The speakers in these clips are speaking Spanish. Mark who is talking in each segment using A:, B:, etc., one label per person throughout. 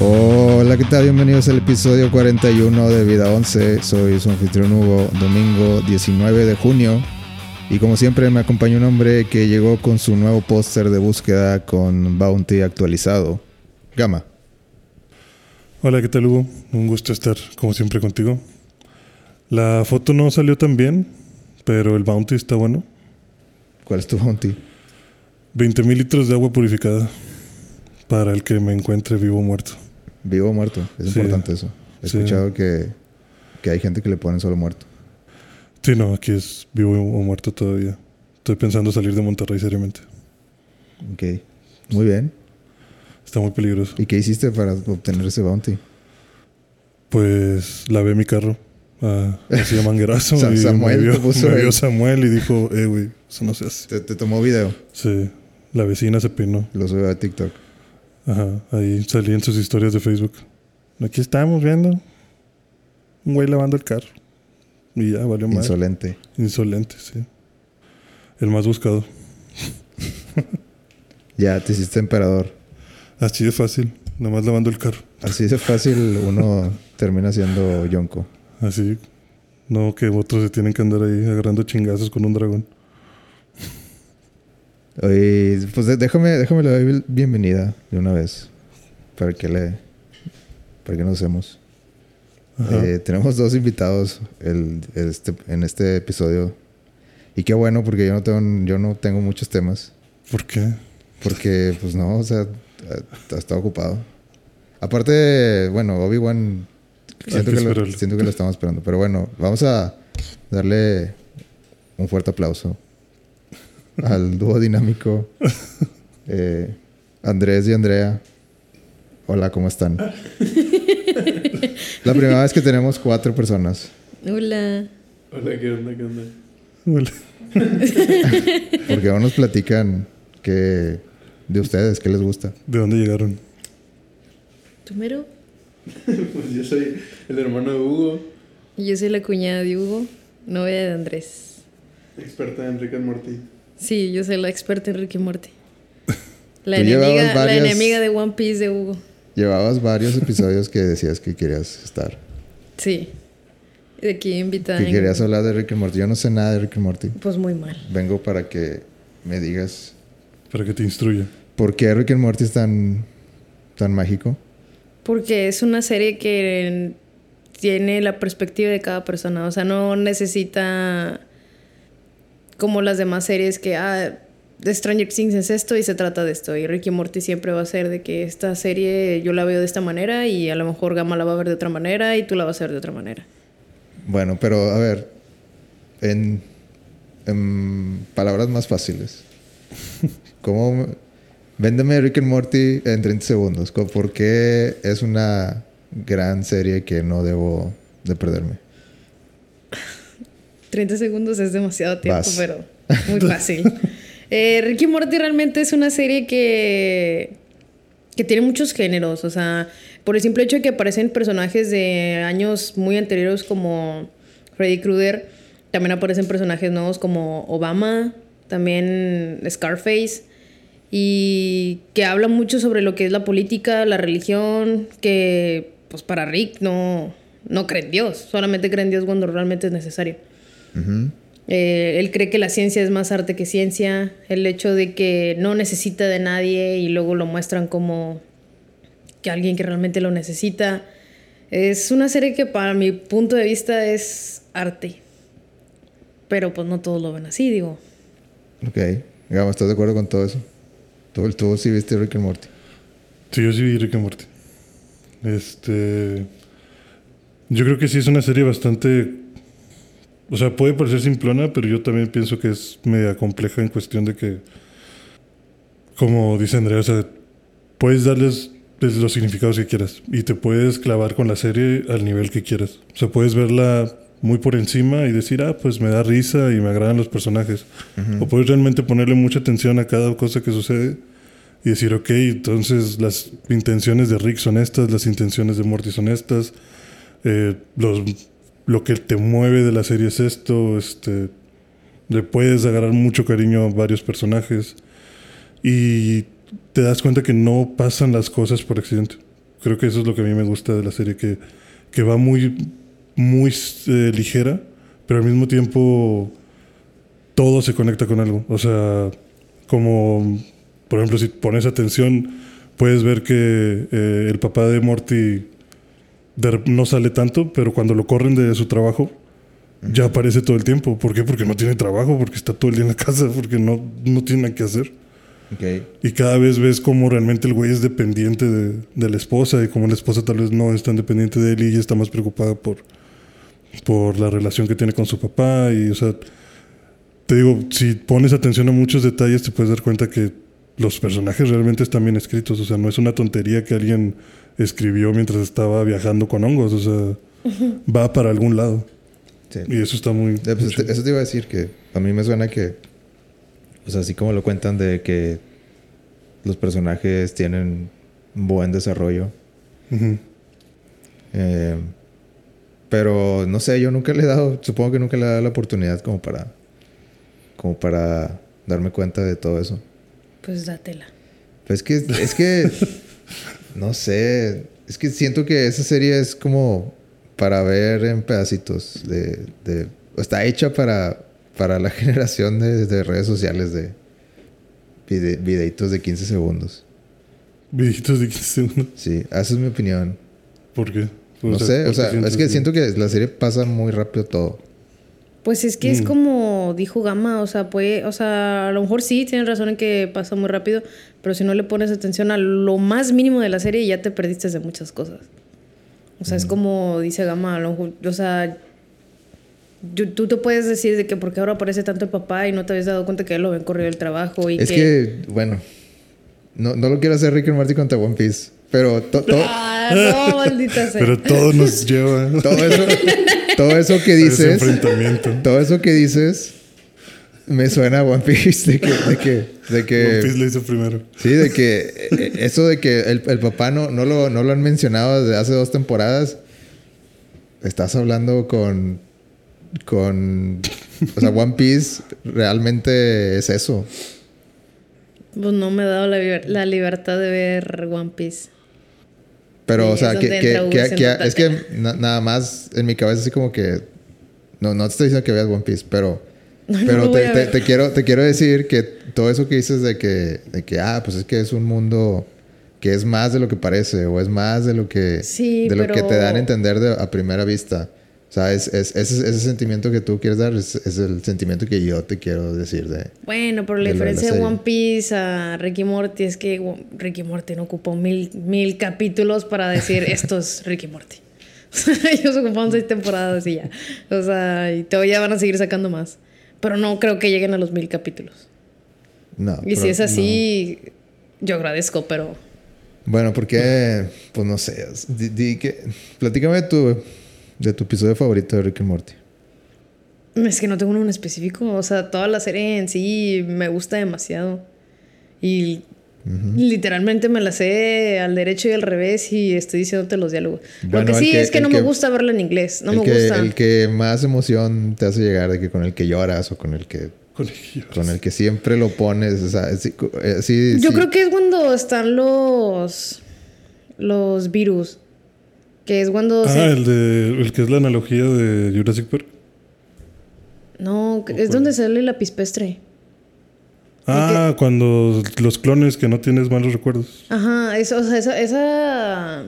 A: Hola, ¿qué tal? Bienvenidos al episodio 41 de Vida 11. Soy su anfitrión Hugo, domingo 19 de junio. Y como siempre me acompaña un hombre que llegó con su nuevo póster de búsqueda con Bounty actualizado. Gama.
B: Hola, ¿qué tal Hugo? Un gusto estar como siempre contigo. La foto no salió tan bien, pero el bounty está bueno.
A: ¿Cuál es tu Bounty?
B: 20 mil litros de agua purificada para el que me encuentre vivo o muerto.
A: Vivo o muerto. Es
B: Sí.
A: importante eso. He
B: Sí.
A: escuchado que, que hay gente que le ponen solo muerto.
B: Sí, no, aquí es vivo o muerto todavía. Estoy pensando salir de Monterrey seriamente.
A: Ok. Muy bien.
B: Está muy peligroso.
A: ¿Y qué hiciste para obtener ese Bounty?
B: Pues lavé mi carro. Ah, así de manguerazo.
A: Sa-
B: y
A: Samuel
B: me
A: te
B: vio,
A: puso
B: me
A: el-
B: vio Samuel y dijo, eh, güey, eso no se hace.
A: Te, te tomó video.
B: Sí, la vecina se peinó.
A: Lo subió a TikTok.
B: Ajá, ahí salí en sus historias de Facebook. Aquí estamos viendo un güey lavando el carro. Y ya, valió más.
A: Insolente.
B: Insolente, sí. El más buscado.
A: Ya, te hiciste emperador.
B: Así de fácil, nada más lavando el carro.
A: Así de fácil uno termina siendo Yonko.
B: Así. No que otros se tienen que andar ahí agarrando chingazos con un dragón.
A: Oye, pues de- déjame, déjame le doy bil- bienvenida de una vez. Para que le. Para que nos hacemos.
B: Ajá.
A: Eh, tenemos dos invitados el- este- en este episodio. Y qué bueno, porque yo no tengo, yo no tengo muchos temas.
B: ¿Por qué?
A: Porque, pues no, o sea, ha, ha estado ocupado. Aparte, bueno, Obi-Wan. Siento,
B: que
A: que lo-
B: esperarlo.
A: siento que lo estamos esperando. Pero bueno, vamos a darle un fuerte aplauso al dúo dinámico. eh, Andrés y Andrea. Hola, ¿cómo están? La primera vez que tenemos cuatro personas.
C: Hola.
D: Hola, ¿qué onda? ¿Qué onda?
B: Huele.
A: Porque aún nos platican que de ustedes, qué les gusta.
B: ¿De dónde llegaron?
C: ¿Tú mero?
D: Pues yo soy el hermano de Hugo,
C: Y Yo soy la cuñada de Hugo, novia de Andrés.
D: experta en Rick and Morty.
C: Sí, yo soy la experta en Ricky Morty. La
A: Tú llevabas
C: enemiga, la
A: varias-
C: enemiga de One Piece de Hugo.
A: Llevabas varios episodios que decías que querías estar.
C: Sí. De aquí invitada.
A: Que
C: en-
A: querías hablar de Rick and Morty. Yo no sé nada de Rick and Morty.
C: Pues muy mal.
A: Vengo para que me digas
B: Para que te instruya.
A: por qué Rick and Morty es tan, tan mágico.
C: Porque es una serie que tiene la perspectiva de cada persona. O sea, no necesita como las demás series que ah, The Stranger Things es esto y se trata de esto. Y Ricky Morty siempre va a ser de que esta serie yo la veo de esta manera y a lo mejor Gama la va a ver de otra manera y tú la vas a ver de otra manera.
A: Bueno, pero a ver, en, en palabras más fáciles. ¿Cómo? me- Véndeme Rick and Morty en 30 segundos. Co- ¿Por qué es una gran serie que no debo de perderme?
C: 30 segundos es demasiado tiempo,
A: Vas.
C: pero muy fácil. eh, Ricky Morty realmente es una serie que, que tiene muchos géneros. O sea, por el simple hecho de que aparecen personajes de años muy anteriores como Freddy Krueger, también aparecen personajes nuevos como Obama, también Scarface y que habla mucho sobre lo que es la política, la religión, que pues para Rick no, no cree en Dios, solamente cree en Dios cuando realmente es necesario. Eh, él cree que la ciencia es más arte que ciencia, el hecho de que no necesita de nadie y luego lo muestran como que alguien que realmente lo necesita. Es una serie que para mi punto de vista es arte, pero pues no todos lo ven así, digo.
A: Ok. Gama, ¿estás de acuerdo con todo eso? Tú, tú sí viste Rick and Morty.
B: Sí, yo sí vi Rick and Morty. Este. Yo creo que sí es una serie bastante. O sea, puede parecer simplona, pero yo también pienso que es media compleja en cuestión de que. Como dice Andrea, o sea, puedes darles pues, los significados que quieras y te puedes clavar con la serie al nivel que quieras. O sea, puedes verla muy por encima y decir, ah, pues me da risa y me agradan los personajes. O puedes realmente ponerle mucha atención a cada cosa que sucede y decir, ok, entonces las intenciones de Rick son estas, las intenciones de Morty son estas, eh, los, lo que te mueve de la serie es esto, este, le puedes agarrar mucho cariño a varios personajes y te das cuenta que no pasan las cosas por accidente. Creo que eso es lo que a mí me gusta de la serie, que, que va muy, muy eh, ligera, pero al mismo tiempo todo se conecta con algo. O sea, como, por ejemplo, si pones atención, puedes ver que eh, el papá de Morty de rep- no sale tanto, pero cuando lo corren de su trabajo, ya aparece todo el tiempo. ¿Por qué? Porque no tiene trabajo, porque está todo el día en la casa, porque no, no tiene nada que hacer.
A: Ok.
B: Y cada vez ves cómo realmente el güey es dependiente de, de la esposa y cómo la esposa tal vez no es tan dependiente de él y ella está más preocupada por, por la relación que tiene con su papá. Y, o sea, te digo, si pones atención a muchos detalles te puedes dar cuenta que los personajes realmente están bien escritos. O sea, no es una tontería que alguien escribió mientras estaba viajando con hongos. O sea, va para algún lado.
A: Sí.
B: Y eso está muy...
A: Eh, pues,
B: muy
A: te-
B: chido.
A: eso te iba a decir que a mí me suena que, o sea, así como lo cuentan de que los personajes tienen un buen desarrollo,
B: Ujú.
A: eh, pero no sé, yo nunca le he dado, supongo que nunca le he dado la oportunidad como para, como para darme cuenta de todo eso.
C: Pues dátela.
A: Pues es que, es que, no sé, es que siento que esa serie es como para ver en pedacitos de, de- está hecha para, para la generación de, de redes sociales de vide- videitos de 15 segundos.
B: Videitos de 15 segundos.
A: Sí, esa es mi opinión.
B: ¿Por qué?
A: No sé,
B: ¿por
A: o
B: qué
A: sea, es
B: sientes
A: que siento que la serie pasa muy rápido todo.
C: Pues es que es
B: Mm.
C: como dijo Gama, o sea, puede, o sea, a lo mejor sí, tienes razón en que pasa muy rápido, pero si no le pones atención a lo más mínimo de la serie, ya te perdiste de muchas cosas. O
A: Mm.
C: sea, es como dice Gama, a lo mejor, o sea, yo- tú te puedes decir de que porque ahora aparece tanto el papá y no te habías dado cuenta que él lo ven corrido del trabajo y
A: Es que, bueno, no, no lo quiero hacer Rick and Marty contra One Piece, pero to- to-
C: Ah, no, maldita sea.
B: Pero todo nos lleva a
A: todo eso, todo eso que
B: ese
A: dices.
B: enfrentamiento.
A: Todo eso que dices me suena a One Piece de que, de que, de
B: One Piece
A: que
B: lo hizo primero.
A: sí, de que eh, eh, eso de que el, el papá no, no, lo, no lo han mencionado desde hace dos temporadas. Estás hablando con con o sea, One Piece realmente es eso.
C: Pues no me he dado la, liber- la libertad de ver One Piece.
A: Pero,
C: Sí,
A: o sea,
C: es
A: que,
C: donde
A: que-
C: entra Hugo
A: que-
C: siendo
A: que- es que
C: tatera.
A: na- nada más en mi cabeza así como que... No, no te estoy diciendo que veas One Piece, pero...
C: No, no
A: Pero
C: lo voy
A: te,
C: a
A: te-
C: ver.
A: te quiero, te quiero decir que todo eso que dices de que, de que, ah, pues es que es un mundo que es más de lo que parece o es más de lo que,
C: Sí,
A: de lo que
C: pero-
A: te dan a entender de- a primera vista. O sea, es, es- ese, ese sentimiento que tú quieres dar es, es el sentimiento que yo te quiero decir de...
C: Bueno, pero la
A: de lo de la
C: diferencia de
A: serie.
C: One Piece a Ricky Morty es que Wo- Ricky Morty no ocupó mil, mil capítulos para decir esto es Ricky Morty. O sea, ellos ocuparon seis temporadas y ya. O sea, y todavía van a seguir sacando más. Pero no creo que lleguen a los mil capítulos.
A: No.
C: Y si
A: Ah, pero-
C: es así, yo agradezco, pero
A: Bueno, porque, pues no sé, di, di que, platícame de tu, de tu episodio favorito de Rick and Morty.
C: es que no tengo uno en específico. O sea, toda la serie en sí me gusta demasiado. Y literalmente me la sé al derecho y al revés y estoy diciéndote los diálogos.
A: Bueno,
C: Lo que
A: el
C: sí
A: que-
C: es que
A: el
C: no
A: que-
C: me gusta verla en inglés. No
A: el,
C: me
A: que,
C: gusta.
A: el que más emoción te hace llegar, de que con el que lloras o con el que,
B: Con ellos.
A: con el que siempre lo pones, o sea, sí, cu- eh, sí,
C: Yo
A: sí.
C: creo que es cuando están los los virus. Que es cuando se-
B: Ah, el, de, el que es la analogía de Jurassic Park.
C: No, es donde sale la pispestre.
B: Ah, cuando los clones que no tienes malos recuerdos.
C: Ajá, eso, o sea, esa, esa-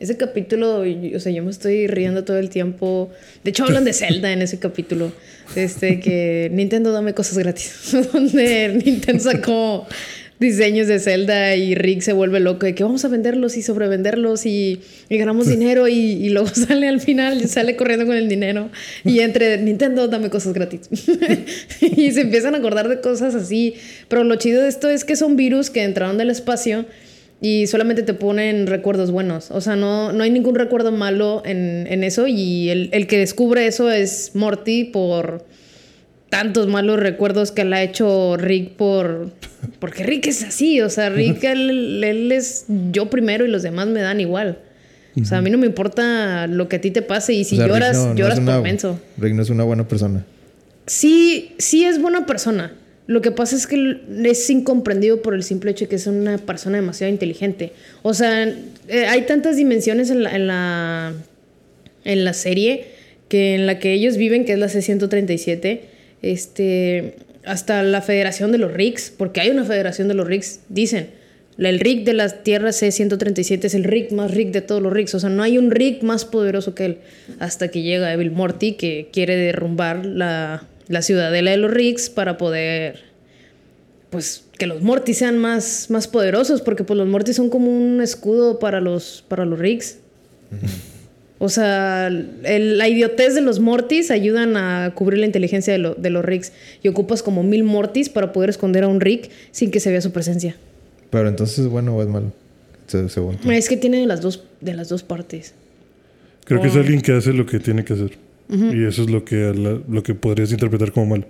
C: ese capítulo, y- o sea, yo me estoy riendo todo el tiempo. De hecho, hablan de Zelda en ese capítulo. Este, que Nintendo dame cosas gratis. Donde Nintendo sacó diseños de Zelda y Rick se vuelve loco de que vamos a venderlos y sobrevenderlos y, y ganamos dinero y, y luego sale al final, sale corriendo con el dinero y entre Nintendo dame cosas gratis. y se empiezan a acordar de cosas así. Pero lo chido de esto es que son virus que entraron del espacio y solamente te ponen recuerdos buenos. O sea, no, no hay ningún recuerdo malo en, en eso. Y el, el que descubre eso es Morty por tantos malos recuerdos que le ha hecho Rick por... Porque Rick es así. O sea, Rick, él, él es yo primero y los demás me dan igual. O sea, a mí no me importa lo que a ti te pase y si
A: O sea, Rick
C: lloras,
A: no- no es
C: lloras
A: una-
C: por menso.
A: Rick no es una buena persona.
C: Sí, sí es buena persona. Lo que pasa es que es incomprendido por el simple hecho de que es una persona demasiado inteligente. O sea, eh, hay tantas dimensiones en la, en la, en la serie que en la que ellos viven, que es la C-137, este, hasta la Federación de los RICS, porque hay una Federación de los RICS, dicen, la- el RIC de las tierras C-137 es el RIC más RIC de todos los RICS, o sea, no hay un RIC más poderoso que él, hasta que llega Evil Morty, que quiere derrumbar la, la ciudadela de los RICS para poder, pues, que los Morty sean más, más poderosos, porque pues los Morty son como un escudo para los, para los RICS. O sea, el- la idiotez de los mortis ayudan a cubrir la inteligencia de, lo- de los Ricks. Y ocupas como mil mortis para poder esconder a un Rick sin que se vea su presencia.
A: Pero entonces, bueno o es malo. Se- Según tú.
C: Es que tiene de las dos, de las dos partes.
B: Creo que es
C: Oh.
B: alguien que hace lo que tiene que hacer. Y eso es lo que, a la- lo que podrías interpretar como malo.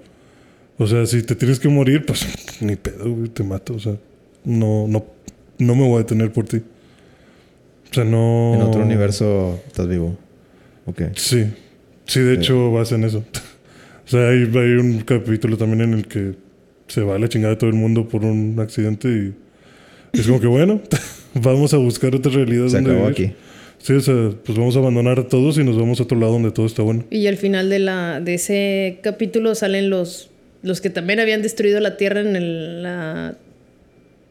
B: O sea, si te tienes que morir, pues ni pedo, güey, te mato. O sea, no, no, no me voy a detener por ti. O sea, no.
A: En otro universo estás vivo. Ok.
B: Sí. Sí, de
A: Sí.
B: hecho, vas en eso. o sea, hay, hay un capítulo también en el que se va a la chingada de todo el mundo por un accidente y es como que, bueno, vamos a buscar otra realidad
A: Se
B: donde
A: acabó
B: vivir.
A: aquí.
B: Sí, o sea, pues vamos a abandonar a todos y nos vamos a otro lado donde todo está bueno.
C: Y al final de, la, de ese capítulo salen los, los que también habían destruido la Tierra en el- la...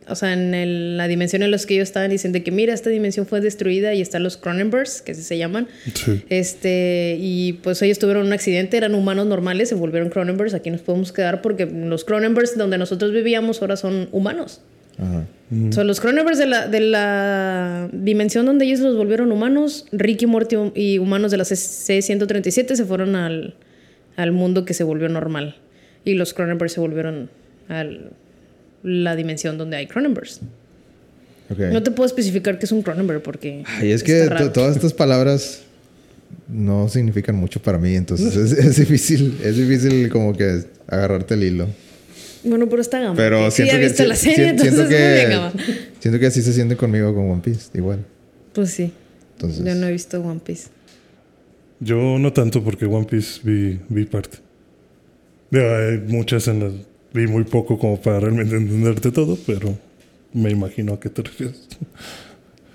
C: O sea, en el- la dimensión en la que ellos estaban diciendo que mira, esta dimensión fue destruida y están los Cronenbergs, que así se llaman.
B: Sí.
C: Este, y pues ellos tuvieron un accidente, eran humanos normales, se volvieron Cronenbergs, aquí nos podemos quedar porque los Cronenbergs donde nosotros vivíamos ahora son humanos.
A: Ajá.
B: Mm.
C: Son los Cronenbergs de la, de la dimensión donde ellos los volvieron humanos, Ricky Morty hum- y humanos de la C-137 se fueron al, al mundo que se volvió normal. Y los Cronenbergs se volvieron a la dimensión donde hay Cronenbergs.
A: Ok.
C: No te puedo especificar que es un Cronenberg porque...
A: Ay, es que
C: está raro.
A: to- todas estas palabras no significan mucho para mí, entonces es, es difícil, es difícil como que agarrarte el hilo.
C: Bueno, pero está gama.
A: Pero
C: sí,
A: siento
C: ya
A: que
C: viste
A: si-
C: la serie,
A: si-
C: entonces
A: siento
C: muy bien,
A: que
C: Gama.
A: siento que así se siente conmigo con One Piece, igual.
C: Pues sí,
A: Entonces,
C: yo no he visto One Piece.
B: Yo no tanto porque One Piece vi, vi parte. Digo, hay muchas en las... Vi muy poco como para realmente entenderte todo, pero me imagino a qué te refieres.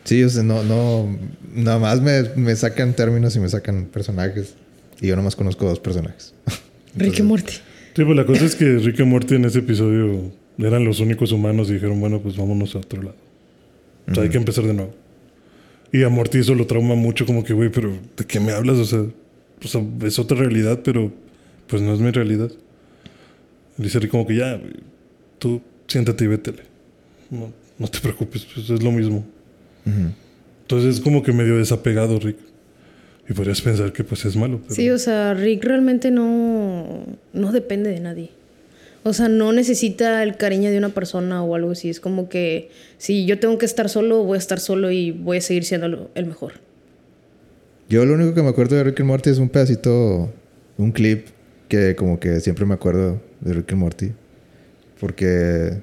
A: sí, o sea, no no nada más me, me sacan términos y me sacan personajes y yo nomás conozco dos personajes.
C: Rick y Morty.
B: Sí, pues la cosa es que Rick y Morty en ese episodio eran los únicos humanos y dijeron, bueno, pues vámonos a otro lado. O sea, hay que empezar de nuevo. Y a Morty eso lo trauma mucho, como que, güey, pero ¿de qué me hablas? O sea, o sea, es otra realidad, pero pues no es mi realidad. Le dice Rick como que ya, güey, tú siéntate y vétele. No, no te preocupes, pues es lo mismo.
A: Ujú.
B: Entonces es como que medio desapegado Rick. Y podrías pensar que pues es malo. Pero...
C: Sí, o sea, Rick realmente no, no depende de nadie. O sea, no necesita el cariño de una persona o algo así. Es como que si yo tengo que estar solo, voy a estar solo y voy a seguir siendo lo- el mejor.
A: Yo lo único que me acuerdo de Rick and Morty es un pedacito, un clip que como que siempre me acuerdo de Rick and Morty. Porque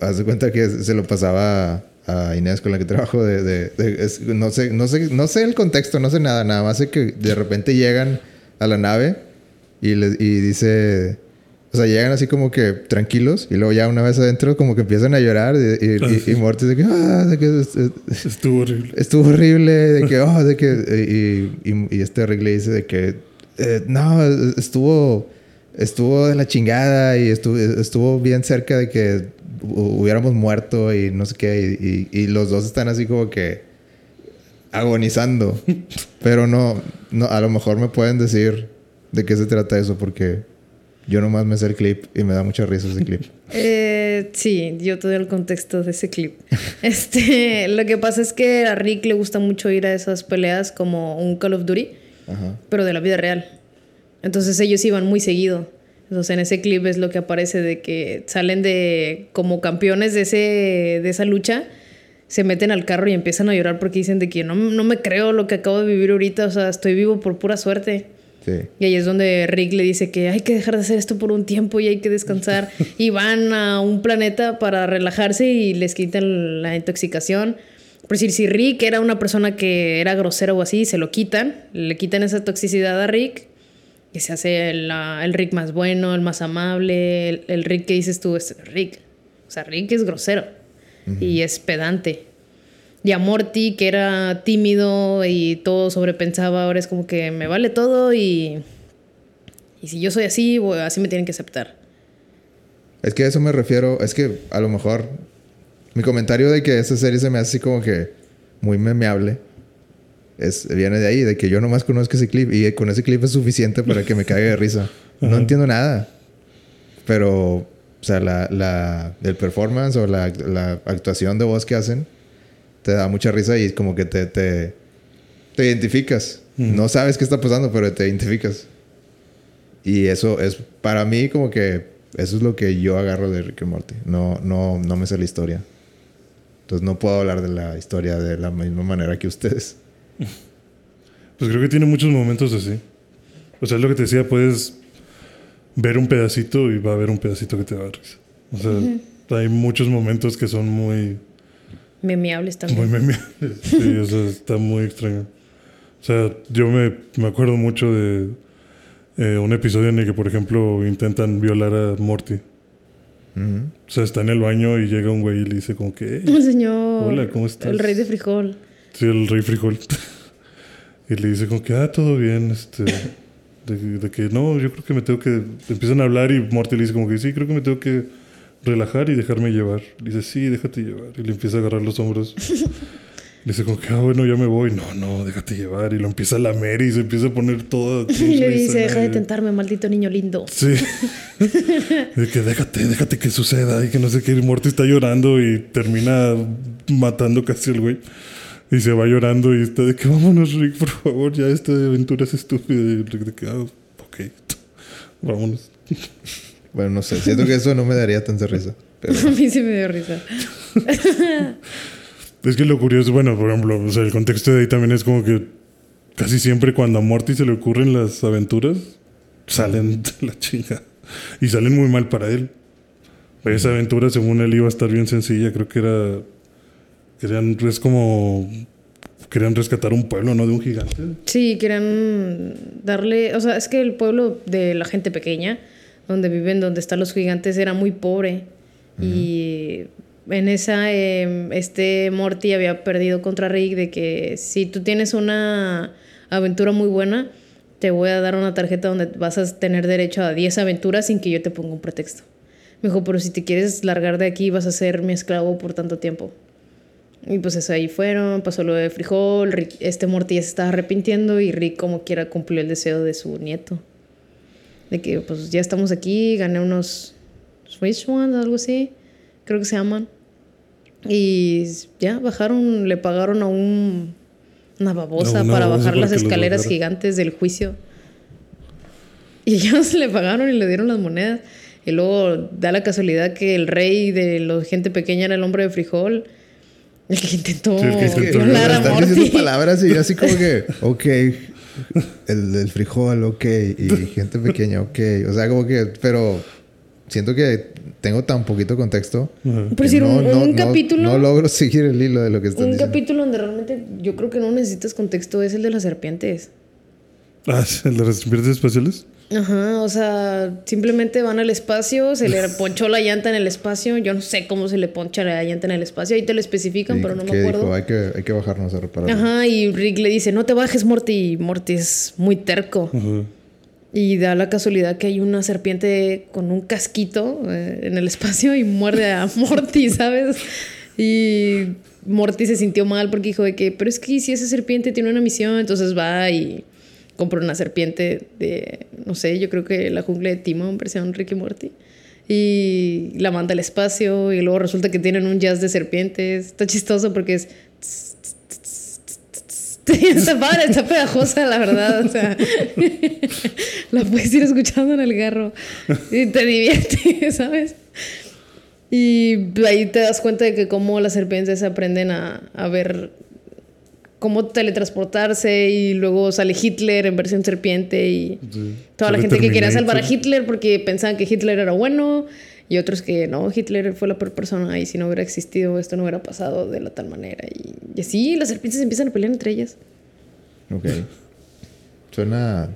A: haz de cuenta que se lo pasaba a Inés con la que trabajo de... de- de- es- no, sé, no, sé, no sé el contexto, no sé nada, nada más sé que de repente llegan a la nave y, les- y dice... O sea, llegan así como que tranquilos y luego ya una vez adentro como que empiezan a llorar y, y- y- y Morty de que... "Ah", de que es- es-
B: Estuvo horrible.
A: estuvo horrible de que oh, de que eh, y, y- y este Rick le dice de que eh, no estuvo estuvo de la chingada y estuvo, estuvo bien cerca de que hu- hubiéramos muerto y no sé qué y, y- y los dos están así como que agonizando pero no no a lo mejor me pueden decir de qué se trata eso porque yo nomás me sé el clip y me da mucha risa ese clip
C: Eh, sí, yo te doy el contexto de ese clip. Este, lo que pasa es que a Rick le gusta mucho ir a esas peleas como un Call of Duty.
A: ajá
C: pero de la vida real. Entonces ellos iban muy seguido. Entonces en ese clip es lo que aparece de que salen de como campeones de, ese, de esa lucha, se meten al carro y empiezan a llorar porque dicen de que no, no me creo lo que acabo de vivir ahorita, o sea, estoy vivo por pura suerte.
A: sí
C: Y ahí es donde Rick le dice que hay que dejar de hacer esto por un tiempo y hay que descansar. y van a un planeta para relajarse y les quitan la intoxicación. Por decir, si Rick era una persona que era grosero o así, se lo quitan. Le quitan esa toxicidad a Rick. que se hace el, ah, el Rick más bueno, el más amable, el, el Rick que dices tú es Rick. O sea, Rick es grosero y es pedante. Y a Morty, que era tímido y todo sobrepensaba, ahora es como que me vale todo y, y si yo soy así, bueno, así me tienen que aceptar.
A: Es que a eso me refiero. Es que a lo mejor mi comentario de que esta serie se me hace así como que muy memeable es, viene de ahí, de que yo nomás conozco ese clip y con ese clip es suficiente para que me caiga de risa. No entiendo nada. Pero, o sea, la, la, el performance o la, la actuación de voz que hacen te da mucha risa y como que te, te, te identificas. No sabes qué está pasando, pero te identificas. Y eso es para mí como que eso es lo que yo agarro de Rick and Morty. No, no, no me sé la historia. Entonces no puedo hablar de la historia de la misma manera que ustedes.
B: Pues creo que tiene muchos momentos así. O sea, es lo que te decía, puedes ver un pedacito y va a haber un pedacito que te va a dar risa. O sea, hay muchos momentos que son muy,
C: Memeables también.
B: muy memeables. Sí, o sea, está muy extraño. O sea, yo me, me acuerdo mucho de eh, un episodio en el que, por ejemplo, intentan violar a Morty.
A: Ujú.
B: O sea, está en el baño y llega un güey y le dice como que... "Ey,
C: Un señor.
B: Hola, ¿cómo estás?
C: El rey de frijol.
B: Sí, el rey frijol. y le dice como que, ah, todo bien, este... De, de que no, yo creo que me tengo que... Empiezan a hablar y Morty le dice como que, sí, creo que me tengo que relajar y dejarme llevar. Le dice, sí, déjate llevar. Y le empieza a agarrar los hombros. le dice como que, ah, bueno, ya me voy. No, no, déjate llevar. Y lo empieza a lamer y se empieza a poner todo...
C: Y le dice, deja de
B: tentar
C: tentarme, maldito niño lindo.
B: Sí. De que déjate, déjate que suceda y que no sé qué. Y Morty está llorando y termina matando casi al güey. Y se va llorando y está de que vámonos, Rick, por favor, ya esta aventura es estúpida. Y Rick de que, ah, ok, vámonos.
A: Bueno, no sé. Siento que eso no me daría tanta risa. Pero
C: A mí se me dio risa.
B: Es que lo curioso, bueno, por ejemplo, o sea, el contexto de ahí también es como que casi siempre cuando a Morty se le ocurren las aventuras, salen de la chinga. Y salen muy mal para él. Esa aventura, según él, iba a estar bien sencilla. Creo que era. Querían, es como. Querían rescatar un pueblo, ¿no? De un gigante.
C: Sí, querían darle, o sea, es que el pueblo de la gente pequeña, donde viven, donde están los gigantes, era muy pobre. Y en esa, eh, este Morty había perdido contra Rick de que si tú tienes una aventura muy buena, te voy a dar una tarjeta donde vas a tener derecho a 10 aventuras sin que yo te ponga un pretexto. Me dijo, pero si te quieres largar de aquí, vas a ser mi esclavo por tanto tiempo. Y pues eso, ahí fueron, pasó lo de frijol, Rick- este Morty ya se estaba arrepintiendo y Rick como quiera cumplió el deseo de su nieto. De que pues ya estamos aquí, gané unos Switch Ones, algo así, creo que se llaman. Y ya bajaron, le pagaron a un, una babosa
B: A una
C: para
B: babosa
C: bajar
B: para
C: las
B: que los
C: escaleras
B: bajara.
C: gigantes del juicio. Y ellos le pagaron y le dieron las monedas. Y luego da la casualidad que el rey de la gente pequeña era el hombre de frijol. El que intentó
B: Sí, el que intentó
C: violar a
A: están
C: Morty.
A: diciendo palabras y yo así como que, ok, el del frijol, ok, y gente pequeña, ok. O sea, como que, pero siento que tengo tan poquito contexto.
B: Ajá.
A: que
C: Pero si era un, un
A: no-
C: capítulo,
A: No, logro seguir el hilo de lo que están
C: un
A: diciendo.
C: capítulo donde realmente yo creo que no necesitas contexto es el de las serpientes.
B: Ah, sí, el de las serpientes espaciales.
C: Ajá, o sea, simplemente van al espacio, se le ponchó la llanta en el espacio, yo no sé cómo se le poncha la llanta en el espacio, ahí te lo especifican,
A: Y
C: pero no me
A: que
C: acuerdo.
A: dijo, hay que, hay que bajarnos a reparar.
C: Ajá, y Rick le dice, no te bajes, Morty. Y Morty es muy terco.
B: Ajá.
C: Y da la casualidad que hay una serpiente con un casquito eh, en el espacio y muerde a Morty, ¿sabes? Y Morty se sintió mal porque dijo de que, pero es que si esa serpiente tiene una misión, entonces va y compra una serpiente de, no sé, yo creo que la jungla de Timón, versión Ricky Morty. Y la manda al espacio y luego resulta que tienen un jazz de serpientes. Está chistoso porque es... Está padre, está pegajosa, la verdad. O sea, la puedes ir escuchando en el garro y te divierte, ¿sabes? Y ahí te das cuenta de que cómo las serpientes aprenden a, a ver cómo teletransportarse y luego sale Hitler en versión serpiente y
B: Sí.
C: toda la
B: Sale
C: gente que quería
B: Terminator.
C: salvar a Hitler porque pensaban que Hitler era bueno y otros que no, Hitler fue la peor persona y si no hubiera existido esto no hubiera pasado de la tal manera y, y así las serpientes empiezan a pelear entre ellas.
A: Ok. Suena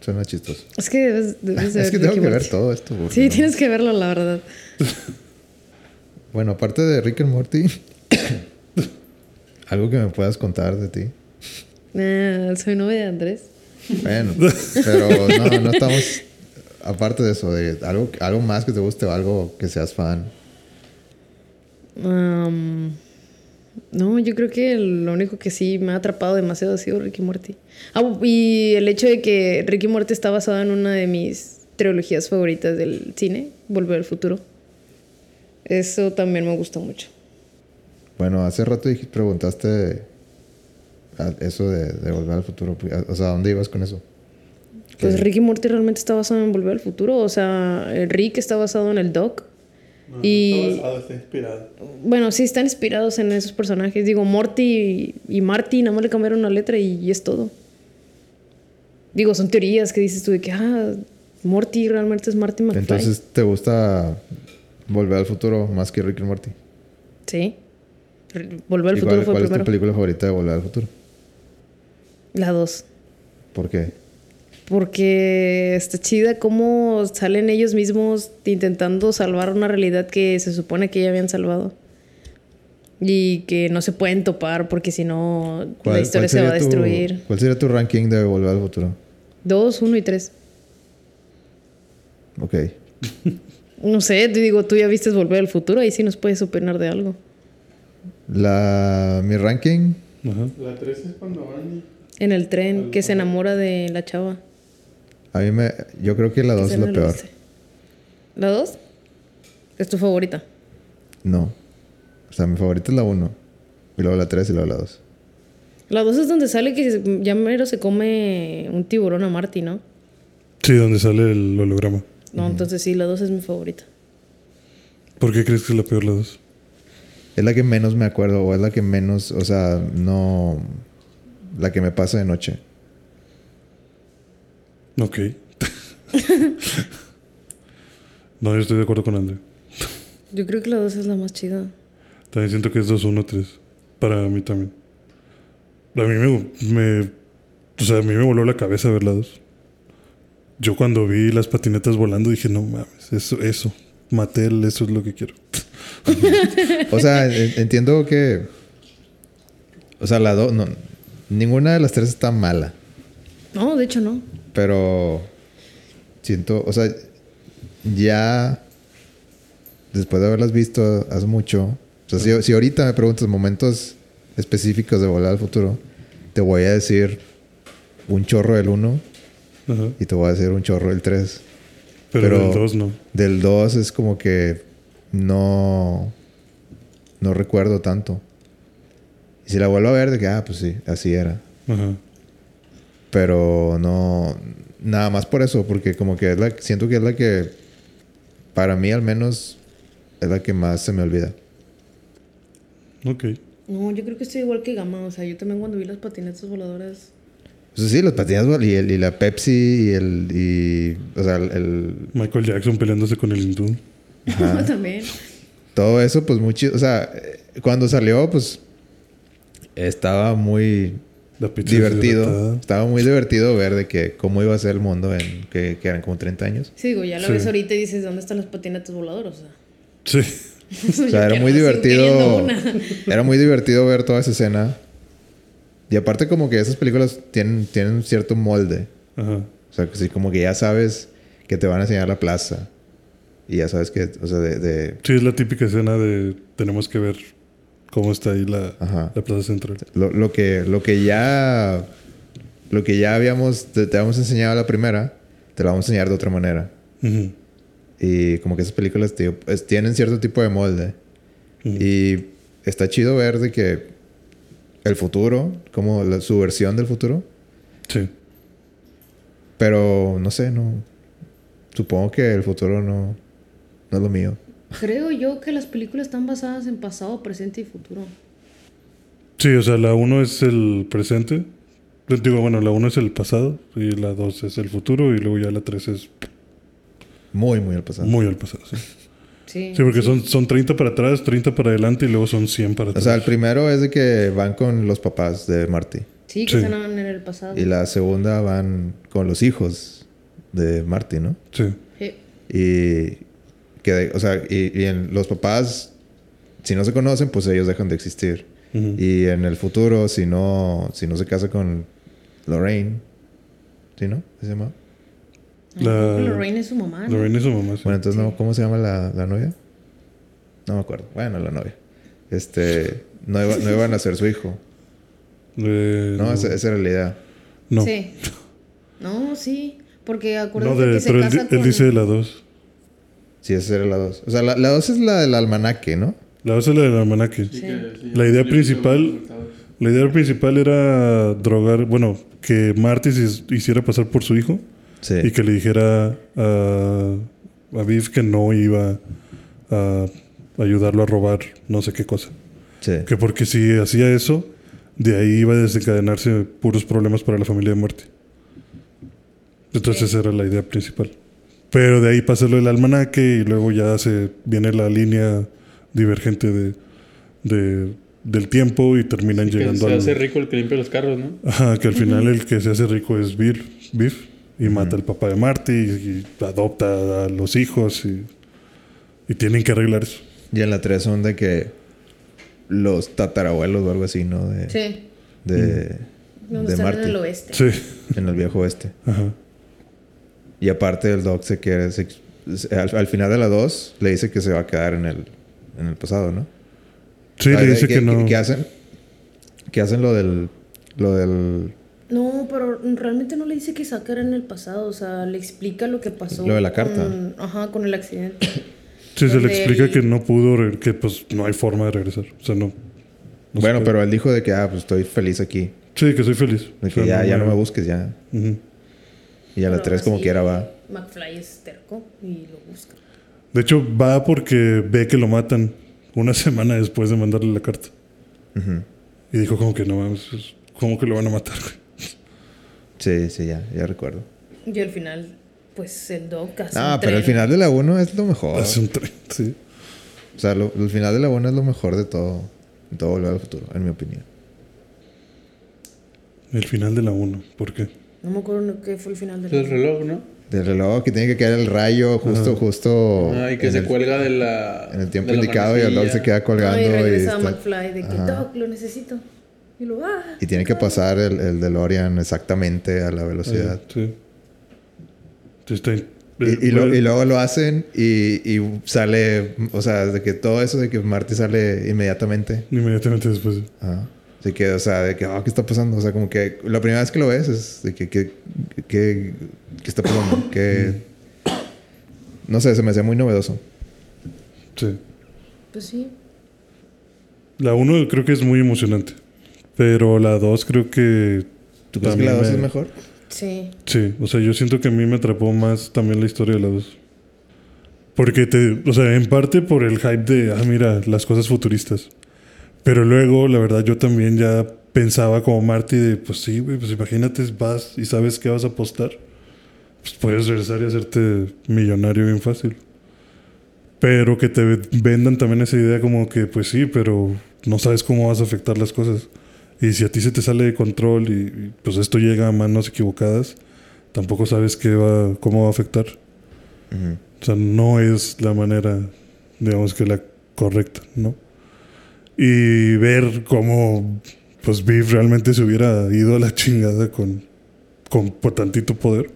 A: Suena chistoso.
C: Es que debes, debes de
A: es que
C: Rick
A: tengo
C: y
A: que ver
C: Morty.
A: todo esto. porque
C: Sí,
A: no-
C: tienes que verlo, la verdad.
A: Bueno, aparte de Rick and Morty, algo que me puedas contar de ti.
C: Ah, soy novia de Andrés.
A: Bueno, pero no, no estamos. Aparte de eso, de algo, algo más que te guste o algo que seas fan.
C: Am, no, yo creo que lo único que sí me ha atrapado demasiado ha sido Ricky Morty. Ah, y el hecho de que Ricky Morty está basado en una de mis trilogías favoritas del cine, Volver al Futuro. Eso también me gusta mucho.
A: Bueno, hace rato dij- preguntaste a- eso de, de volver al futuro. O sea, ¿a dónde ibas con eso?
C: Pues
A: Que-
C: Ricky Morty realmente está basado en Volver al Futuro. O sea, el Rick está basado en el Doc.
D: No,
C: Y-
D: Está basado, está inspirado.
C: Bueno, sí, están inspirados en esos personajes. Digo, Morty y, y Marty, nada más le cambiaron una letra y, y es todo. Digo, son teorías que dices tú de que, ah, Morty realmente es Marty McFly.
A: Entonces, ¿te gusta volver al futuro más que Rick and Morty?
C: Sí. Re- Volver al
A: ¿Y cuál,
C: futuro fue
A: cuál
C: el
A: es tu
C: primero.
A: película favorita de volver al futuro?
C: La dos.
A: ¿Por qué?
C: Porque está chida cómo salen ellos mismos intentando salvar una realidad que se supone que ya habían salvado. Y que no se pueden topar porque si no la historia se va a
A: sería tu-
C: destruir.
A: ¿Cuál sería tu ranking de volver al futuro?
C: Dos, uno y tres.
A: Ok.
C: No sé, te digo, tú ya viste Volver al Futuro, ahí sí nos puedes opinar de algo.
A: La, mi ranking
B: Ajá.
D: La 3 es cuando van y...
C: En el tren, que se enamora de la chava.
A: A mí me... Yo creo que la
C: Que
A: 2
C: se
A: es la
C: enamora
A: peor.
C: de este. ¿La dos? Es tu favorita.
A: No. O sea, mi favorita es la 1. Y luego la 3 y luego la 2.
C: La dos es donde sale que se- ya mero se come un tiburón a Marty, ¿no?
B: Sí, donde sale el holograma.
C: No, entonces sí, la dos es mi favorita.
B: ¿Por qué crees que es la peor la dos?
A: Es la que menos me acuerdo o es la que menos... O sea, no... La que me pasa de noche.
B: Ok. no, yo estoy de acuerdo con André.
C: Yo creo que la dos es la más chida.
B: También siento que es 2-1-3. Para mí también. A mí me, me- O sea, a mí me voló la cabeza ver la 2. Yo cuando vi las patinetas volando dije, no mames, eso, eso. Mattel, eso es lo que quiero.
A: O sea, en- entiendo que... O sea, la 2... No, ninguna de las tres está mala.
C: No, de hecho no.
A: Pero siento, o sea, ya después de haberlas visto hace mucho, o sea, si, si ahorita me preguntas momentos específicos de volar al futuro, te voy a decir un chorro del 1
B: Ajá.
A: y te voy a decir un chorro del 3.
B: Pero,
A: Pero-
B: el 2 no.
A: Del 2 es como que no, no recuerdo tanto. Y si la vuelvo a ver, de que, ah, pues sí, así era.
B: Ajá.
A: Pero no. Nada más por eso, porque como que es la. Siento que es la que. Para mí, al menos. Es la que más se me olvida.
B: Ok.
C: No, yo creo que estoy igual que Gama. O sea, yo también cuando vi las patinetas voladoras.
A: O sea, sí, los patinadas vol- y, el- y la Pepsi y el. Y, o sea, el, el-
B: Michael Jackson peleándose con el hindú.
C: también.
A: Todo eso, pues muy chido. O sea, eh, cuando salió, pues. Estaba muy
B: La pizza
A: divertido.
B: deshidratada.
A: Estaba muy divertido ver de que cómo iba a ser el mundo en que, que eran como 30 años.
C: Sí, digo, ya la
B: Sí.
C: ves ahorita y dices, ¿dónde están las patinetas voladoras? O sea.
B: Sí.
A: O sea, era muy divertido. Era muy divertido ver toda esa escena. Y aparte como que esas películas tienen, tienen un cierto molde.
B: Ajá.
A: O sea, que sí, como que ya sabes que te van a enseñar la plaza. Y ya sabes que, o sea, de... de-
B: Sí, es la típica escena de tenemos que ver cómo está ahí la,
A: Ajá.
B: la plaza central.
A: lo, lo que, lo que ya... Lo que ya habíamos... Te, te habíamos enseñado la primera, te la vamos a enseñar de otra manera.
B: Ujú.
A: Y como que esas películas tío, pues, tienen cierto tipo de molde.
B: Ujú.
A: Y está chido ver de que el futuro, como la- su versión del futuro,
B: Sí.
A: Pero no sé, no. Supongo que el futuro no, no es lo mío.
C: Creo yo que las películas están basadas en pasado, presente y futuro.
B: Sí, o sea, la 1 es el presente. Digo, bueno, la 1 es el pasado y la 2 es el futuro y luego ya la 3 es
A: Muy, muy al pasado.
B: muy al pasado. Sí,
C: Sí.
B: Sí, porque son, son 30 para atrás, 30 para adelante y luego son 100 para
A: o
B: atrás.
A: sea, el primero es de que van con los papás de Marty.
C: Sí, que
B: Sí.
C: sonaban en el pasado.
A: Y la segunda van con los hijos de Marty, ¿no?
B: Sí.
C: Sí.
A: Y, que, de- o sea, y, y en los papás, si no se conocen, pues ellos dejan de existir.
B: Ujú.
A: Y en el futuro, si no, si no se casa con Lorraine, ¿sí, no? ¿Sí ¿Se llama?
B: La-
C: Lorraine es su mamá. ¿no?
B: Lorraine y su mamá. sí.
A: Bueno, entonces, no, ¿cómo se llama la, la novia? No me acuerdo. Bueno, la novia. Este, no, iba- no iban a ser su hijo.
B: Eh,
A: No, esa, esa era la idea.
B: no.
C: Sí. No, sí. Porque
B: No,
C: acuérdate
B: de-
C: que se
B: pero él,
C: casa
B: di-
C: con...
B: él dice de la 2.
A: Sí, esa era la dos. O sea, la, la dos es la del almanaque, ¿no?
B: La 2 es la del almanaque.
D: Sí que- sí,
B: La
D: ya
B: idea
D: los libros
B: principal-
D: estaban conectados.
B: La idea principal era drogar, bueno, que Marty se hiciera pasar por su hijo
A: Sí.
B: y que le dijera a, a Viv que no iba a ayudarlo a robar no sé qué cosa.
A: sí.
B: Que porque si hacía eso, de ahí iba a desencadenarse puros problemas para la familia de muerte. Entonces esa era la idea principal. Pero de ahí pasa lo del almanaque y luego ya se viene la línea divergente de, de- del tiempo y terminan
E: Que
B: llegando
E: se hace
B: al...
E: rico el que limpia los carros, ¿no?
B: Ajá, que al final el que se hace rico es Bill, Biff, y mata al papá de Marty y, y adopta a los hijos y, y tienen que arreglar eso.
A: Y en la 3 son de que los tatarabuelos o algo así, ¿no? De,
C: Sí.
A: de,
C: Donde
A: de
C: están en
A: Marty,
C: el oeste.
B: Sí,
A: en el viejo oeste.
B: ajá.
A: Y aparte el Doc se quiere... se- se- al, al final de la 2 le dice que se va a quedar en el, en el pasado, ¿no?
B: Sí,
A: Ah,
B: le
A: de-
B: dice que, no...
A: Que hacen, que hacen lo del... Lo del...
C: No, pero realmente no le dice que sacara en el pasado. O sea, le explica lo que pasó.
A: Lo de la carta.
C: con- ajá, con el accidente.
B: Sí, se le
C: donde
B: explica
C: él-
B: que no pudo, re- que pues no hay forma de regresar. O sea, no. no
A: bueno,
B: se puede.
A: pero él dijo de que, ah, pues estoy feliz aquí.
B: Sí, que soy feliz.
A: De
B: O
A: que
B: sea,
A: ya, ya no me
B: Ujú.
A: busques, ya. Y a
C: Pero
A: la
C: aún
A: 3 como
C: así,
A: quiera va.
C: McFly es terco y lo busca.
B: De hecho, va porque ve que lo matan una semana después de mandarle la carta.
A: Ujú.
B: Y dijo como que no mames, pues, ¿cómo que lo van a matar? güey?
A: Sí, sí, ya. Ya recuerdo.
C: Y al final, pues el Doc hace
A: Ah,
C: un
A: pero el
C: tren.
A: final de la 1 es lo mejor.
B: Hace un tren, sí.
A: O sea, lo- el final de la 1 es lo mejor de todo. De todo Volver al Futuro, en mi opinión.
B: El final de la 1. ¿Por qué?
C: No me acuerdo no- qué fue el final del
E: El reloj, ¿no?
A: Del reloj que tiene que caer el rayo justo, justo...
E: Ah, y que
A: Oh, en
E: se
A: el,
E: cuelga de la.
A: En el tiempo
E: de la
A: indicado y el dog se
E: manecilla.
A: queda colgando.
C: No, y
A: y, este,
C: regresa
A: está-
C: McFly de que Doc, lo necesito. Y lo ah.
A: y tiene que pasar el, el DeLorean exactamente a la velocidad.
B: Ah, sí. Sí, está eh, en-
A: Y, y lo- y luego lo hacen y, y sale... O sea, de que todo eso de que Marty sale inmediatamente.
B: Inmediatamente después.
A: Ajá. Así que, o sea, de que, ah, ¿qué está pasando? O sea, como que la primera vez que lo ves es de que, que, que- que- ¿qué está pasando? Que, no sé, se me hacía muy novedoso.
B: Sí.
C: Pues sí.
B: La 1 creo que es muy emocionante. Pero la 2 creo que...
A: ¿Tú crees que
B: también
A: la 2
B: me-
A: es mejor?
C: Sí.
B: Sí, o sea, yo siento que a mí me atrapó más también la historia de la 2. Porque te, o sea, en parte por el hype de, ah, mira, las cosas futuristas. Pero luego, la verdad, yo también ya pensaba como Marty de, pues sí, güey, pues imagínate, vas y sabes qué vas a apostar. Pues puedes regresar y hacerte millonario bien fácil. Pero que te vendan también esa idea como que, pues sí, pero no sabes cómo vas a afectar las cosas. Y si a ti se te sale de control y, y, pues esto llega a manos equivocadas, tampoco sabes qué va, cómo va a afectar.
A: Ujú.
B: O sea, no es la manera, digamos que la correcta, ¿no? Y ver cómo, pues, Biff realmente se hubiera ido a la chingada con, con por tantito poder.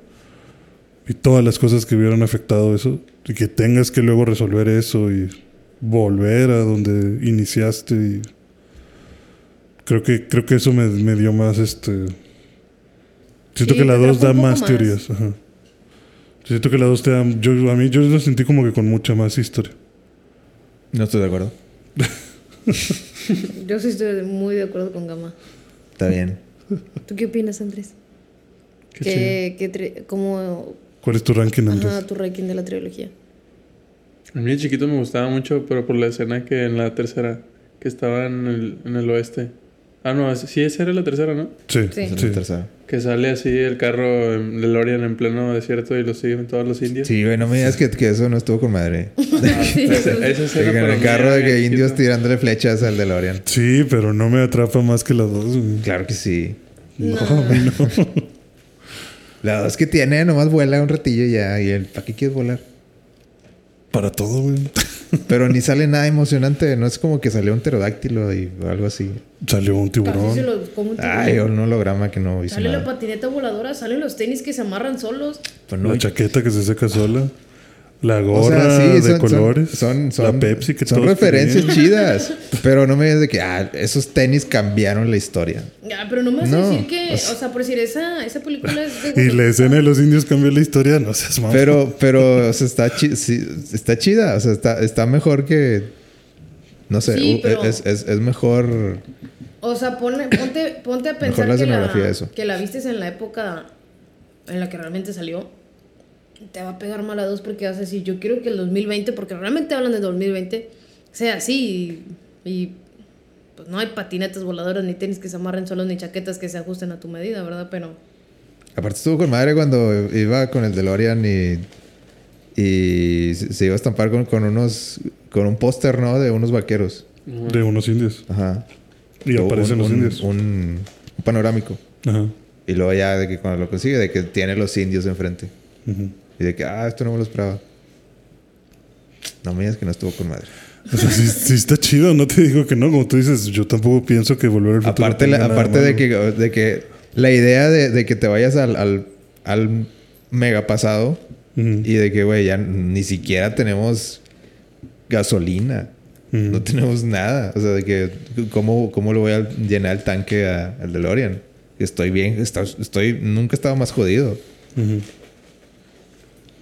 B: Y todas las cosas que hubieran afectado eso. Y que tengas que luego resolver eso y volver a donde iniciaste. Y creo que, creo que eso me, me dio más, este... Siento
C: Sí,
B: que la
C: te
B: 2
C: atrapó
B: da
C: un poco
B: más
C: más.
B: teorías. ajá. Siento que la 2 te da... Yo, a mí yo lo sentí como que con mucha más historia.
A: No estoy de acuerdo.
C: Yo sí estoy muy de acuerdo con Gama.
A: Está bien.
C: ¿Tú qué opinas, Andrés?
B: Qué
C: ¿Qué, qué tri- ¿Cómo
B: ¿Cuál es tu ranking, Andrés?
C: ajá, tu ranking de la trilogía?
E: A mí de chiquito me gustaba mucho, pero por la escena que en la tercera, que estaba en el, en el oeste. Ah, no, es- sí, esa era la tercera, ¿no?
B: Sí,
A: Esa
C: Sí.
A: es la
B: sí.
A: tercera.
E: Que sale así el carro en DeLorean en pleno desierto y lo siguen todos los indios.
A: Sí, güey, no me digas que, que eso no estuvo con madre.
E: Esa, esa
A: Que
E: escena
A: en
E: para
A: el
E: mí
A: carro
E: era
A: de que
E: chiquito.
A: indios tirándole flechas al DeLorean.
B: Sí, pero no me atrapa más que la 2.
A: Claro que sí.
B: No,
C: No.
B: a mí no.
A: La dos que tiene, nomás vuela un ratillo y ya. Y el, ¿para qué quieres volar?
B: Para todo, güey.
A: Pero ni sale nada emocionante. No es como que salió un pterodáctilo y algo así.
B: Salió un
C: Casi se
B: tiburón.
C: los como un
A: Ay,
C: tiburón.
A: un holograma que no hizo
C: Sale la
A: nada.
C: patineta voladora, salen los tenis que se amarran solos.
A: Pues no,
B: La chaqueta que se seca sola. La
A: o
B: gorra
A: sea, sí,
B: de colores.
A: Son, son-
B: la Pepsi que
A: son
B: todos
A: referencias
B: tenían.
A: chidas. Pero no me digas de que ah, esos tenis cambiaron la historia.
C: Ah, pero no me vas a
A: No,
C: decir que,
A: o
C: o
A: sea-
C: sea, por decir, esa, esa película es de...
B: Y la escena de los indios cambió la historia. No seas mamón.
A: Pero, pero, o sea, está, chi- sí, está chida. O sea, está, está mejor que. No sé,
C: Sí,
A: u-
C: pero-
A: es, es- es mejor.
C: O sea, ponle- ponte, ponte a
A: Mejor
C: pensar
A: la
C: que,
A: escenografía
C: la,
A: de eso.
C: que la vistes en la época en la que realmente salió. Te va a pegar mal a dos porque vas a decir, yo quiero que el 2020, porque realmente hablan del 2020, sea así. Y, y, pues no hay patinetas voladoras, ni tenis que se amarren solos, ni chaquetas que se ajusten a tu medida, ¿verdad? Pero
A: Aparte, estuvo con madre cuando iba con el DeLorean y. Y se se iba a estampar con, con unos. Con un póster, ¿no? De unos vaqueros.
B: De unos indios.
A: Ajá.
B: Y
A: O
B: aparecen
A: un-
B: los
A: Oh, un-
B: indios.
A: Un, un panorámico.
B: Ajá.
A: Y luego ya de que cuando lo consigue, de que tiene los indios enfrente.
B: Ujú.
A: Y de que, ah, esto no me lo esperaba. No me digas que no estuvo con madre.
B: O sea, sí, sí está chido, no te digo que no. Como tú dices, yo tampoco pienso que volver al futuro.
A: Aparte, la-
B: tenga nada
A: aparte de,
B: malo.
A: que, de que la idea de, de que te vayas al, al, al mega pasado
B: Ujú.
A: y de que, güey, ya ni siquiera tenemos gasolina.
B: Ujú.
A: No tenemos nada. O sea, de que, ¿cómo, cómo lo voy a llenar el tanque a- al DeLorean? Estoy bien, está- estoy, nunca estaba más jodido.
B: Ujú.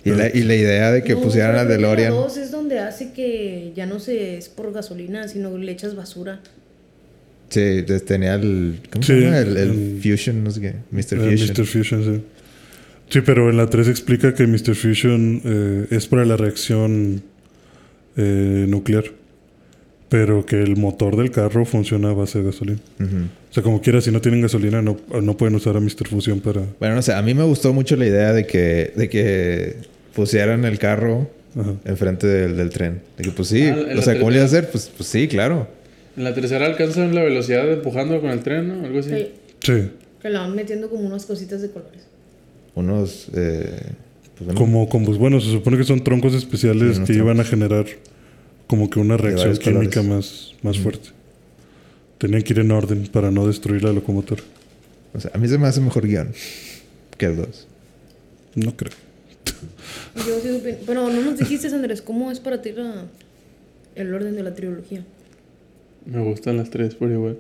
A: Y, la, y la idea de que
C: No,
A: pusieran
C: pero
A: al
C: creo que la
A: DeLorean.
C: dos es donde hace que ya no se es por gasolina, sino le echas basura.
A: Sí, des- tenía el. ¿Cómo
B: Sí,
A: se llama? El, el
B: el-
A: Fusion, no sé qué. Mr.
B: Eh,
A: Fusion.
B: Mr. Fusion, sí. Sí, pero en la 3 explica que Mr. Fusion eh, es para la reacción eh, nuclear. Pero que el motor del carro funciona a base de gasolina.
A: Ujú.
B: O sea, como quiera, si no tienen gasolina, no, no pueden usar a Mr. Fusion para.
A: Bueno, no sé, a mí me gustó mucho la idea de que, de que pusieran el carro
B: Ajá.
A: enfrente del, del tren. De que, pues sí,
E: Ah, en
A: o
E: la
A: sea, ¿cómo le
E: tercera.
A: iba a hacer? Pues, pues sí, claro.
E: En la tercera alcanzan la velocidad de empujando con el tren, ¿no? Algo así.
C: Que,
B: Sí,
C: que la van metiendo como unas cositas de colores.
A: Unos. Eh, pues, bueno,
B: como con. Bueno, se supone que son troncos especiales
A: Unos
B: que iban a generar como que una reacción
A: varios colores.
B: química más, más fuerte. Tenían que ir en orden para no destruir la locomotora.
A: o sea, a mí se me hace mejor guión que el 2.
B: No creo.
C: Yo sí supe- Pero no nos dijiste, Andrés, ¿cómo es para ti la- el orden de la trilogía?
E: Me gustan las tres por igual.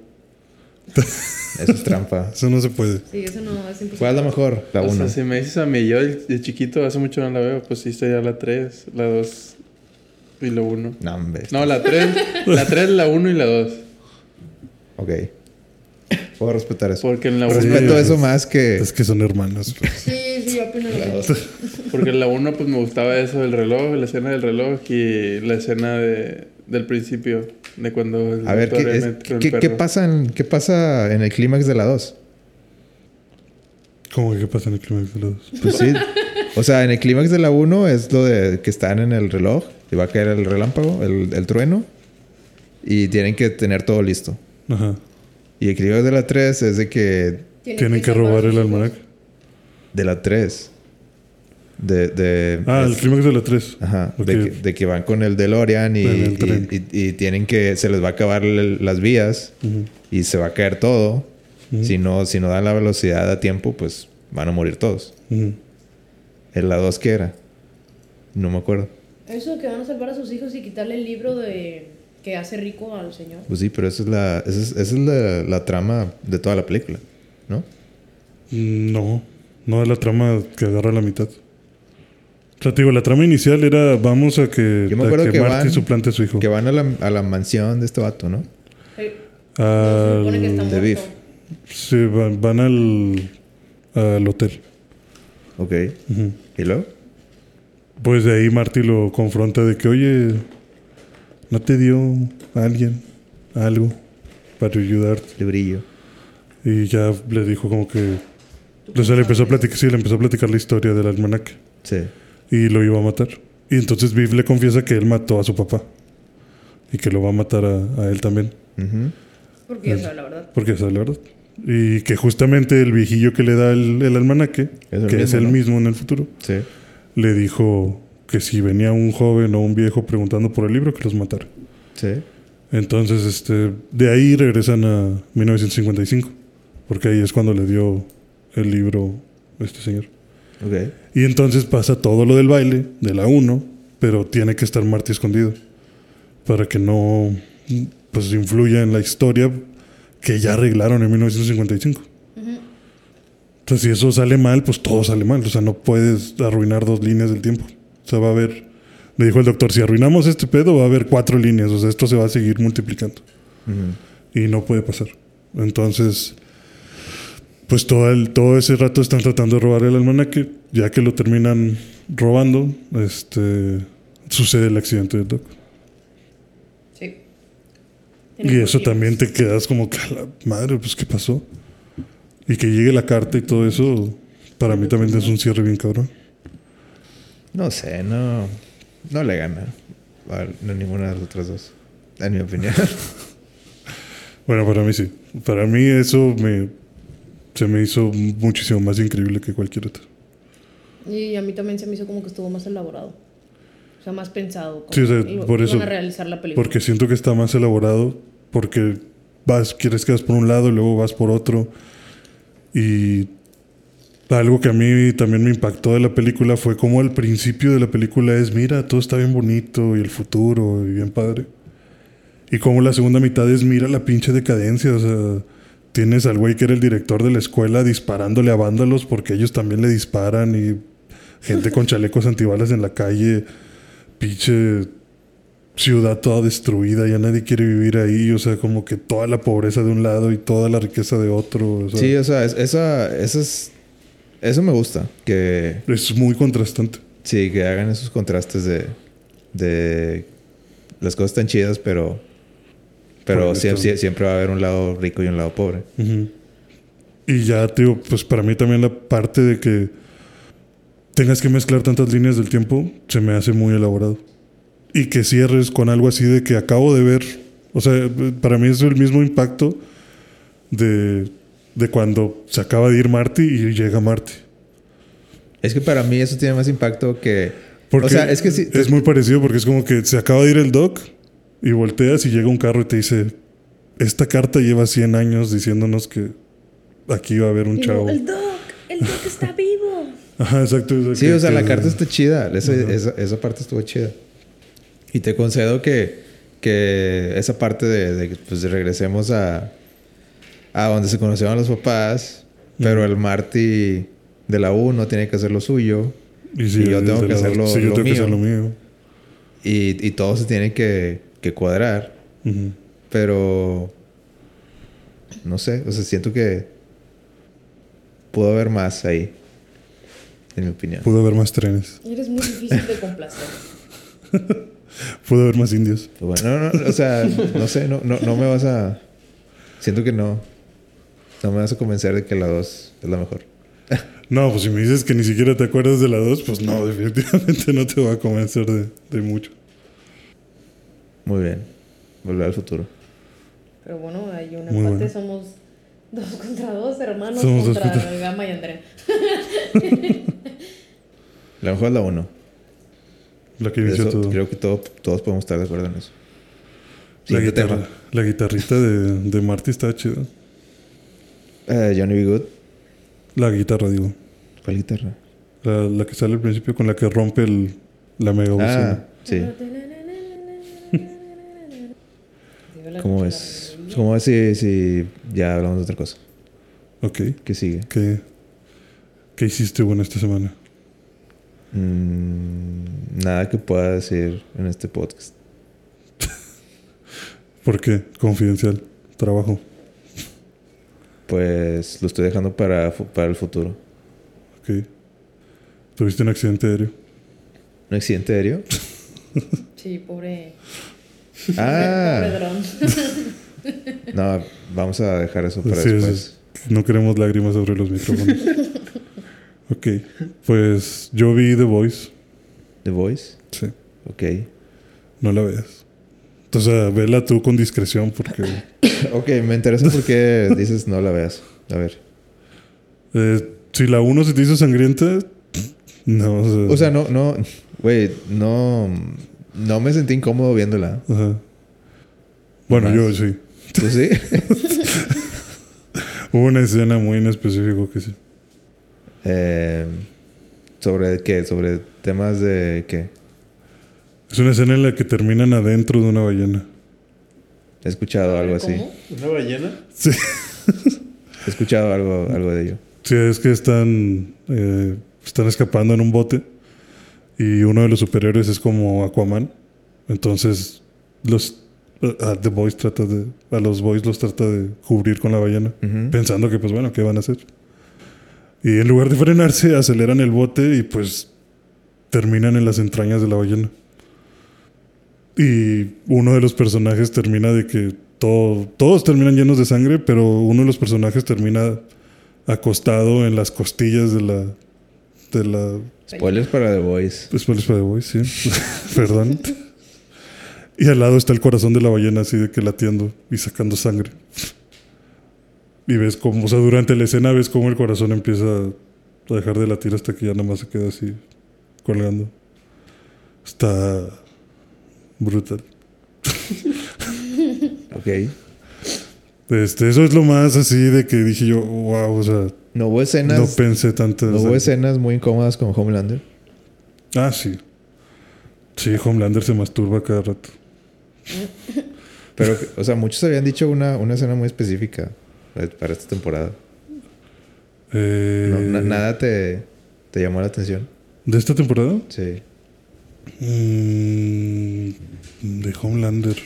A: Eso es trampa.
B: Eso no se puede.
C: Sí, eso no es imposible.
A: ¿Cuál es la mejor? La
E: o
A: 1.
E: sea, si me dices a mí, yo de de chiquito hace mucho no la veo, pues sí sería la tres, la dos y la uno.
A: No, hombre.
E: No, la tres, la tres, la uno y la dos.
A: Ok. Puedo respetar eso.
E: Porque en la uno...
A: Respeto
B: Sí,
A: eso
B: es-
A: más que.
B: Es que son hermanos.
C: Sí, sí, yo apenas lo vi.
E: Porque en la 1 pues me gustaba eso del reloj, la escena del reloj y la escena de, del principio, de cuando... el
A: A ver,
E: doctor
A: ¿qué, es-
E: Emmett con el
A: qué- qué
E: perro.
A: pasa en, ¿qué pasa en el clímax de la 2?
B: ¿Cómo que qué pasa en el clímax de los dos?
A: Pues sí. o sea, en el clímax de la 1 es lo de que están en el reloj y va a caer el relámpago, el, el trueno, y tienen que tener todo listo.
B: Ajá.
A: Y el clímax de la 3 es de que...
B: Tienen que robar el almanac.
A: De la 3. De... de
B: Ah, el
A: es-
B: clímax de la 3.
A: Ajá, de, que, de que van con el DeLorean y,
B: En el tren.
A: y, y- y tienen que... Se les va a acabar el- las vías y se va a caer todo. si, no, si no dan la velocidad a tiempo, pues van a morir todos. En la 2 que era. No me acuerdo.
C: Eso que van a salvar a sus hijos y quitarle el libro de que hace rico al señor.
A: Pues sí, pero esa es la, esa es, esa es la, la trama de toda la película, ¿no?
B: No, no es la trama que agarra la mitad. O sea, te digo, la trama inicial era vamos a que,
A: Yo me
B: a
A: acuerdo que
B: Marty
A: van-
B: suplante a su hijo.
A: Que van a la, a la mansión de este vato, ¿no?
C: Sí.
B: Al-
C: Eh, Se supone que está
A: de
C: muerto.
A: Biff.
B: sí, van, van al, al hotel.
A: Ok.
B: Ujú.
A: ¿Y luego?
B: Pues de ahí Marty lo confronta de que, oye, ¿no te dio alguien algo para ayudarte?
A: El brillo.
B: Y ya le dijo como que... O sea, le Pues empezó a platicar, sí, le empezó a platicar la historia del almanaque.
A: Sí.
B: Y lo iba a matar. Y entonces Viv le confiesa que él mató a su papá. Y que lo va a matar a, a él también.
A: Ujú.
C: Porque ya sabe la verdad.
B: Porque esa es la verdad. Y que justamente el viejillo que le da el, el almanaque,
A: Es el
B: que es
A: mismo,
B: el
A: ¿no?
B: mismo en el futuro,
A: Sí.
B: le dijo que si venía un joven o un viejo preguntando por el libro, que los matara.
A: Sí.
B: Entonces, este, de ahí regresan a 1955, porque ahí es cuando le dio el libro este señor.
A: Ok.
B: Y entonces pasa todo lo del baile, de la 1, pero tiene que estar Marty escondido. Para que no pues influya en la historia que ya arreglaron en 1955. Entonces, si eso sale mal, pues todo sale mal. O sea, no puedes arruinar dos líneas del tiempo. O sea, va a haber. Me dijo el doctor: si arruinamos este pedo, va a haber cuatro líneas. O sea, esto se va a seguir multiplicando.
A: Ujú.
B: Y no puede pasar. Entonces, pues todo, el, todo ese rato están tratando de robar el almanaque. Ya que lo terminan robando, este, sucede el accidente del Doc.
C: Sí.
B: Y eso también te quedas como que, "A la madre, pues ¿qué pasó? Y que llegue la carta y todo eso, para mí también es un cierre bien cabrón.
A: No sé, no. No le gana. A a ninguna de las otras dos. En mi opinión.
B: Bueno, para mí sí. Para mí eso me, se me hizo muchísimo más increíble que cualquier otro.
C: Y a mí también se me hizo como que estuvo más elaborado. O sea, más pensado.
B: Sí, o sea,
C: cómo
B: por eso-
C: Iban a realizar la película.
B: Porque siento que está más elaborado. Porque vas, quieres que vas por un lado y luego vas por otro. Y algo que a mí también me impactó de la película fue como al principio de la película es, mira, todo está bien bonito y el futuro y bien padre. Y como la segunda mitad es, mira la pinche decadencia. O sea, tienes al güey que era el director de la escuela disparándole a vándalos porque ellos también le disparan y gente con chalecos antibalas en la calle. Pinche ciudad toda destruida, ya nadie quiere vivir ahí, o sea, como que toda la pobreza de un lado y toda la riqueza de otro, o sea,
A: Sí, o sea, es- esa, esa es- Eso me gusta. Que.
B: es muy contrastante.
A: Sí, que hagan esos contrastes de. de las cosas tan chidas, pero. Pero
B: Bueno,
A: sie-
B: esto-
A: sie- siempre va a haber un lado rico y un lado pobre.
B: Ujú. Y ya, tío, pues para mí también la parte de que tengas que mezclar tantas líneas del tiempo se me hace muy elaborado. Y que cierres con algo así de que acabo de ver, o sea, para mí es el mismo impacto de, de cuando se acaba de ir Marty y llega Marty.
A: Es que para mí eso tiene más impacto que.
B: Porque
A: o sea, es que sí.
B: es muy parecido porque es como que se acaba de ir el doc y volteas y llega un carro y te dice, esta carta lleva 100 años diciéndonos que aquí va a haber un
C: Y
B: chavo.
C: luego, el Doc, el Doc está vivo.
B: Ajá, exacto.
A: Sí,
B: que-
A: o sea, la
B: que-
A: carta está chida. Esa,
B: Ajá.
A: esa- esa parte estuvo chida. Y te concedo que, que esa parte de, de que, pues regresemos a, a donde se conocieron los papás, pero el Marty de la U no tiene que hacer lo suyo
B: Y sí,
A: y yo
B: el
A: tengo
B: de
A: que
B: la-
A: hacer lo-
B: sí, yo
A: lo
B: tengo que hacer
A: mío.
B: lo mío.
A: y, y todo se tiene que, que cuadrar,
B: Ujú.
A: pero no sé, o sea, siento que pudo haber más ahí, en mi opinión.
B: Pudo haber más trenes.
C: Eres muy difícil de complacer.
B: Pudo haber más indios.
A: Pues Bueno, no, no, o sea, no sé, no, no, no me vas a. Siento que no. No me vas a convencer de que la 2 es la mejor.
B: No, pues si me dices que ni siquiera te acuerdas de la 2, pues no, definitivamente no te va a convencer de, de mucho.
A: Muy bien. Volver al futuro.
C: Pero bueno, hay una
B: Muy
C: parte,
B: bueno.
C: somos dos contra dos, hermanos
B: Somos dos
C: contra
B: contra-
C: Gama y Andrea.
A: La mejor es la 1.
B: La que inició todo.
A: Creo que todo- todos podemos estar de acuerdo en eso.
B: La,
A: Siguiente
B: guitarra-
A: tema.
B: la guitarrita de, de Marty está chida.
A: Eh, Johnny B. Good.
B: La guitarra, digo.
A: ¿Cuál guitarra?
B: La, la que sale al principio con la que rompe el, la mega
A: Ah,
B: bocina.
A: sí.
C: Digo, la
A: ¿Cómo
C: noche
A: es?
C: de la
A: ¿Cómo es si, si ya hablamos de otra cosa?
B: Ok.
A: ¿Qué sigue?
B: ¿Qué, ¿Qué hiciste bueno esta semana?
A: Mm, nada que pueda decir en este podcast.
B: ¿Por qué? Confidencial. Trabajo.
A: Pues lo estoy dejando para, fu- para el futuro.
B: Ok. Tuviste un accidente aéreo.
A: ¿Un accidente aéreo?
C: rebelión. Sí, pobre. Pobre
A: Ah,
C: dron.
A: no, vamos a dejar eso para
B: Sí, sí,
A: después.
B: sí. No queremos lágrimas sobre los micrófonos. ok. Pues yo vi The Voice.
A: The Voice,
B: Sí.
A: ok.
B: No la veas. O sea, vela tú con discreción porque
A: Ok, me interesa por qué dices no la veas. A ver.
B: eh, si la uno se te hizo sangrienta, no, o sea,
A: O sea, no, no, güey, no, no me sentí incómodo viéndola.
B: ajá. Bueno,
A: Más.
B: yo sí.
A: ¿Tú sí?
B: Hubo una escena muy en específico que sí.
A: Eh, ¿Sobre qué? ¿Sobre temas de qué?
B: Es una escena en la que terminan adentro de una ballena.
A: He escuchado algo así.
C: ¿Cómo?
D: ¿Una ballena?
A: He escuchado algo, algo de ello.
B: Sí, es que están, eh, están escapando en un bote y uno de los superhéroes es como Aquaman. Entonces, los a The Boys trata de, a los Boys los trata de cubrir con la ballena,
A: Ujú.
B: pensando que pues bueno, ¿qué van a hacer? Y en lugar de frenarse, aceleran el bote y pues terminan en las entrañas de la ballena. Y uno de los personajes termina de que todo- todos terminan llenos de sangre, pero uno de los personajes termina acostado en las costillas de la. de la.
A: Spoilers para The Voice.
B: Spoilers para The Voice, sí. Perdón. Y al lado está el corazón de la ballena, así de que latiendo y sacando sangre. Y ves cómo, o sea, durante la escena ves cómo el corazón empieza a dejar de latir hasta que ya nada más se queda así, colgando. Está. brutal.
A: Ok.
B: Este, eso es lo más así de que dije yo, wow, o sea,
A: No hubo
B: no
A: escenas.
B: pensé tanto en
A: No,
B: esa-
A: hubo escenas muy incómodas con Homelander.
B: Ah, sí. Sí, Homelander se masturba cada rato.
A: Pero, o sea, muchos habían dicho una, una escena muy específica eh, para esta temporada.
B: Eh,
A: No, na- nada te, te llamó la atención.
B: ¿De esta temporada?
A: Sí.
B: Mm, de Homelander.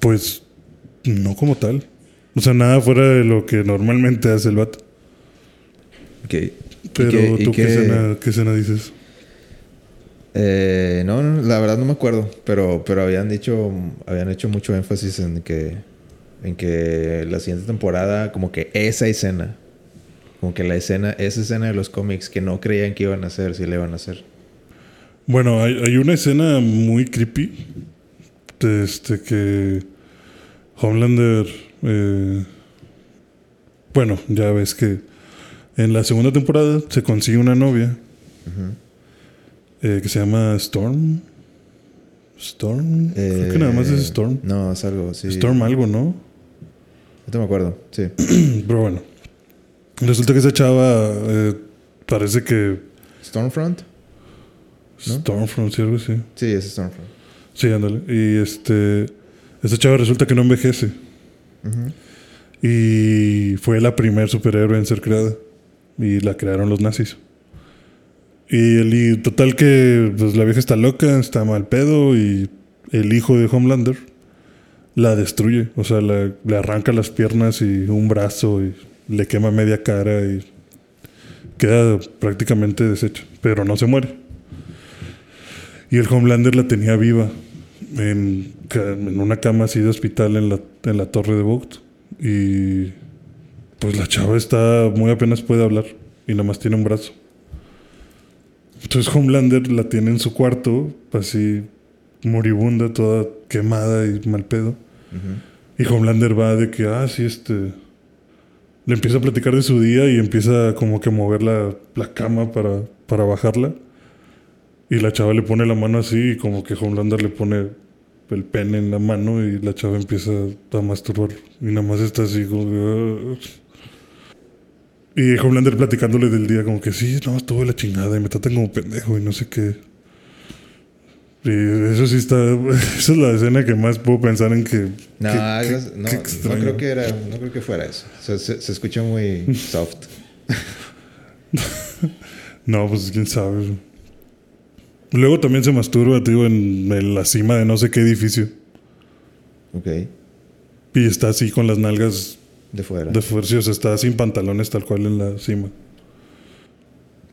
B: Pues no como tal. O sea, nada fuera de lo que normalmente hace el vato.
A: Ok.
B: Pero
A: qué- y
B: tú, qué,
A: qué-
B: escena, qué escena dices?
A: Eh, no, no, la verdad no me acuerdo. Pero, pero habían dicho, habían hecho mucho énfasis en que, en que la siguiente temporada, como que esa escena, como que la escena, esa escena de los cómics que no creían que iban a hacer, sí la iban a hacer.
B: Bueno, hay, hay una escena muy creepy. de Este que Homelander. eh, bueno, ya ves que en la segunda temporada se consigue una novia eh, que se llama Storm. Storm. Creo que nada más es
A: Eh,
B: Storm.
A: No, es algo, sí.
B: Storm algo, ¿no?
A: No te me acuerdo, sí.
B: Pero bueno. Resulta que esa chava eh, parece que.
A: ¿Stormfront? ¿No?
B: Stormfront, sí, algo así.
A: Sí, es Stormfront.
B: Sí, ándale. Y este. Esta chava resulta que no envejece.
A: Ujú.
B: Y fue la primer superhéroe en ser creada. Y la crearon los nazis. Y, el, y total que pues, la vieja está loca, está mal pedo y el hijo de Homelander la destruye. O sea, la- le arranca las piernas y un brazo y le quema media cara y queda prácticamente deshecha. Pero no se muere. Y el Homelander la tenía viva en, ca- en una cama así de hospital en la, en la torre de Vogt. Y pues la chava está muy apenas puede hablar y nada más tiene un brazo. Entonces Homelander la tiene en su cuarto, así moribunda, toda quemada y mal pedo. Y Homelander va de que, ah, sí, este. Le empieza a platicar de su día y empieza como que a mover la, la cama para, para bajarla. Y la chava le pone la mano así y como que Homelander le pone el pene en la mano y la chava empieza a masturbar. Y nada más está así como que, "Ah". Y Homelander platicándole del día como que sí, no, estuvo de la chingada y me tratan como pendejo y no sé qué. Y eso sí está... Esa es la escena que más puedo pensar en que...
A: No,
B: que-
A: algo-
B: que-
A: no,
B: que
A: no
B: extraño.
A: creo que era, no creo que fuera eso. Se, se, se escucha muy soft.
B: No, pues quién sabe. Luego también se masturba, tío, en, en la cima de no sé qué edificio.
A: Ok.
B: Y está así con las nalgas
A: De fuera.
B: de fuerza, o sea, está sin pantalones tal cual en la cima.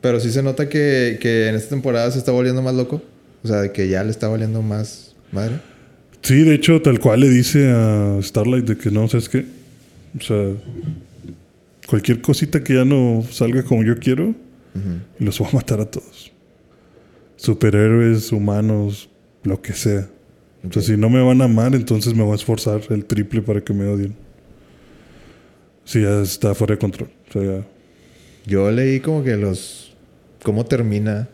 A: Pero sí se nota que, que en esta temporada se está volviendo más loco. O sea, de que ya le está valiendo más madre.
B: Sí, de hecho, tal cual le dice a Starlight de que no, ¿sabes qué? O sea, cualquier cosita que ya no salga como yo quiero,
A: Ujú.
B: los voy a matar a todos. Superhéroes, humanos, lo que sea. Entonces, si no me van a amar, entonces me voy a esforzar el triple para que me odien. Si ya está fuera de control. O sea, ya-
A: Yo leí como que los. cómo termina,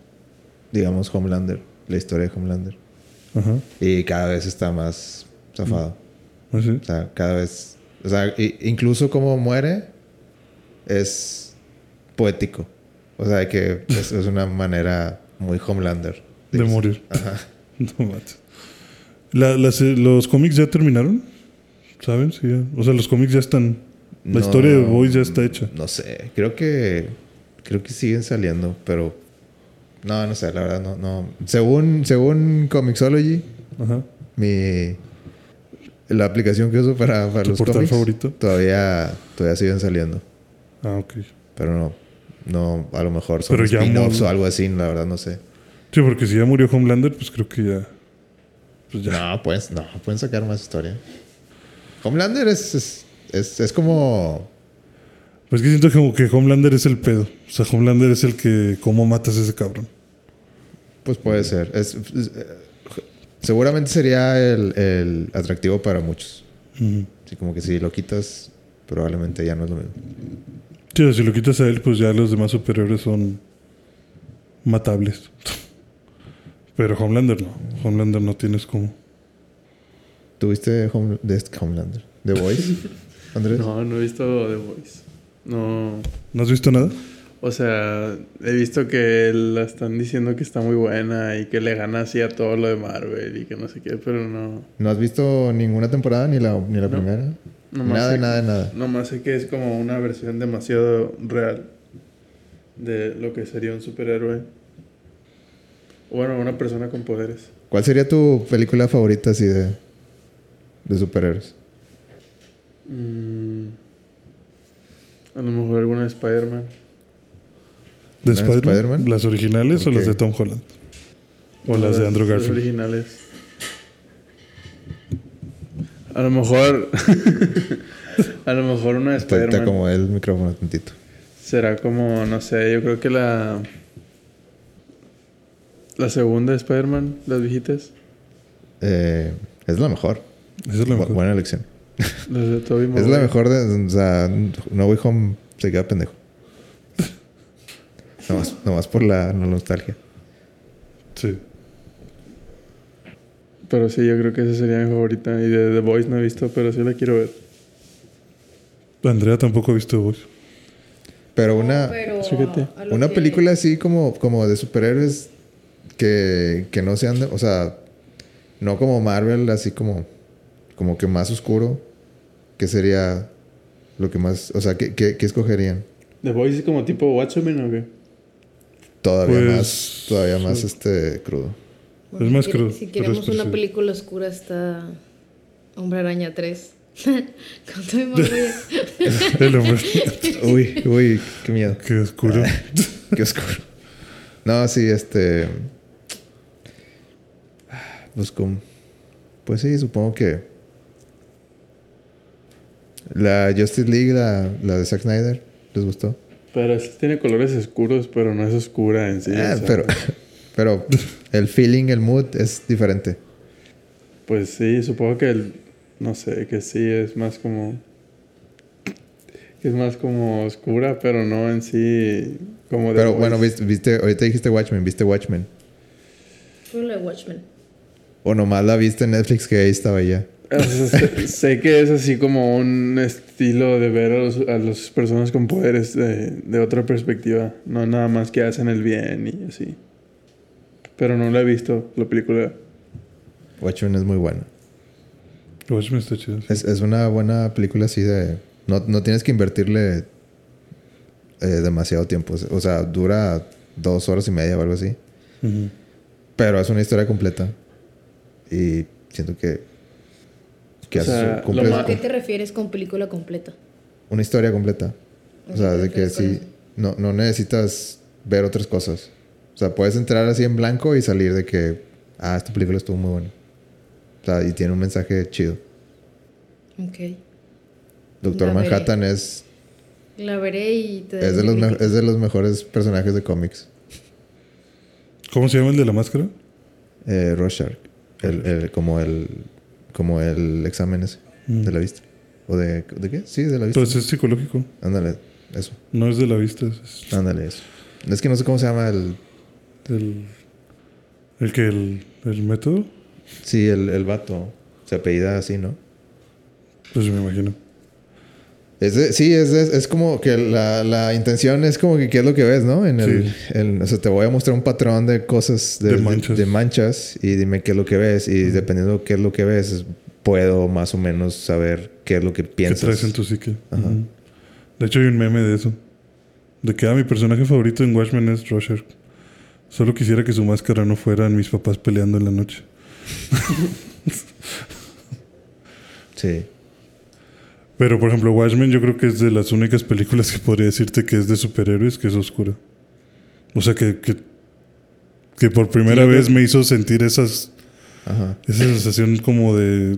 A: digamos, Homelander, la historia de Homelander.
B: Ajá.
A: Y cada vez está más zafado.
B: Así.
A: O sea, cada vez. O sea, i- incluso como muere es poético. O sea, que es, es una manera muy Homelander.
B: De morir.
A: Ajá.
B: No mames. La- las, eh, ¿Los cómics ya terminaron? ¿Saben? Sí, ya. O sea, los cómics ya están. La historia de Boys ya está hecha.
A: No sé, creo que creo que siguen saliendo, pero no, no sé, la verdad no no según según Comixology,
B: Ajá.
A: mi la aplicación que uso para, para
B: ¿Tu
A: los
B: portal
A: cómics
B: favorito?
A: todavía todavía siguen saliendo,
B: Ah, ok.
A: pero no no a lo mejor son
B: Pero ya
A: spin-offs
B: murió.
A: o algo así, la verdad no sé.
B: Sí, porque si ya murió Homelander, pues creo que ya. Pues ya.
A: No, pues no, pueden sacar más historia. Homelander es es, es, es como
B: Pues que siento como que Homelander es el pedo. O sea, Homelander es el que. ¿Cómo matas a ese cabrón?
A: Pues puede ser. Es- es- eh, seguramente sería el, el atractivo para muchos.
B: Ujú.
A: Así como que si lo quitas, probablemente ya no es lo mismo.
B: Sí, o sea, si lo quitas a él, pues ya los demás superhéroes son. matables. Pero Homelander no. Homelander no tienes como.
A: ¿Tuviste Home- de este- Homelander? ¿The Voice? Andrés.
E: No, no he visto The Voice. No.
B: ¿No has visto nada?
E: O sea, he visto que la están diciendo que está muy buena y que le gana así a todo lo de Marvel y que no sé qué, pero no.
A: ¿No has visto ninguna temporada ni la, ni la
E: No.
A: primera?
E: Nomás
A: nada,
E: sé-
A: nada, nada.
E: Nomás sé que es como una versión demasiado real de lo que sería un superhéroe. Bueno, una persona con poderes.
A: ¿Cuál sería tu película favorita así de, de superhéroes?
E: Mm, a lo mejor alguna de Spider-Man.
B: ¿De
A: ¿Las de
B: Spider-Man?
A: Spider-Man?
B: ¿Las originales
A: Ok.
B: o las de Tom Holland? O las de Andrew
E: las
B: Garfield.
E: originales. A lo mejor. a lo mejor una de
A: Te, te
E: Spider-Man.
A: acomodé el micrófono tantito.
E: Será como, no sé, yo creo que la. La segunda de Spider-Man, las viejitas.
A: Eh, es la mejor.
B: Esa es la
A: Bu-
B: mejor.
A: Buena elección.
E: Las de Tobey
A: Es la
E: Maguire.
A: mejor de. O sea, No Way Home se queda pendejo. nomás, nomás por la, la nostalgia.
B: Sí.
E: Pero sí, yo creo que esa sería mi favorita. Y de The Voice no he visto, pero sí la quiero ver.
B: Andrea tampoco ha visto Boys.
A: Pero una,
C: Pero
E: Fíjate.
C: a lo
A: una
C: que-
A: película así como, como de superhéroes que, que no sean. de- o sea, no como Marvel, así como. Como que más oscuro. Que sería lo que más. O sea, ¿qué, qué- qué escogerían?
E: ¿The Voice es como tipo Watchmen o qué?
A: Todavía
B: Pues,
A: más. Todavía más este crudo.
C: Bueno,
B: Es
C: si
B: más
C: quiere-
B: crudo,
C: Si
B: pero
C: queremos
B: es
C: una
B: parecido.
C: película oscura está Hombre Araña 3. Con Tobey Maguire.
B: El hombre.
A: Uy, uy, qué miedo.
B: Qué oscuro.
A: Qué oscuro. No, sí, este. Pues como. Pues sí, supongo que. La Justice League, la, la de Zack Snyder, ¿les gustó?
E: Pero esa tiene colores oscuros, pero no es oscura en sí.
A: Ah,
E: o sea,
A: pero, pero el feeling, el mood es diferente.
E: Pues sí, supongo que el. No sé, que sí, es más como. Que es más como oscura, pero no en sí. Como The
A: Pero
E: Voice.
A: bueno, viste, viste- ahorita dijiste Watchmen, viste Watchmen.
C: Fue la de Watchmen.
A: O nomás la viste en Netflix que ahí estaba ya.
E: O sea, sé, sé que es así como un estilo de ver a, los- a las personas con poderes de, de otra perspectiva. No nada más que hacen el bien y así. Pero no la he visto, la película.
A: Watchmen es muy buena.
B: Watchmen está chido. sí.
A: Es, es una buena película así de... No, no tienes que invertirle eh, demasiado tiempo. O sea, dura dos horas y media o algo así.
B: Ujú.
A: Pero es una historia completa. Y siento que... que
E: O
A: hace
E: sea,
A: su-
E: lo
A: cumple-
E: ma-
C: ¿A qué te refieres con película completa?
A: una historia completa. O sea, de que sí...
C: sí
A: No, no necesitas ver otras cosas. O sea, puedes entrar así en blanco y salir de que... Ah, esta película estuvo muy buena. O sea, y tiene un mensaje chido.
C: Ok.
A: Doctor
C: La veré.
A: Manhattan es
C: La veré y te daré
A: Es de,
C: mi
A: los me-
C: crítica.
A: es de los mejores personajes de cómics.
B: ¿Cómo se llama el de la máscara?
A: Eh, Rorschach. El, el- como el como el examen ese de la vista. ¿O de, de qué? Sí, de la vista.
B: Pues Mm. es psicológico.
A: ándale, eso.
B: No es de la vista. Es
A: Ándale, eso. Es que no sé cómo se llama el...
B: el, el que el, el método.
A: Sí, el, el vato. Se apellida así, ¿no?
B: Pues yo me imagino.
A: Es de- sí, es, de- es como que la, la intención es como que qué es lo que ves, ¿no? En el,
B: Sí.
A: en- o sea, te voy a mostrar un patrón de cosas, de,
B: De
A: de- de manchas.
B: manchas.
A: y dime qué es lo que ves. Y dependiendo qué es lo que ves, puedo más o menos saber qué es lo que
B: ¿Qué
A: piensas.
B: traes en tu psique?
A: Ajá.
B: Ujú. De hecho, hay un meme de eso. De que ah, mi personaje favorito en Watchmen es Rorschach. Solo quisiera que su máscara no fueran mis papás peleando en la noche.
A: Sí.
B: Pero, por ejemplo, Watchmen yo creo que es de las únicas películas que podría decirte que es de superhéroes que es oscura. O sea, que, que, que por primera
A: Sí, yo creo-
B: vez me hizo sentir esas,
A: Ajá.
B: esa sensación como de...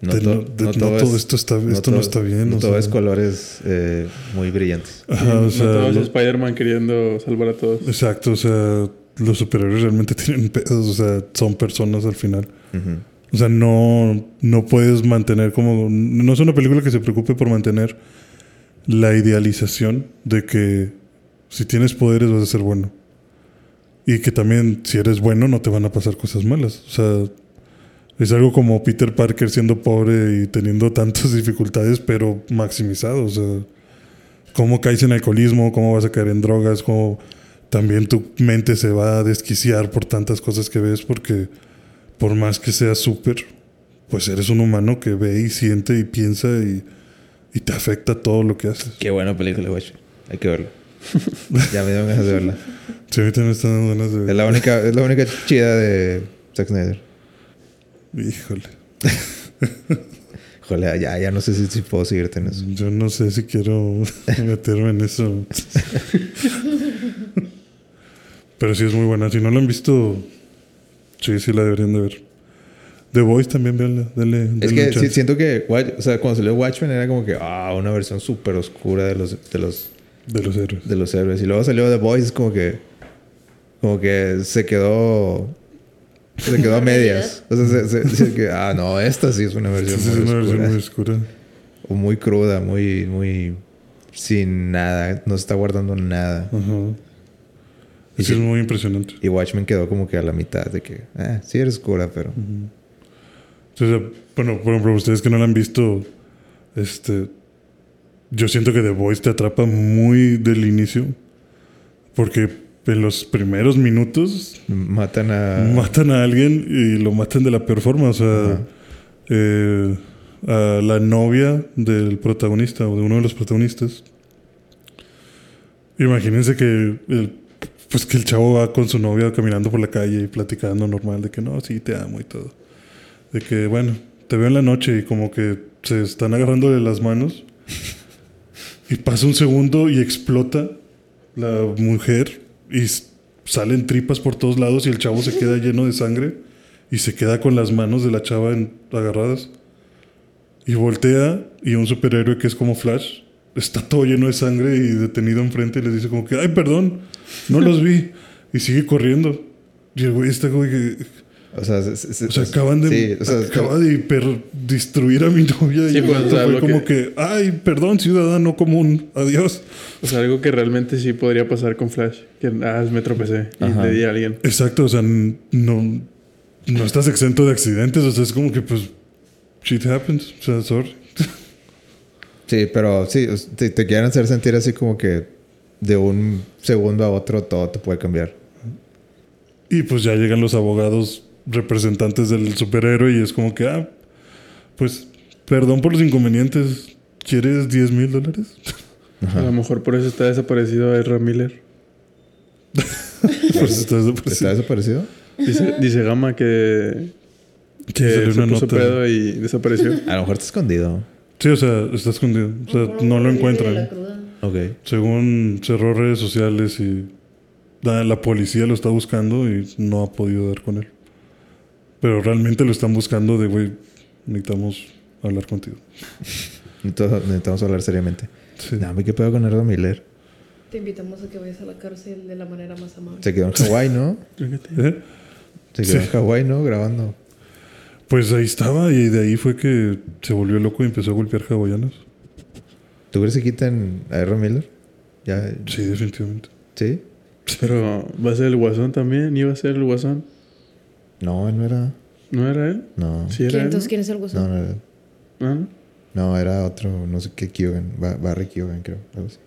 A: No,
B: de
A: to-
B: no- de
A: no
B: no todo esto está- esto no está bien,
A: No
B: o
A: todo
B: sea.
A: es colores eh, muy brillantes.
B: Ajá, o sea,
E: no todos
B: lo-
E: Spider-Man queriendo salvar a todos.
B: exacto, o sea, los superhéroes realmente tienen pedos, o sea, son personas al final.
A: Ujú.
B: O sea, no, no puedes mantener como... No es una película que se preocupe por mantener la idealización de que si tienes poderes vas a ser bueno. Y que también si eres bueno no te van a pasar cosas malas. O sea, es algo como Peter Parker siendo pobre y teniendo tantas dificultades pero maximizado. O sea, cómo caes en alcoholismo, cómo vas a caer en drogas, cómo también tu mente se va a desquiciar por tantas cosas que ves porque por más que seas súper, pues eres un humano que ve y siente y piensa y, y te afecta todo lo que haces.
A: Qué buena película, güey. Hay que verla. ya me dieron ganas de verla.
B: Sí, ahorita me están dando ganas de
A: Es la única, es la única chida de Zack Snyder.
B: Híjole.
A: Joder, ya, ya no sé si, si puedo seguirte en eso.
B: Yo no sé si quiero meterme en eso. Pero sí es muy buena. Si no la han visto, sí, sí la deberían de ver. The Voice también, véanla. Dale,
A: Es que sí, siento que, Watch- o sea, cuando salió Watchmen era como que, ah, una versión súper oscura de los, de, los,
B: De los héroes.
A: de los héroes. Y luego salió The Boys, como que, como que se quedó, se quedó a medias. O sea, se, se- se que, ah, no, esta sí es una versión,
B: Sí, es
A: muy,
B: una
A: oscura.
B: versión muy oscura.
A: O muy cruda, muy, muy, sin nada, no se está guardando nada.
B: Ajá.
A: Y sí.
B: Sí, es muy impresionante.
A: Y Watchmen quedó como que a la mitad de que, ah, sí eres oscura, pero
B: Entonces, bueno, por ejemplo, ustedes que no la han visto, este, yo siento que The Voice te atrapa muy del inicio, porque en los primeros minutos
A: matan a...
B: matan a alguien y lo matan de la peor forma, o sea,
A: Ajá.
B: eh, a la novia del protagonista o de uno de los protagonistas. Imagínense que el, pues que el chavo va con su novia caminando por la calle y platicando normal de que no, sí, te amo y todo. De que, bueno, te veo en la noche y como que se están agarrando de las manos. y pasa un segundo y explota la mujer y s- salen tripas por todos lados y el chavo se queda lleno de sangre y se queda con las manos de la chava en- agarradas. Y voltea y un superhéroe que es como Flash está todo lleno de sangre y detenido enfrente y les dice como que, ay, perdón, no los vi. Y sigue corriendo. Y el güey está como que,
A: O sea, se- se-
B: o sea, acaban de,
A: Sí, o sea,
B: acaba de hiper- destruir a mi novia
E: Sí,
B: y
E: pues, o sea,
B: fue
E: lo
B: como
E: que-
B: que... ay, perdón, ciudadano común, adiós.
E: O sea, algo que realmente sí podría pasar con Flash. Que, ah, me tropecé y
A: Ajá.
E: le di a alguien.
B: Exacto, o sea, n- no, no estás exento de accidentes, o sea, es como que pues, shit happens, o sea, sorry.
A: Sí, pero sí, o sea, te, te quieren hacer sentir así como que de un segundo a otro todo te puede cambiar.
B: Y pues ya llegan los abogados representantes del superhéroe y es como que, ah, pues, perdón por los inconvenientes, ¿quieres 10 mil dólares?
E: A lo mejor por eso está desaparecido Ezra Miller.
B: Pues estás
A: ¿Está
B: desaparecido.
A: desaparecido?
E: Dice, dice Gama que,
B: Sí,
E: que
B: salió
E: se
B: una
E: puso
B: nota.
E: pedo y desapareció.
A: A lo mejor está escondido.
B: Sí, o sea, está escondido, o sea, no lo encuentran.
A: Ok.
B: Según cerró redes sociales y la, la policía lo está buscando y no ha podido dar con él. Pero realmente lo están buscando de, güey, necesitamos hablar contigo.
A: Entonces necesitamos hablar seriamente.
B: Sí.
A: Dame qué pedo con Erdo Miller.
C: Te invitamos a que vayas a la cárcel de la manera más amable.
A: Se quedó en Hawái, ¿no?
B: ¿Eh?
A: Se quedó en
B: Sí.
A: Hawái, ¿no? Grabando.
B: Pues ahí estaba y de ahí fue que se volvió loco y empezó a golpear hawaianas.
A: ¿Tú crees que quitan a R. Miller? Ya,
B: Sí, definitivamente.
A: ¿Sí?
E: Pero va a ser el guasón también. Iba a ser el guasón.
A: No, no era.
E: ¿No era él?
A: No.
E: Sí, era
C: ¿Quién-
E: él.
C: entonces, ¿quién es el
A: No,
C: gusano?
A: no era.
E: ¿no? Ah,
A: No, era otro, no sé qué Kyogen. Ba- Barry Kyogen, creo. algo así.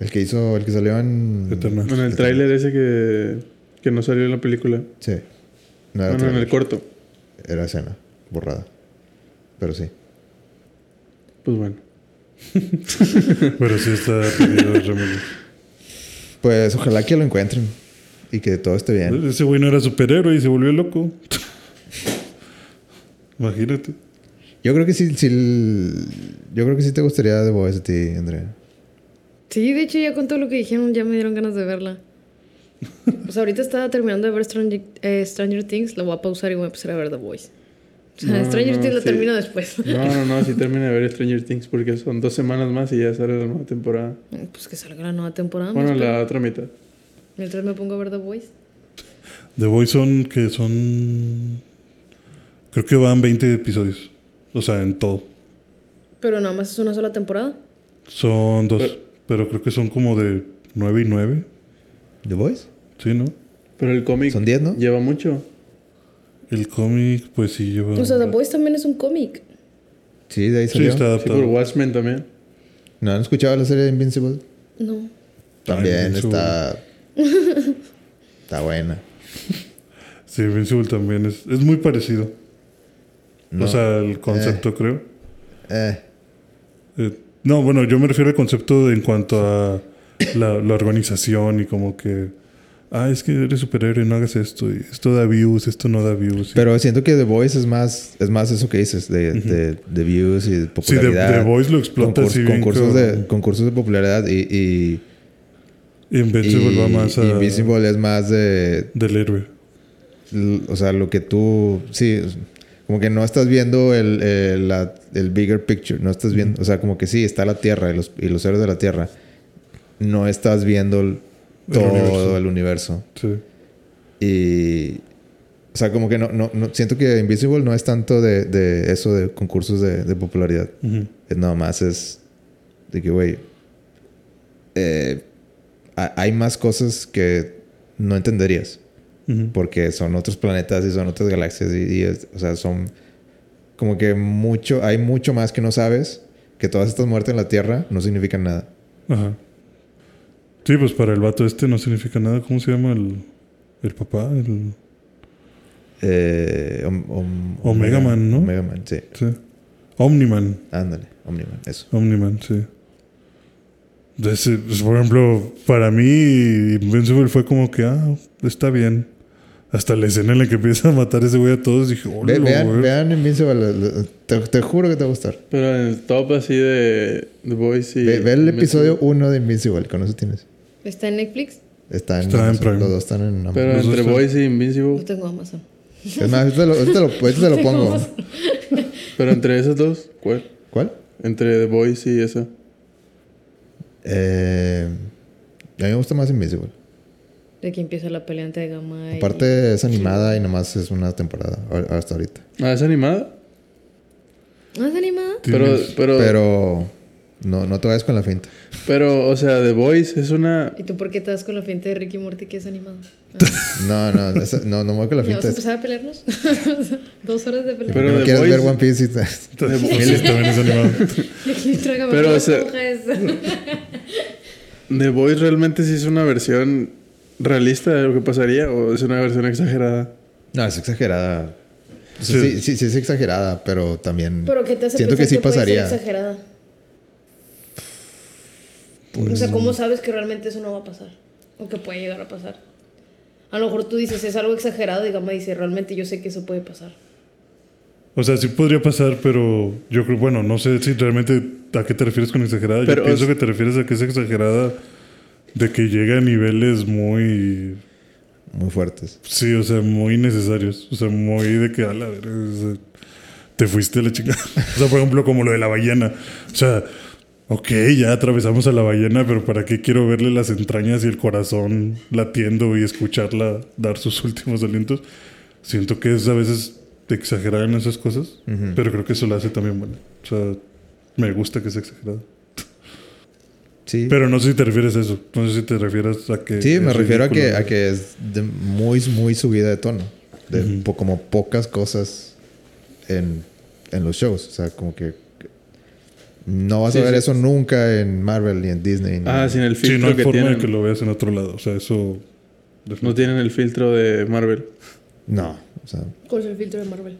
A: El que hizo, el que salió en.
B: Eternals.
E: En el tráiler ese que, que no salió en la película.
A: Sí. No era,
E: Bueno, en el
A: Ah, tráiler,
E: corto.
A: era escena, borrada. Pero sí.
E: Pues bueno.
B: Pero sí está perdido el remedio.
A: Pues ojalá que lo encuentren y que todo esté bien.
B: Ese güey no era superhéroe y se volvió loco. Imagínate.
A: Yo creo que sí, sí l- yo creo que sí te gustaría The Voice a ti, Andrea.
C: Sí, de hecho, ya con todo lo que dijeron, ya me dieron ganas de verla. Pues ahorita estaba terminando de ver Stranger, eh, Stranger Things, la voy a pausar y voy a empezar a ver The Voice. O sea,
E: No,
C: Stranger
E: no,
C: Things la
E: sí.
C: termino después.
E: No, no, no. Si termina de ver Stranger Things porque son dos semanas más y ya sale la nueva temporada.
C: Pues que salga la nueva temporada.
E: Bueno,
C: me espero.
E: la otra mitad.
C: Mientras me pongo a ver The Voice.
B: The Boys son que son. Creo que van 20 episodios. O sea, en todo.
C: Pero nada más es una sola temporada.
B: Son dos.
E: Pero-
B: Pero creo que son como de 9 y 9.
A: ¿The Voice?
B: Sí, ¿no?
E: Pero el cómic
A: Son 10, ¿no?
E: lleva mucho.
B: El cómic, pues sí lleva.
C: O sea, The Voice también es un cómic.
A: Sí, de ahí
B: Sí,
A: salió.
B: está
E: Sí, por
B: adaptado.
E: Watchmen también.
A: ¿No han escuchado la serie de Invincible?
C: No.
A: También
B: Invincible.
A: está está buena.
B: Sí, Invincible también es, es muy parecido.
A: No,
B: O sea, el concepto, creo.
A: eh,
B: Eh, no, bueno, yo me refiero al concepto de- en cuanto a la, la organización y como que. Ah, es que eres superhéroe, no hagas esto. y esto da views, esto no da views. y-
A: Pero siento que The Voice es más es más eso que dices de, de, de views y de
B: sí, The,
A: popularidad.
B: The Voice lo explota
A: Concurs-
B: así bien.
A: concursos,
B: cabrón.
A: de, concursos de popularidad y, y,
B: Invincible
A: y-
B: va más a.
A: Invincible es más de
B: Del héroe.
A: l- o sea, lo que tú, sí, es- como que no estás viendo el, eh, la- el bigger picture, no estás viendo, o sea, como que sí, está la Tierra y los, y los héroes de la Tierra, no estás viendo el-
B: El
A: todo
B: universo.
A: el universo.
B: Sí.
A: Y, o sea, como que no, no, no- siento que Invisible no es tanto de, de eso de concursos de, de popularidad,
B: Ujú.
A: es nada más es de que, güey, eh, ha- hay más cosas que no entenderías
B: Ujú.
A: porque son otros planetas y son otras galaxias y, y es- o sea, son como que mucho, hay mucho más que no sabes, que todas estas muertes en la Tierra no significan nada.
B: Ajá. Sí, pues para el vato este no significa nada. ¿Cómo se llama el, el papá? El,
A: Eh, om- om-
B: Omega Man, ¿no?
A: Omega Man, sí.
B: sí. Omniman.
A: Ándale, Omniman, eso.
B: Omniman, sí. De ese, pues, por ejemplo, para mí Invincible fue como que, ah, está bien. Hasta la escena en la que empieza a matar a ese güey a todos, dije, hola,
A: Ve- vean,
B: güey".
A: vean Invincible, la- la- te, te juro que te va a gustar.
E: Pero en el top así de The Voice y...
A: Ve, ve el episodio 1 de Invincible, con eso tienes.
C: Está en Netflix.
A: Está en,
B: Está en
A: Amazon,
B: Prime.
A: Los dos están en Amazon.
E: Pero
B: Los
E: entre
B: dos-
E: Voice y
C: No
E: Invincible.
C: tengo Amazon.
A: Es más, este te lo, este te lo- este te lo pongo.
E: Pero entre esos dos, ¿cuál?
A: ¿Cuál?
E: Entre The Voice y esa.
A: Eh, a mí me gusta más Invincible.
C: De que empieza la pelea entre Gamma y...
A: Aparte es animada y nomás es una temporada a- hasta ahorita.
E: Ah, ¿es animada?
C: ¿No es animada?
E: Pero,
B: Tienes-
E: pero, pero...
A: Pero no, no te vayas con la finta.
E: o sea, The Voice es una...
C: ¿Y tú por qué te das con la finta de Ricky Morty que es animado? Ah.
A: No, no, esa- no, no me voy con la
C: ¿Ya vas
A: finta.
C: a
A: Es-
C: empezar a pelearnos? Dos horas de pelea.
A: porque no
E: The
A: quieres ver
E: Voice-
A: One Piece y te-
B: Sí, también es animado.
C: Y aquí trágame
E: Pero,
C: una
E: o sea-
C: esponja es-
E: The Voice realmente sí es una versión realista de lo que pasaría o es una versión exagerada.
A: No, es exagerada. O sea,
B: Sí.
A: sí. sí, sí es exagerada, pero también
C: Pero ¿qué te hace
A: siento que
C: pensar
A: sí
C: puede ser
A: pasaría.
C: exagerada? O sea, ¿cómo sabes que realmente eso no va a pasar? O que puede llegar a pasar. A lo mejor tú dices, es algo exagerado, y Gamma dice, realmente yo sé que eso puede pasar.
B: O sea, sí podría pasar, pero yo creo, bueno, no sé si realmente a qué te refieres con exagerada.
E: Pero,
B: yo pienso
E: o sea-
B: que te refieres a que es exagerada de que llega a niveles muy.
A: Muy fuertes.
B: Sí, o sea, muy necesarios. O sea, muy de que a la verga. o sea, te fuiste a la chica. O sea, por ejemplo, como lo de la ballena. O sea, ok, ya atravesamos a la ballena, pero ¿para qué quiero verle las entrañas y el corazón latiendo y escucharla dar sus últimos alientos? Siento que es a veces exagerar en esas cosas,
A: Ujú.
B: pero creo que eso la hace también buena. O sea, me gusta que sea exagerado.
A: Sí,
B: Pero no sé si te refieres a eso. No sé si te refieres a que.
A: sí me
B: es
A: refiero a que,
B: ridículo.
A: a que es de muy, muy subida de tono. De
B: Ujú.
A: po- como pocas cosas en, en los shows. O sea, como que no vas
E: Sí,
A: a ver
E: sí.
A: eso nunca en Marvel ni en Disney. ni-
E: Ah, sin el
B: Sí, no
E: filtro
B: hay
E: que
B: forma
E: tienen.
B: de que lo veas en otro lado. O sea, eso.
E: No tienen el filtro de Marvel.
A: No. O sea,
C: ¿Cuál es el filtro de Marvel?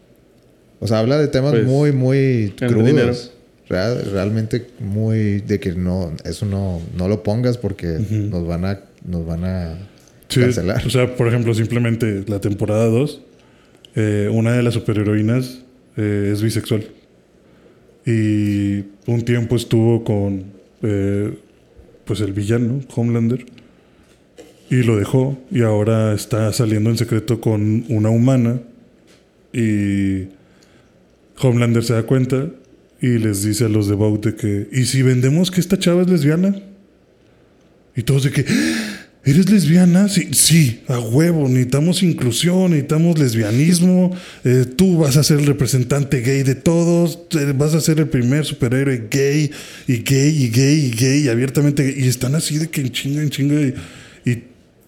A: O sea, habla de temas
E: Pues,
A: muy, muy
E: el dinero.
A: crudos. Real- realmente muy de que no, eso no, no lo pongas porque
B: Ujú.
A: nos van a, nos van a
B: Sí,
A: cancelar.
B: O sea, por ejemplo, simplemente la temporada 2, eh, una de las superheroínas eh, es bisexual. Y un tiempo estuvo con eh, pues el villano, Homelander, y lo dejó. Y ahora está saliendo en secreto con una humana. Y Homelander se da cuenta y les dice a los de Vogue de que, ¿y si vendemos que esta chava es lesbiana? Y todos de que, "¿Ah, ¿Eres lesbiana? Sí, sí, a huevo. Necesitamos inclusión, necesitamos lesbianismo. eh, tú vas a ser el representante gay de todos. eh, vas a ser el primer superhéroe gay y gay y gay y gay y abiertamente gay. Y están así de que en chinga, en chinga. Y, y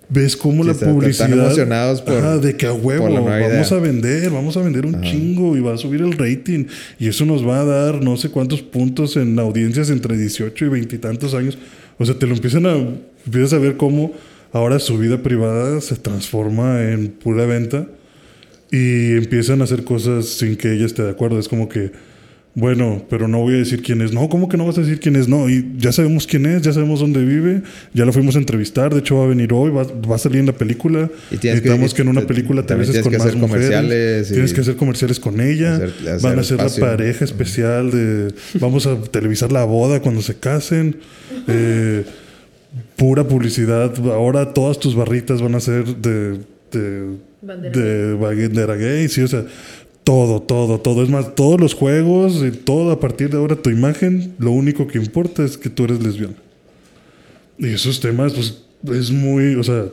B: ves cómo
A: Sí,
B: la
A: están- están
B: publicidad.
A: emocionados por-
B: Ajá, de que a huevo.
A: la
B: Vamos
A: nueva idea.
B: a vender, vamos a vender un chingo y va a subir el rating. Y eso nos va a dar no sé cuántos puntos en audiencias entre 18 y 20 y tantos años. O sea, te lo empiezan a, empiezas a ver cómo ahora su vida privada se transforma en pura venta y empiezan a hacer cosas sin que ella esté de acuerdo. Es como que, bueno, pero no voy a decir quién es. No, ¿cómo que no vas a decir quién es? No, y ya sabemos quién es, ya sabemos dónde vive, ya lo fuimos a entrevistar, de hecho va a venir hoy, va, va a salir en la película.
A: Y tienes que-
B: Necesitamos que, en una
A: te-
B: película te
A: también
B: beses
A: tienes
B: con
A: que
B: más
A: hacer
B: mujeres.
A: comerciales y-
B: Tienes que hacer comerciales con ella.
A: Hacer- hacer
B: Van a ser la
A: espacio.
B: pareja especial de... Vamos a televisar la boda cuando se casen. Eh, pura publicidad. Ahora todas tus barritas van a ser de... de
C: Bandera.
B: de bandera gay, sí, o sea, todo, todo, todo. Es más, todos los juegos y todo a partir de ahora tu imagen, lo único que importa es que tú eres lesbiana. Y esos temas, pues, es muy, o sea,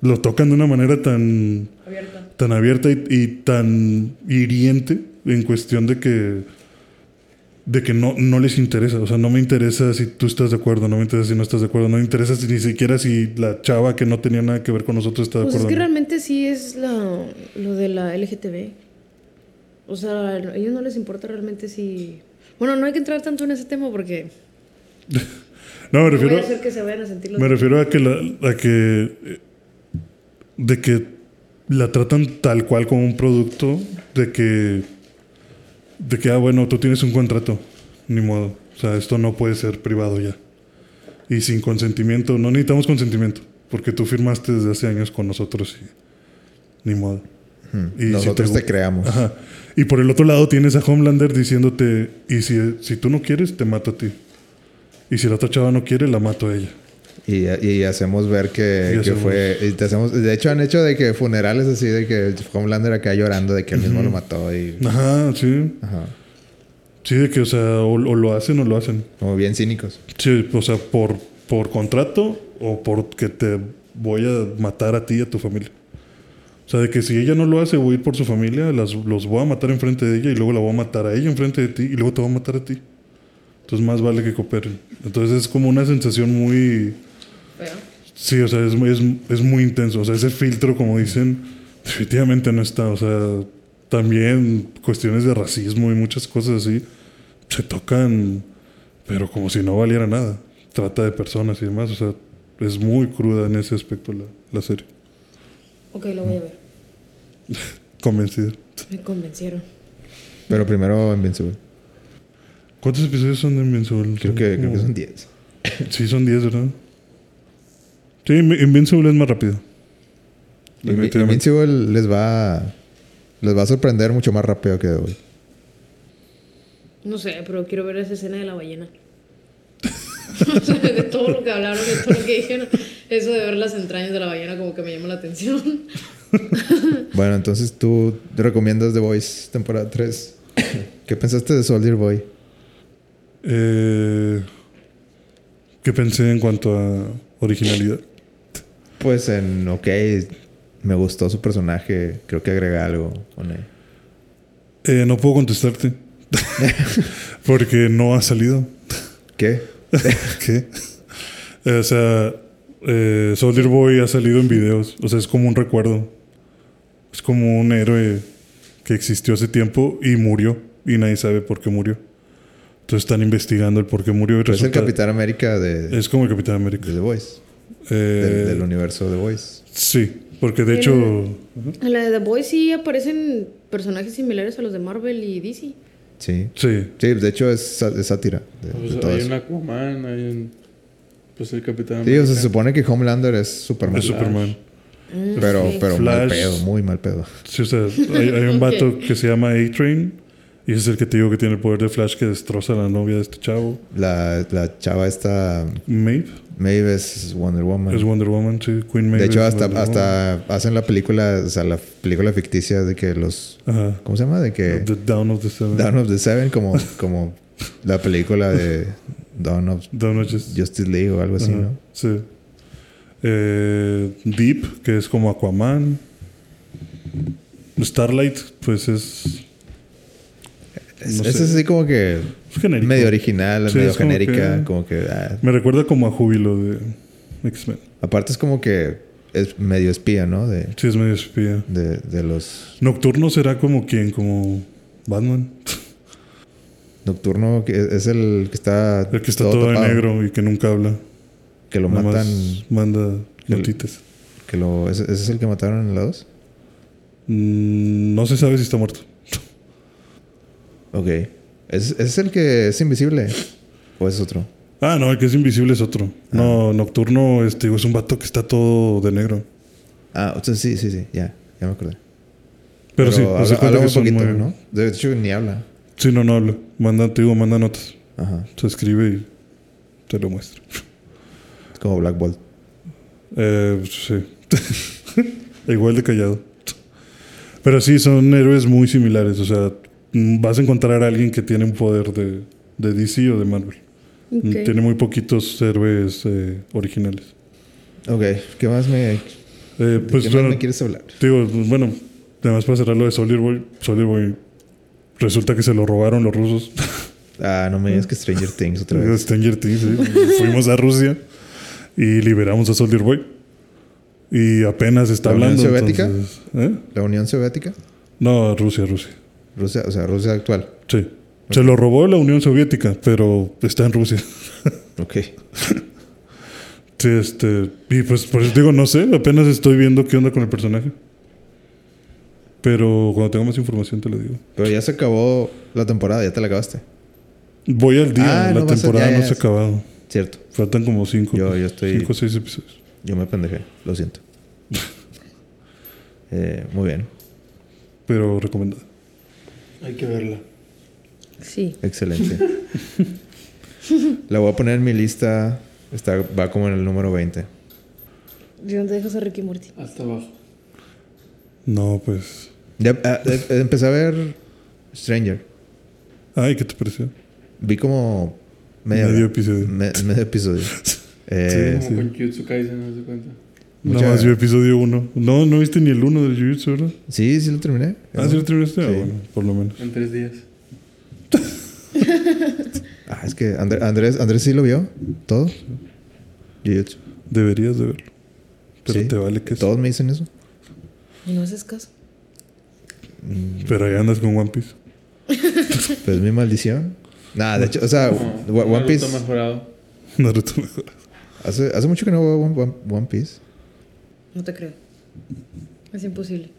B: lo tocan de una manera tan,
C: Abierta.
B: tan abierta y, y tan hiriente en cuestión de que de que no, no les interesa, o sea, no me interesa si tú estás de acuerdo, no me interesa si no estás de acuerdo, no me interesa si ni siquiera si la chava que no tenía nada que ver con nosotros está de
C: Pues es
B: acuerdo.
C: que
B: o no.
C: realmente sí es la, lo de la LGTB. O sea, a ellos no les importa realmente si... Bueno, no hay que entrar tanto en ese tema porque
B: No, me
C: no
B: refiero
C: voy a hacer que se vayan a sentir los...
B: Me refiero a que la, a que eh, de que la tratan tal cual como un producto de que de que ah bueno, tú tienes un contrato, ni modo. O sea, esto no puede ser privado ya. Y sin consentimiento, no necesitamos consentimiento, porque tú firmaste desde hace años con nosotros y ni modo.
A: Ujú.
B: Y si
A: hmm, Nosotros
B: te-
A: te, creamos.
B: Ajá. Y por el otro lado tienes a Homelander diciéndote, y si, si tú no quieres, te mato a ti. Y si la otra chava no quiere, la mato a ella.
A: Y, y hacemos ver que,
B: Y
A: que
B: hacemos-
A: fue. y te hacemos- de hecho, han hecho de que funerales así, de que Homelander acá llorando, de que él mismo lo mató. Y,
B: Ajá, sí.
A: ajá.
B: Sí, de que, o sea, o, o lo hacen o lo hacen.
A: Como bien cínicos.
B: Sí, o sea, por, por contrato o porque te voy a matar a ti y a tu familia. O sea, de que si ella no lo hace, voy a ir por su familia, las, los voy a matar enfrente de ella y luego la voy a matar a ella enfrente de ti y luego te voy a matar a ti. Entonces, más vale que cooperen. Entonces, es como una sensación muy.
C: Feo.
B: Sí, o sea, es, muy- es, es muy intenso. O sea, ese filtro, como dicen, definitivamente no está. O sea, también cuestiones de racismo y muchas cosas así se tocan, pero como si no valiera nada. Trata de personas y demás. O sea, es muy cruda en ese aspecto la, la serie.
C: Ok, lo voy a ver.
B: Convencido.
C: Me convencieron.
A: Pero primero Invincible.
B: ¿Cuántos episodios son de Invincible?
A: Creo que, creo que
B: como-
A: son 10.
B: Sí, son 10, ¿verdad? Sí, Invi- Invincible es más rápido.
A: Invi-
B: Definitivamente.
A: Invincible les va, a- les va a sorprender mucho más rápido que hoy.
C: No sé, pero quiero ver esa escena de la ballena. O sea, de todo lo que hablaron, de todo lo que dijeron, eso de ver las entrañas de la ballena como que me llama la atención.
A: Bueno, entonces tú recomiendas The Voice temporada 3. ¿Qué pensaste de Soldier Boy?
B: Eh, ¿Qué pensé en cuanto a originalidad?
A: Pues en, ok, me gustó su personaje, creo que agrega algo. o no.
B: Eh, no puedo contestarte. Porque no ha salido.
A: ¿Qué?
B: ¿Qué? Eh, o sea, eh, Soldier Boy ha salido en videos. O sea, es como un recuerdo. Es como un héroe que existió hace tiempo y murió. Y nadie sabe por qué murió. Entonces están investigando el por qué murió. Y
A: Pero es el
B: resulta-
A: Capitán América de,
B: es como el Capitán
A: de
B: América.
A: The Voice,
B: Eh,
A: del, del universo The Voice.
B: sí, porque de hecho...
C: El- En la de The Boys sí aparecen personajes similares a los de Marvel y DC.
A: Sí.
B: Sí.
A: Sí, de hecho es, sa- es sátira de, de
E: Pues
A: todo
E: hay
A: eso.
E: un Aquaman, hay un. Pues el Capitán
A: Sí, o sea,
E: América.
A: se supone que Homelander es Superman.
B: Es Superman.
C: Mm,
A: Pero,
C: sí.
A: pero mal
B: Flash.
A: pedo, muy mal pedo.
B: Sí, o sea, hay, hay un vato que se llama A-Train. Y ese es el que te digo que tiene el poder de Flash que destroza a la novia de este chavo.
A: La, la chava esta,
B: Maeve.
A: Maeve es Wonder Woman.
B: Es Wonder Woman, sí. Queen Maeve.
A: de hecho,
B: es
A: hasta,
B: Wonder
A: hasta hacen la película, o sea, la película ficticia de que los...
B: Woman. Ajá.
A: ¿Cómo se llama? De que...
B: The Down of the Seven.
A: Dawn of the Seven como, como la película de Dawn of
B: Down of Justice.
A: Justice League o algo así,
B: Ajá,
A: ¿no?
B: Sí. Eh, Deep, que es como Aquaman. Starlight, pues es,
A: Es,
B: No
A: es
B: sé.
A: así como que
B: es genérico.
A: medio original,
B: Sí,
A: medio
B: es como
A: genérica,
B: que-
A: como que... ah.
B: Me recuerda como a Júbilo de X-Men.
A: Aparte es como que es medio espía, ¿no? De,
B: Sí, es medio espía.
A: de, de los...
B: Nocturno será como quien, como Batman.
A: Nocturno, que es el que está...
B: El que está todo, de
A: tapado,
B: negro y que nunca habla.
A: Que lo
B: Nada más
A: matan...
B: Manda
A: El-
B: notitas.
A: Que lo, ¿ese, ese es el que mataron en la 2?
B: Mm, no se sabe si está muerto.
A: Ok. ¿Es, ese es el que es invisible? ¿O es otro?
B: Ah, no, el que es invisible es otro.
A: Ah.
B: No, Nocturno este, digo, es un vato que está todo de negro.
A: Ah, o sea, sí, sí, sí. Ya, ya me acordé.
B: Pero, sí, haz de
A: habla,
B: cuenta
A: habla
B: que
A: muy
B: son
A: poquito,
B: muy-
A: ¿no? De hecho, ni habla.
B: Sí, no, no habla. Manda, te digo, manda notas.
A: Ajá.
B: Se escribe y te lo muestro.
A: Es como Black Bolt.
B: Eh, sí. Igual de callado. Pero sí, son héroes muy similares. O sea, mm, vas a encontrar a alguien que tiene un poder de, de DC o de Marvel. Mm,
C: Ok.
B: Tiene muy poquitos héroes eh, originales.
A: Ok, ¿qué más me,
B: Eh,
A: de
B: pues
A: qué
B: bueno,
A: más me quieres hablar?
B: Digo, bueno, nada más para cerrar lo de Soldier Boy. Soldier Boy resulta que se lo robaron los rusos.
A: Ah, no me digas que Stranger Things otra
B: De
A: vez.
B: Stranger Things, sí. Fuimos a Rusia y liberamos a Soldier Boy. Y apenas está
A: ¿La Unión
B: hablando.
A: Soviética?
B: entonces- ¿Eh?
A: ¿La Unión Soviética?
B: No, Rusia, Rusia.
A: Rusia, o sea, Rusia actual.
B: Sí. Se lo robó la Unión Soviética, pero está en Rusia.
A: Ok.
B: Sí, este, y pues por eso digo, no sé, apenas estoy viendo qué onda con el personaje. Pero cuando tenga más información te lo digo.
A: Pero ya se acabó la temporada, ya te la acabaste.
B: Voy al día,
A: Ah,
B: la
A: no vas a-
B: temporada
A: ya,
B: no
A: ya,
B: se ha
A: sí.
B: acabado.
A: Cierto.
B: Faltan como cinco.
A: Yo- yo estoy-
B: Cinco o seis episodios.
A: Yo me pendejé, lo siento. Eh, muy bien,
B: Pero recomendado.
D: Hay que verla.
C: Sí.
A: excelente. la voy a poner en mi lista. Está, va como en el número 20.
C: ¿De dónde dejas a Ricky Morty?
D: Hasta abajo.
B: No, pues.
A: Ya, ah, eh, empecé a ver Stranger.
B: Ay, ¿qué te pareció?
A: Vi como media
B: Medio
A: hora. Mm,
B: episodio.
A: Me- medio episodio. Eh,
E: Como
B: Sí.
E: con Jutsu Kaisen, no se cuenta.
A: Mucha-
B: Nada más vio episodio 1. No, no viste ni el 1 de Jujutsu, ¿verdad?
A: sí, sí lo terminé.
B: Ah, ¿sí lo terminaste? Ah,
A: Sí.
B: bueno, por lo menos.
E: En tres días.
A: Ah, es que André- Andrés, Andrés sí lo vio todo. Jujutsu.
B: Deberías de verlo. Pero
A: Sí.
B: te vale que
A: Todos me dicen eso.
C: Y no haces caso.
A: Mm,
B: Pero ahí andas con One Piece.
A: Pues mi maldición. Nah, de hecho, o sea,
E: No,
A: Ah, Wa- One
E: Naruto
A: Piece.
E: mejorado.
B: Naruto mejor.
A: Hace, hace mucho que no veo One, One- One Piece.
C: No te creo. Es imposible.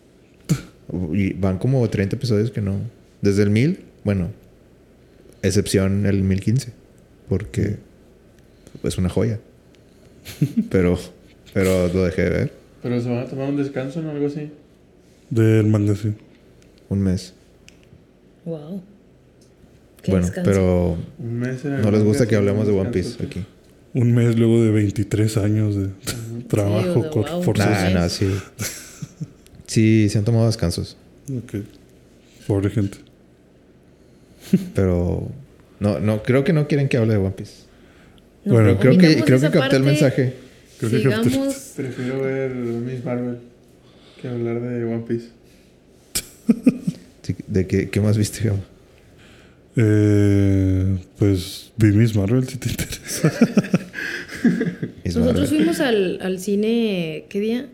A: Y van como 30 episodios que no. Desde el 1000, bueno, excepción el 1015. Porque es una joya. Pero, pero lo dejé de ver
E: Pero se van a tomar un descanso o algo así.
B: Del manga, sí.
A: un mes.
C: Wow.
A: Bueno, pero
E: Un mes en el
A: no les
E: manga,
A: gusta que
E: sí,
A: hablemos de
E: un
A: One
E: descanso,
A: Piece aquí.
B: Un mes luego de 23 años de trabajo
C: Sí,
B: cor-
C: wow.
B: forzoso.
A: Nah,
C: sí.
A: no, sí. Sí, se han tomado descansos.
B: Ok. Pobre gente.
A: Pero no, no, creo que no quieren que hable de One Piece.
B: Bueno,
A: Pero creo que, creo que capté el mensaje.
B: Creo que capté-
C: Sigamos.
E: Prefiero ver Miss Marvel. Que que hablar de One Piece.
A: Sí, ¿De qué, qué más viste, Gama?
B: Eh, pues vi Miss Marvel, si te interesa.
A: Miss
C: Nosotros
A: Marvel.
C: fuimos al, al cine, ¿qué día?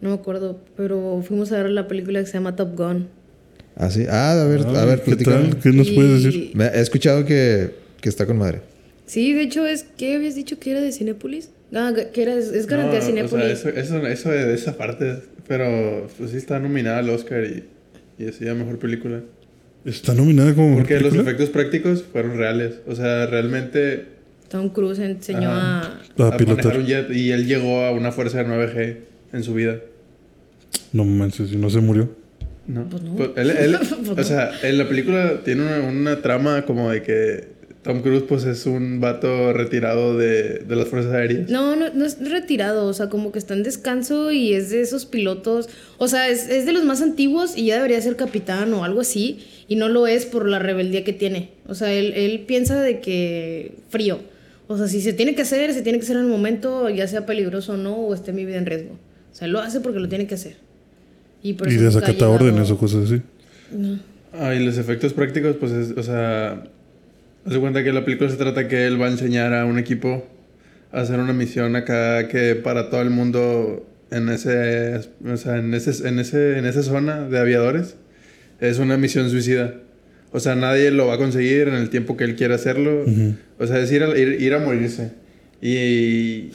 C: No me acuerdo, pero fuimos a ver la película que se llama Top Gun.
A: Ah, sí. Ah, a ver, a
B: Ay,
A: ver,
B: ¿Qué
A: platícame.
B: tal? ¿Qué nos
C: Y-
B: puedes decir?
A: Me- He escuchado que, que está con madre.
C: Sí, de hecho es que habías dicho que era de Cinépolis. Ah, ga- que era, es es garantía
E: No, o
C: Cinépolis.
E: sea, eso, eso, eso de de esa parte. Pero pues sí está nominada al Oscar y, y así a mejor película.
B: Está nominada como.
E: Porque los
B: película?
E: efectos prácticos fueron reales. O sea, realmente
C: Tom Cruise enseñó
E: Ajá.
C: a.
B: A
E: a manejar
B: pilotar.
E: un jet y él llegó a una fuerza de 9G en su vida.
B: No manches, y no se murió.
E: No.
C: Pues no.
E: Pues él- él-
C: Pues
E: o
C: no.
E: sea, en la película tiene una, una trama como de que Tom Cruise pues es un vato retirado de, de las fuerzas aéreas.
C: No, no, no es retirado, o sea, como que está en descanso y es de esos pilotos. O sea, es, es de los más antiguos y ya debería ser capitán o algo así. Y no lo es por la rebeldía que tiene. O sea, él, él piensa de que frío. O sea, si se tiene que hacer, se tiene que hacer en el momento, ya sea peligroso o no, o esté mi vida en riesgo. O sea, él lo hace porque lo tiene que hacer. Y, por
B: y
C: eso está
B: desacata
C: llevado-
B: órdenes o cosas así.
C: No.
E: Ah, y los efectos prácticos pues es, o sea, hace cuenta que la película se trata que él va a enseñar a un equipo a hacer una misión acá que para todo el mundo en ese, o sea, en ese, en ese, en esa zona de aviadores es una misión suicida. O sea, nadie lo va a conseguir en el tiempo que él quiera hacerlo.
B: Ujú.
E: O sea, es ir a, ir, ir a morirse. Y,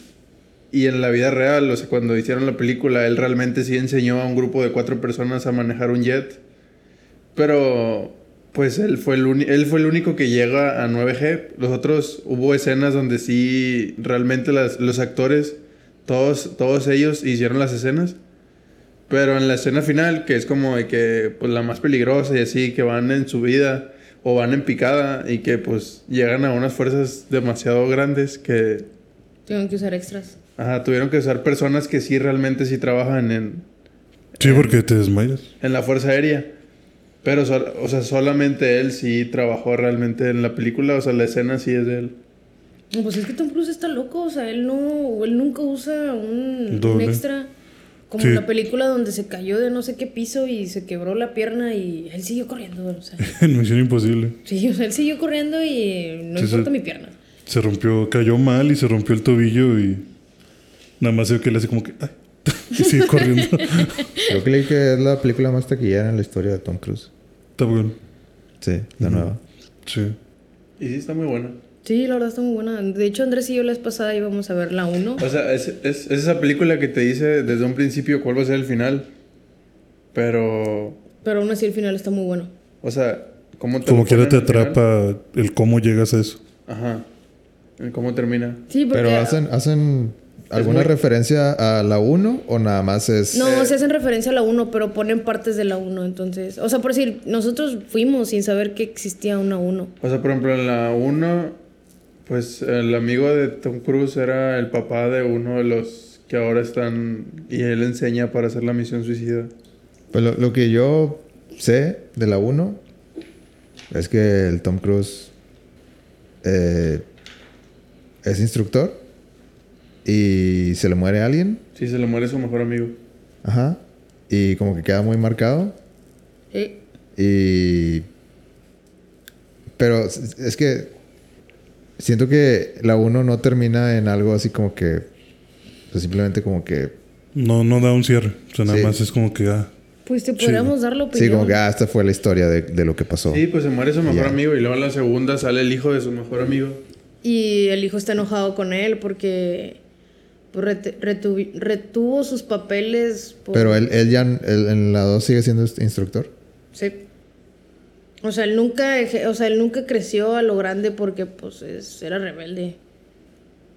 E: y en la vida real, o sea, cuando hicieron la película, él realmente sí enseñó a un grupo de cuatro personas a manejar un jet. Pero, pues él fue el, uni- él fue el único que llega a 9G. Los otros, hubo escenas donde sí, realmente las, los actores, todos, todos ellos hicieron las escenas. Pero en la escena final, que es como de que, pues, la más peligrosa y así, que van en subida o van en picada y que, pues, llegan a unas fuerzas demasiado grandes que,
C: Tengo que usar extras.
E: ajá, tuvieron que usar personas que sí realmente sí trabajan en,
C: Eh.
B: Sí, porque te desmayas.
E: en la Fuerza Aérea. Pero, sol- o sea, solamente él sí trabajó realmente en la película, o sea, la escena sí es de él.
C: No, Pues es que Tom Cruise está loco, o sea, él no, él nunca usa un, un
B: Doble.
C: extra. Como
B: Sí.
C: en la película donde se cayó de no sé qué piso y se quebró la pierna y él siguió corriendo, o sea,
B: en Misión Imposible.
C: sí, o sea, él siguió corriendo y no
B: Sí, sí.
C: importa mi pierna.
B: Se rompió, cayó mal y se rompió el tobillo y nada más se ve que le hace como que. ¡Ay! y sigue corriendo.
A: Creo que leí que es la película más taquillera en la historia de Tom Cruise.
B: Top Gun.
A: Sí, la
B: Ujú.
A: nueva.
B: Sí.
E: Y sí está muy buena.
C: Sí, la verdad está muy buena. De hecho, Andrés y yo la vez pasada íbamos a ver la 1.
E: O sea, es, es- es esa película que te dice desde un principio cuál va a ser el final. Pero,
C: Pero aún así el final está muy bueno.
E: o sea, ¿cómo
B: Como
E: lo
B: quiera te
E: ponen al final?
B: atrapa el cómo llegas a eso.
E: Ajá. ¿Y ¿Cómo termina?
C: Sí, porque...
A: Pero hacen, hacen alguna
E: muy-
A: referencia a la 1 o nada más es.
C: No,
E: Eh,
C: se hacen referencia a la 1, pero ponen partes de la 1, entonces... O sea, por decir, nosotros fuimos sin saber que existía una 1.
E: O sea, por ejemplo, en la 1, pues el amigo de Tom Cruise era el papá de uno de los que ahora están y él enseña para hacer la misión suicida.
A: Pues lo, lo que yo sé de la 1 es que el Tom Cruise eh, es instructor y se le muere alguien.
E: Sí, se le muere su mejor amigo.
A: Ajá. Y como que queda muy marcado.
C: Eh,
A: Y. Pero es es que. Siento que la 1 no termina en algo así como que. o sea, simplemente como que.
B: No, no da un cierre. O sea, nada
A: Sí.
B: más es como que. Ah,
C: Pues te podríamos dar la opinión.
A: Sí, como que ah, esta fue la historia de, de lo que pasó.
E: Sí, pues se muere su mejor
A: Oh. Ya.
E: amigo y luego en la segunda sale el hijo de su mejor amigo.
C: Y el hijo está enojado con él porque pues, ret- retuvi- retuvo sus papeles. por-
A: Pero él, eh él ya en- él en la 2 sigue siendo instructor.
C: Sí. O sea, él nunca, eje- o sea, él nunca creció a lo grande porque pues es- era rebelde.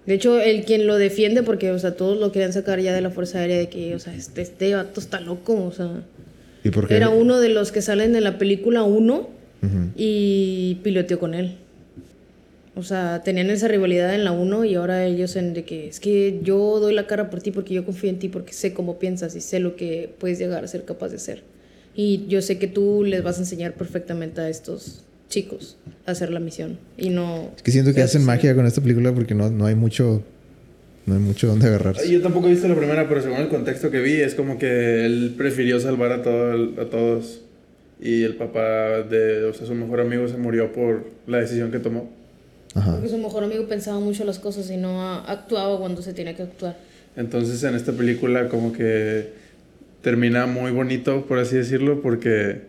C: De hecho, el quien lo defiende porque, o sea, todos lo querían sacar ya de la Fuerza Aérea de que, o sea, este, este vato está loco, o sea.
A: ¿Y por qué?
C: Era uno de los que salen de la película 1
A: Ujú.
C: y piloteó con él. O sea, tenían esa rivalidad en la 1 y ahora ellos en de que es que yo doy la cara por ti porque yo confío en ti porque sé cómo piensas y sé lo que puedes llegar a ser capaz de ser. Y yo sé que tú les vas a enseñar perfectamente a estos chicos a hacer la misión y no
A: Es que siento que
C: Pero
A: hacen
C: sí.
A: magia con esta película porque no, no hay mucho No hay mucho donde agarrarse.
E: Yo tampoco he visto la primera, pero según el contexto que vi, es como que él prefirió salvar a, todo el- a todos. Y el papá de, o sea, su mejor amigo se murió por la decisión que tomó.
A: Ajá.
C: Porque su mejor amigo pensaba mucho las cosas y no ah, actuaba cuando se tenía que actuar.
E: Entonces en esta película como que termina muy bonito, por así decirlo, porque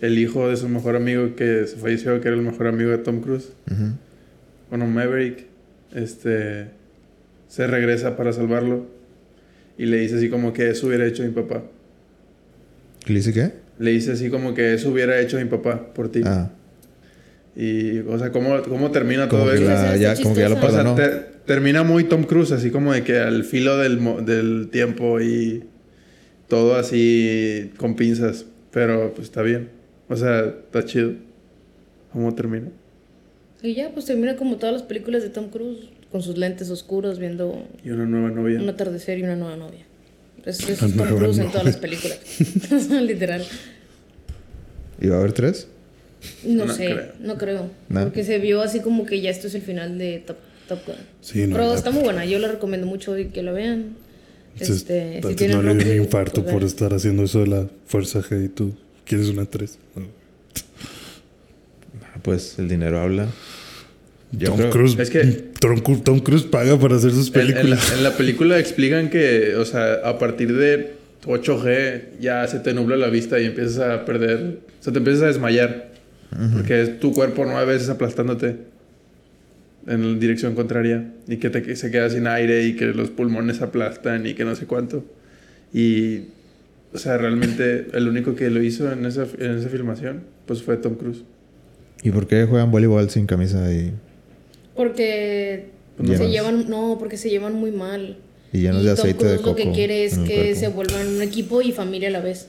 E: el hijo de su mejor amigo que se falleció, que era el mejor amigo de Tom Cruise,
A: Ujú.
E: bueno, Maverick, este, se regresa para salvarlo y le dice así como que eso hubiera hecho mi papá.
A: ¿Le dice qué?
E: Le dice así como que eso hubiera hecho mi papá por ti.
A: Ah,
E: Y, o sea, ¿cómo, cómo termina
A: como
E: todo
A: que,
E: eso?
A: la-
C: Sí,
A: ya,
C: está
A: como que ya lo
E: O sea,
A: perdonó.
E: te- termina muy Tom Cruise, así como de que al filo del, mo- del tiempo y todo así con pinzas. Pero pues está bien. O sea, está chido. ¿Cómo termina?
C: Y ya, pues termina como todas las películas de Tom Cruise, con sus lentes oscuros, viendo
E: Y una nueva novia.
C: un atardecer y una nueva novia. Es, es
B: Una
C: Tom
B: nueva
C: Cruise en
B: novia.
C: todas las películas. Literal.
A: ¿Y va a haber tres?
C: No,
E: No
C: sé,
E: creo.
C: no creo.
A: No.
C: Porque se vio así como que ya esto es el final de Top, Top Gun.
B: Sí, no,
C: Pero
B: ya. pues".
C: está muy buena, yo la recomiendo mucho y que la vean. Este,
B: Entonces,
C: si
B: antes
C: tienen
B: no le dio
C: Roku,
B: un infarto
C: pues,
B: por
C: vean.
B: estar haciendo eso de la fuerza G y tú quieres una 3.
A: Ah, Pues el dinero habla. Yo
B: Tom
A: creo-
B: Cruise.
E: es que-
B: Tom, Cru- Tom Cruise paga para hacer sus
E: En, en la,
B: películas.
E: en la película explican que, o sea, a partir de 8G ya se te nubla la vista y empiezas a perder. O sea, te empiezas a desmayar. Porque es tu cuerpo nueve veces aplastándote en la dirección contraria. Y que, te, que se queda sin aire y que los pulmones aplastan y que no sé cuánto. Y, o sea, realmente el único que lo hizo en esa, en esa filmación, pues fue Tom Cruise.
A: ¿Y por qué juegan voleibol sin camisa y,
C: Porque
A: Llevas.
C: se llevan, no, porque se llevan muy mal.
A: y llenos
C: Y
A: de
C: Tom
A: aceite de
C: Cruise
A: coco?
C: Lo que quiere es
A: en el
C: que
A: cuerpo?
C: se vuelvan un equipo y familia a la vez.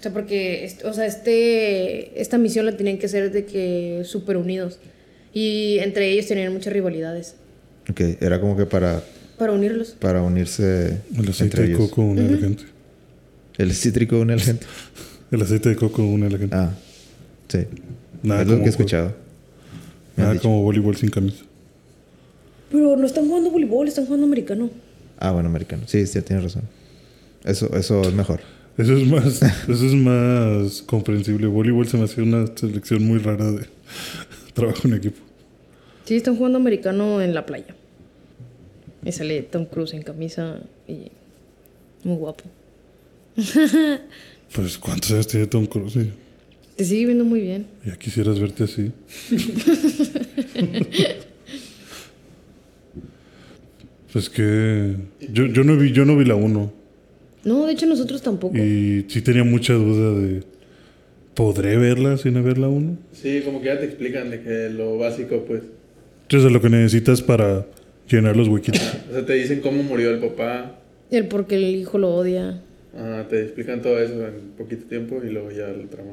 C: O sea, porque, est- o sea, este, esta misión la tienen que hacer de que súper unidos. Y entre ellos tenían muchas rivalidades.
A: Ok, era como que para,
C: Para unirlos.
A: para unirse
B: El aceite
A: entre
B: de
A: ellos.
B: coco une a la gente.
A: El cítrico une a la gente.
B: El aceite de coco une a la gente.
A: Ah, sí.
B: Nada
A: es lo
B: como
A: que he
B: jue-
A: escuchado. Me han
B: Nada
A: dicho.
B: como voleibol sin camisa.
C: Pero no están jugando voleibol, están jugando americano.
A: Ah, bueno, americano. Sí, sí, tienes razón. Eso, eso es mejor.
B: Eso es más, eso es más comprensible. Voleibol se me hace una selección muy rara de trabajo en equipo.
C: Sí, están jugando americano en la playa. Y sale Tom Cruise en camisa y muy guapo.
B: Pues, ¿cuántos años tiene Tom Cruise? Y-
C: Te sigue viendo muy bien.
B: Ya quisieras verte así. pues que yo, yo no vi yo no vi la 1
C: No, de hecho nosotros tampoco.
B: y sí tenía mucha duda de ¿podré verla sin haber la 1?
E: Sí, como que ya te explican de que lo básico, pues.
B: Entonces lo que necesitas para llenar los huequitos.
E: O sea, te dicen cómo murió el papá.
C: El porque el hijo lo odia.
E: Ah, te explican todo eso en poquito tiempo y luego ya lo trama.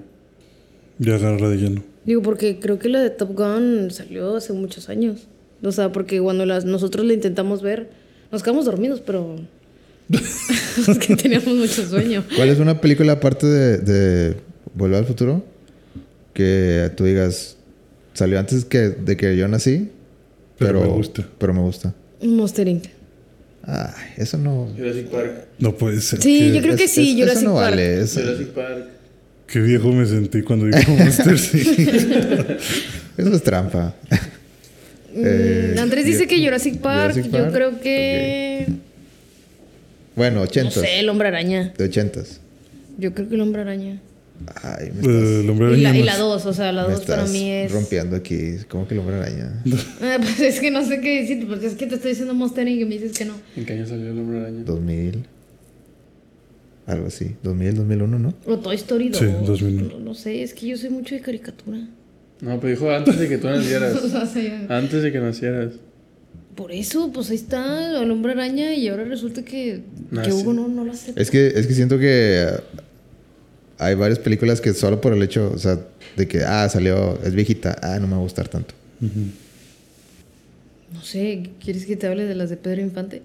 B: ya agarrarla de lleno.
C: Digo, porque creo que la de Top Gun salió hace muchos años. O sea, porque cuando las, nosotros la intentamos ver, nos quedamos dormidos, pero... es que teníamos mucho sueño.
A: ¿Cuál es una película aparte de, de Volver al Futuro? Que tú digas, salió antes que, de que yo nací, pero,
B: Pero me gusta.
A: Pero me gusta.
C: Monster Inc.
A: Ay, eso no...
E: Jurassic Park.
B: No puede ser.
C: Sí,
B: Qué-
C: yo creo que
A: es-
C: sí,
A: es-
C: Jurassic
A: Eso no
C: Park.
A: vale. Eso,
E: Jurassic Park.
B: Qué viejo me sentí cuando dijo Monster sí.
A: eso es trampa.
C: Mm,
A: Eh,
C: Andrés dice que Jurassic Park,
A: Jurassic
C: yo
A: Park,
C: creo que...
A: Bueno,
C: No
A: ochentas.
C: sé, el hombre araña.
A: De ochentas.
C: Yo creo que el hombre araña.
A: Ay, me
B: Eh,
A: estás,
B: El hombre
C: Y la,
B: araña
C: y
B: más-
C: la dos, o sea, la
A: me
C: dos para
A: estás
C: mí es...
A: rompiendo aquí. Como que el hombre araña.
C: Ah, pues es que no sé qué decir, porque es que te estoy diciendo Monster Inc. y me dices que no.
E: ¿En qué año salió el hombre araña?
A: 2000. Algo así. 2000, 2001, ¿no?
C: O Toy Story 2.
B: Sí, 2009.
C: no, no sé, es que yo soy mucho de caricatura.
E: No, pero dijo antes de que tú
C: O
E: nacieras.
C: sea, se-
E: Antes de que nacieras.
C: Por eso, pues ahí está el hombre araña y ahora resulta que,
E: No,
C: que
E: sí.
C: Hugo no, no lo hace.
A: Es que, es que siento que eh, hay varias películas que solo por el hecho, o sea, de que, ah, salió, es viejita, ah, no me va a gustar tanto.
C: No sé, ¿quieres que te hable de las de Pedro Infante?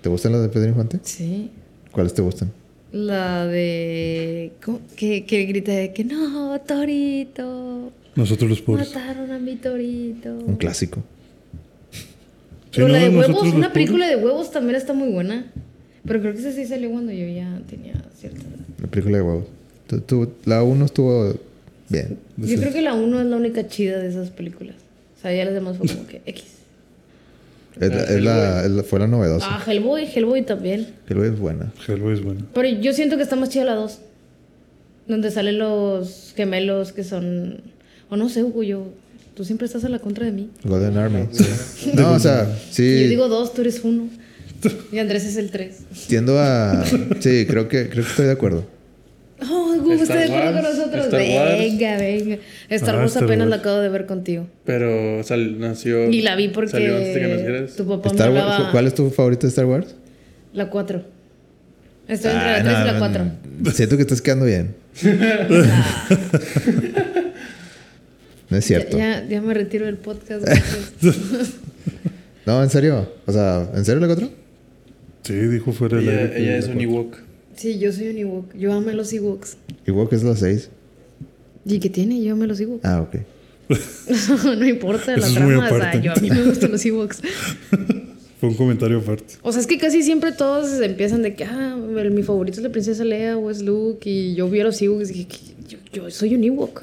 A: ¿Te gustan las de Pedro Infante?
C: Sí.
A: ¿Cuáles te gustan?
C: La de... ¿cómo? Que, que grita de que no, Torito. Ah,
B: Nosotros los pobres.
C: Mataron a mi Torito.
A: Un clásico.
B: Si
C: Pero
B: no,
C: la de
B: nosotros
C: huevos,
B: los
C: una
B: pobres-
C: película de huevos también está muy buena. Pero creo que esa sí salió cuando yo ya tenía cierta edad.
A: La película de huevos. Tu- tu- la 1 estuvo bien.
C: Yo creo que la 1 es la única chida de esas películas. O sea, ya las demás fue como que X.
A: Es la- es la- es la- fue la novedosa.
C: Ah, Hellboy, Hellboy también.
A: Creo que es buena.
B: Hellboy es bueno.
C: Pero yo siento que está más chida la 2. Donde salen los gemelos que son. O no sé, Hugo, yo. Tú siempre estás a la contra de mí.
A: Golden Army. sí. No, o sea,
C: Y Yo
A: sí.
C: digo 2, tú eres 1. Y Andrés es el 3.
A: Tiendo a. Sí, creo que, creo que estoy de acuerdo.
C: Oh, Hugo, está
E: Star
C: de acuerdo con
E: Wars,
C: nosotros.
E: Star Wars.
C: venga, venga. Star
B: Ah,
C: Wars
B: Star
C: apenas la
B: Wars.
C: acabo de ver contigo.
E: Pero sal- nació.
C: Y la vi porque
E: Salió antes de que nacieras.
C: tu papá
A: Star
C: me
A: Wars-
C: hablaba
A: ¿Cuál es tu favorito de Star Wars?
C: la 4. Estoy entre
A: Ah,
C: la 3
A: no,
C: y la
A: no,
C: 4.
A: no. Siento que estás quedando bien. no es cierto.
C: Ya, ya- ya me retiro del podcast.
A: No, en serio. O sea, ¿en serio la 4?
B: Sí, dijo fuera del
E: Ella,
B: aire que
E: ella es
B: la
E: un
B: cuatro.
E: Ewok.
C: sí, yo soy un Ewok. Yo amé los Ewoks.
A: Igual que es la 6.
C: ¿Y qué tiene? Yo amé los Ewoks.
A: Ah, ok.
C: no importa la
B: Eso es muy
C: trama. O sea,
B: aparte.
C: yo a mí me gustan los Ewoks.
B: Fue un comentario aparte.
C: O sea, es que casi siempre todos empiezan de que, ah, el- mi favorito es la princesa Leia o es Luke. Y yo vi a los Ewoks y dije, "¿Qué? yo, yo soy un Ewok.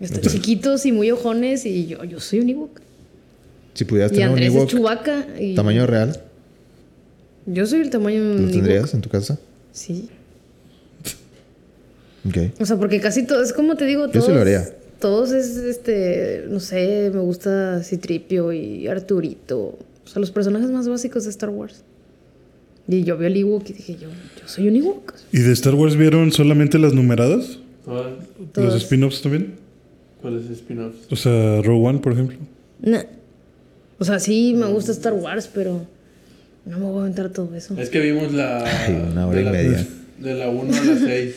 C: Están chiquitos y muy ojones y yo, yo soy un Ewok.
A: Si pudieras
C: Y
A: tener un
C: Andrés es
A: Ewok
C: Chewbacca. Y
A: tamaño real,
C: Yo soy el tamaño de un
A: ¿lo
C: Ewok.
A: tendrías en tu casa?
C: Sí.
A: Ok.
C: O sea, porque casi todo, es como te digo,
A: Yo
C: todos,
A: sí lo haría.
C: todos es este, no sé, me gusta Citripio y Arturito. O sea, los personajes más básicos de Star Wars. Y yo vi al Ewok y dije, yo, yo soy un Ewok.
B: ¿Y de Star Wars vieron solamente las numeradas?
E: ¿Cuál-
C: Todas.
B: ¿Los spin-offs también?
E: ¿Cuáles spin-offs?
B: O sea, Rogue One, por ejemplo.
C: Nah. O sea, sí me gusta Star Wars, pero no me voy a aventar todo eso.
E: Es que vimos la.
A: Ay, una hora
E: de
A: y
E: la-
A: media.
E: De la 1 a la 6.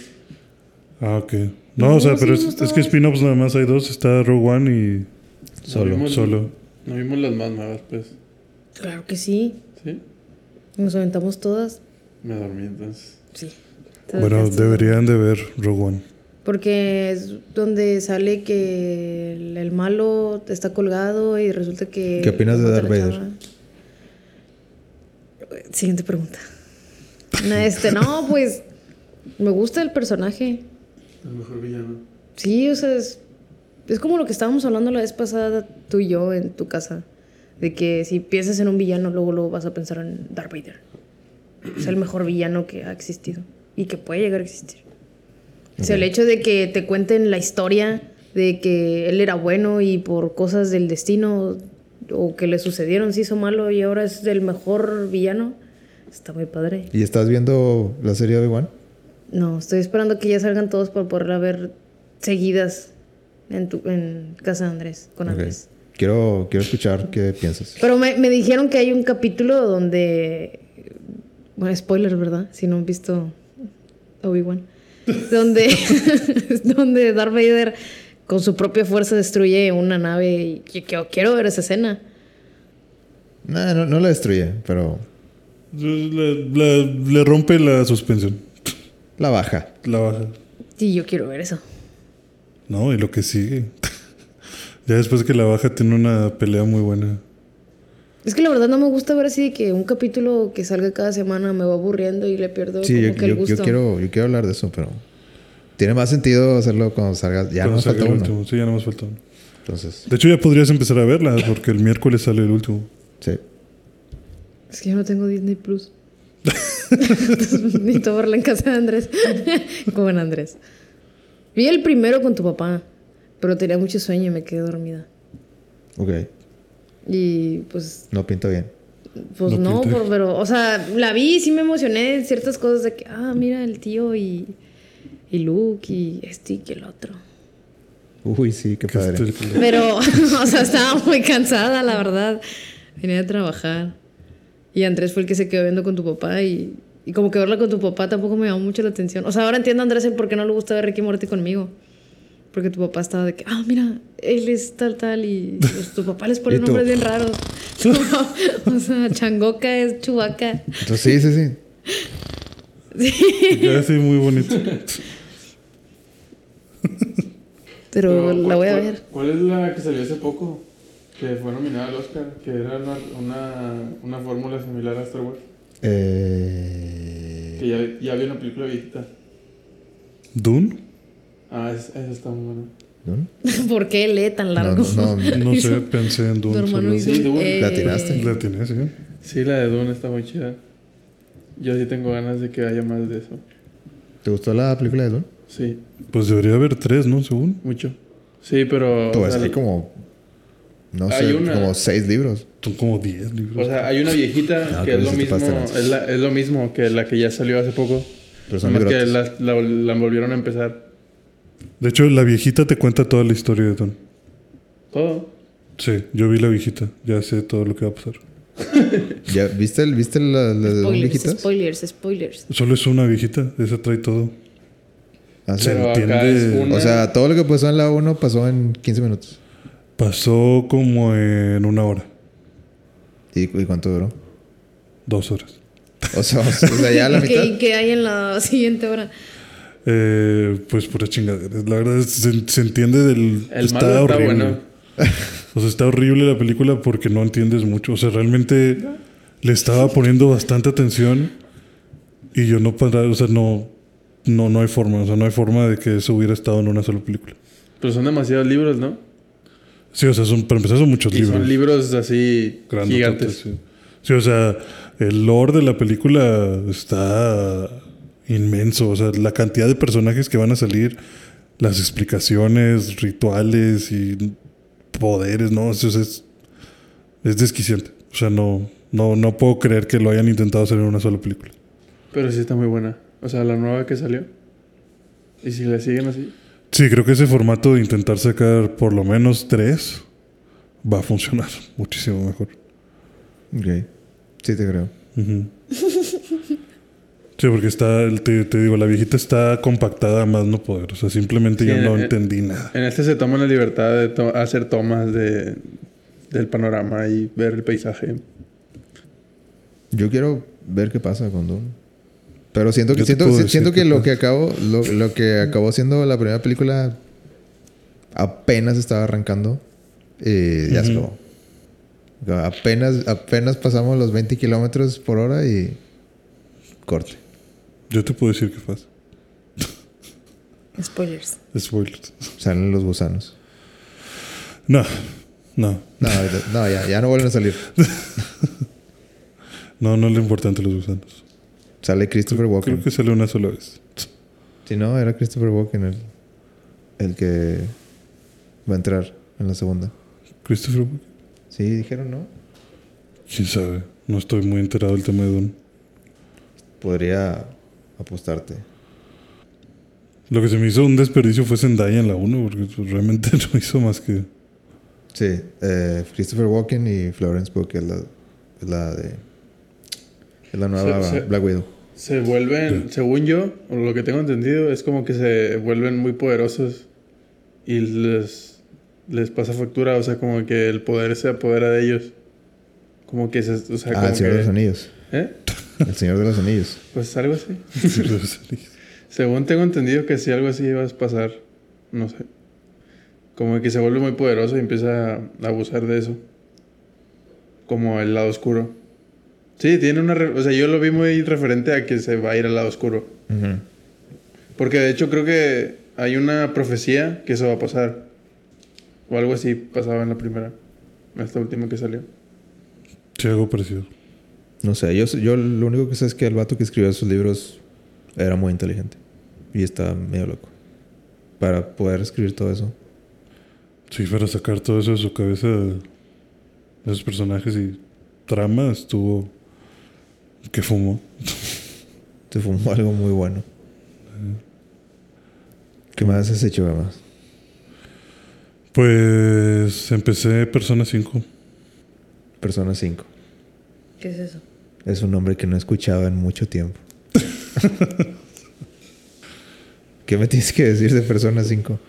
B: Ah, ok.
C: No,
B: No, o sea,
C: sí
B: pero
C: vimos
B: es, es que
C: todas.
B: spin-offs nada más hay dos. Está Rogue One y
E: Solo.
B: solo.
E: No vimos las más nuevas, pues.
C: Claro que sí.
E: ¿Sí?
C: Nos aventamos todas.
E: Me dormí entonces.
C: Sí. Te
B: Bueno,
C: aventaste.
B: deberían de ver Rogue One.
C: Porque es donde sale que el, el malo está colgado y resulta que...
A: ¿Qué opinas de
C: mata a
A: Darth
C: la
A: Vader?
C: chava. Siguiente pregunta. No, este, no, pues me gusta el personaje.
E: El mejor villano.
C: Sí, o sea, es, es como lo que estábamos hablando la vez pasada tú y yo en tu casa. De que si piensas en un villano, luego, luego vas a pensar en Darth Vader. Es el mejor villano que ha existido y que puede llegar a existir. O sea, el hecho de que te cuenten la historia de que él era bueno y por cosas del destino o que le sucedieron se hizo malo y ahora es el mejor villano, está muy padre.
A: ¿Y estás viendo la serie de Obi-Wan?
C: No, estoy esperando que ya salgan todos para poderla ver seguidas en, tu, en casa de Andrés, con
A: Ok.
C: Andrés.
A: Quiero, quiero escuchar qué piensas.
C: Pero me, me dijeron que hay un capítulo donde... Bueno, spoiler, ¿verdad? Si no han visto Obi-Wan. Donde, donde Darth Vader con su propia fuerza destruye una nave y que- que- quiero ver esa escena.
A: Nah, no, no la destruye, pero
B: Le, le- le rompe la suspensión.
A: la baja.
B: La baja.
C: Y yo quiero ver eso.
B: No, y lo que sigue. ya después que la baja tiene una pelea muy buena.
C: Es que la verdad no me gusta ver así de que un capítulo que salga cada semana me va aburriendo y le pierdo
A: Sí,
C: como
A: yo,
C: que el
A: yo- yo
C: gusto.
A: quiero, yo quiero hablar de eso, pero tiene más sentido hacerlo cuando salga. Ya
B: Cuando
A: nos
B: salga
A: falta
B: el
A: uno.
B: último. Sí, ya no más falta uno.
A: Entonces,
B: De hecho, ya podrías empezar a verla porque el miércoles sale el último.
A: sí.
C: Es que yo no tengo Disney Plus. Necesito verla en casa de Andrés. con Andrés. Vi el primero con tu papá, pero tenía mucho sueño y me quedé dormida.
A: Ok.
C: Y pues,
A: No pinta bien.
C: pues
B: No
C: no,
B: pinté.
C: por- pero, o sea, la vi y sí me emocioné en ciertas cosas de que, ah, mira el tío y, y Luke y este y que el otro.
A: Uy, sí, qué
B: Que
A: padre.
B: este-
C: Pero, o sea, estaba muy cansada, la verdad. Venía a trabajar. Y Andrés fue el que se quedó viendo con tu papá y, y como que verla con tu papá tampoco me llamó mucho la atención. O sea, ahora entiendo, Andrés, el por qué no le gusta ver Ricky Morty conmigo. Porque tu papá estaba de que, ah, mira, él es tal, tal, y pues, tu papá les pone
A: ¿Y tú?
C: nombres bien raros. o sea, Changoca es Chubaca.
A: Entonces, sí, sí, sí.
B: te queda así muy bonito.
C: Pero la voy a ver.
E: ¿Cuál es la que salió hace poco? Que fue nominada al Oscar, que era una, una, una fórmula similar a Star Wars.
A: Eh,
E: Que ya, ya había una película viejita.
B: ¿Dune?
E: Ah, es- esa está muy buena.
A: ¿no?
C: ¿Por qué lee tan
A: No,
C: largo?
A: no, no.
B: No sé, pensé en
C: Tu
B: Dune.
C: hermano
B: solo-
C: hizo,
E: Sí, Dune.
A: La
C: eh,
A: tiraste.
B: La ¿eh? tiene, sí.
E: Sí, la de Dune está muy chida. Yo sí tengo ganas de que haya más de eso.
A: ¿Te gustó la película de Dune?
E: Sí,
B: Pues debería haber tres, ¿no? Según.
E: mucho. Sí, pero.
A: Tú,
E: o,
A: es
E: sea,
A: que como. No
E: Hay
A: sé,
E: una-
A: como seis libros.
B: Son como diez libros.
E: o sea, hay una viejita
A: No,
E: que
A: pero
E: es lo
A: sí te
E: mismo.
A: pasaste lanza.
E: Es, la- es lo mismo que la que ya salió hace poco.
A: Pero son
E: Nada más que
A: libros.
E: la, la, la volvieron a empezar.
B: de hecho, la viejita te cuenta toda la historia de Dune.
E: Todo.
B: Sí, yo vi la viejita. Ya sé todo lo que va a pasar.
A: ¿Ya viste, el- viste la, la de Dune
C: Spoilers,
A: viejitas?
C: spoilers, spoilers.
B: Solo es una viejita. Esa trae todo.
A: Ah, sí.
B: Se
E: Pero acá
B: entiende.
E: es una-
A: O sea, todo lo que pasó en la 1 pasó en 15 minutos.
B: Pasó como en una hora.
A: ¿Y, y cuánto duró?
B: Dos horas.
A: O sea, o sea, ya a la
C: ¿Y qué-
A: mitad.
C: y qué hay en la siguiente hora?
B: Eh, pues pura chingadera. La verdad es- se, se entiende del.
E: El malo está bueno.
B: O sea, está horrible la película porque no entiendes mucho. O sea, realmente le estaba poniendo bastante atención y yo no para, o sea, no, no, no hay forma. O sea, no hay forma de que eso hubiera estado en una sola película.
E: Pero Pues son demasiados libros, ¿no?
B: Sí, o sea, son, para empezar son muchos
E: Y
B: libros.
E: son libros así
B: grandototes,
E: gigantes.
B: sí. Sí, o sea, el lore de la película está inmenso. O sea, la cantidad de personajes que van a salir, las explicaciones, rituales y poderes, ¿no? O sea, es, es desquiciante. O sea, no, no, no puedo creer que lo hayan intentado hacer en una sola película.
E: Pero sí está muy buena. O sea, la nueva que salió. Y si la siguen así.
B: Sí, creo que ese formato de intentar sacar por lo menos tres va a funcionar muchísimo mejor.
A: Ok. Sí, te creo.
B: Ujú. Sí, porque está, el- te, te digo, la viejita está compactada a más no poder. O sea, simplemente
E: Sí,
B: yo no
E: eh,
B: entendí nada.
E: En este se toman la libertad de to- hacer tomas de, del panorama y ver el paisaje.
A: Yo quiero ver qué pasa con Dune. Pero siento que,
B: Yo te
A: siento,
B: puedo
A: si-
B: decir
A: siento que
B: qué
A: lo
B: pasa.
A: que acabo, lo, lo que acabó siendo la primera película apenas estaba arrancando. Y ya se
B: Ujú.
A: acabó. Apenas, apenas pasamos los 20 kilómetros por hora y corte.
B: Yo te puedo decir qué pasa.
C: Spoilers.
B: Spoilers.
A: Salen los gusanos.
B: No, no,
A: No, ahorita- no, ya, ya no vuelven a salir.
B: no, no es lo importante los gusanos.
A: Sale Christopher Walken.
B: Creo que sale una sola vez.
A: Si no, era Christopher Walken el, el que va a entrar en la segunda.
B: Christopher, Walken.
A: Sí, dijeron no.
B: quién sabe. No estoy muy enterado del tema de Don.
A: Podría apostarte.
B: Lo que se me hizo un desperdicio fue Zendaya en la 1, porque pues, realmente no hizo más que.
A: Sí, eh, Christopher Walken y Florence Pugh, que es la, es la de. Es la nueva
E: Se- eh, se-
A: Black Widow.
E: Se vuelven, según yo, o lo que tengo entendido, es como que se vuelven muy poderosos y les, les pasa factura. O sea, como que el poder se apodera de ellos. Como que se. O sea,
A: Ah,
E: como
A: El Señor
E: que-
A: de los Anillos.
E: ¿Eh?
A: El Señor de los Anillos.
E: Pues algo así.
B: sí,
E: Según tengo entendido que si algo así ibas a pasar, no sé. Como que se vuelve muy poderoso y empieza a abusar de eso. Como el lado oscuro. Sí, tiene una... re- O sea, yo lo vi muy referente a que se va a ir al lado oscuro.
A: Ujú.
E: Porque de hecho creo que hay una profecía que eso va a pasar. O algo así pasaba en la primera. en Esta última que salió.
B: algo parecido.
A: No sé, yo, sé- yo lo único que sé es que el vato que escribió esos libros era muy inteligente. Y estaba medio loco. Para poder escribir todo eso.
B: Sí, para sacar todo eso de su cabeza, de esos personajes y trama, estuvo. que fumó.
A: Te fumó algo muy bueno. ¿Qué más has hecho, más?
B: Pues empecé Persona 5.
A: Persona 5.
C: ¿Qué es eso?
A: Es un nombre que no he escuchado en mucho tiempo. ¿Qué me tienes que decir de Persona 5?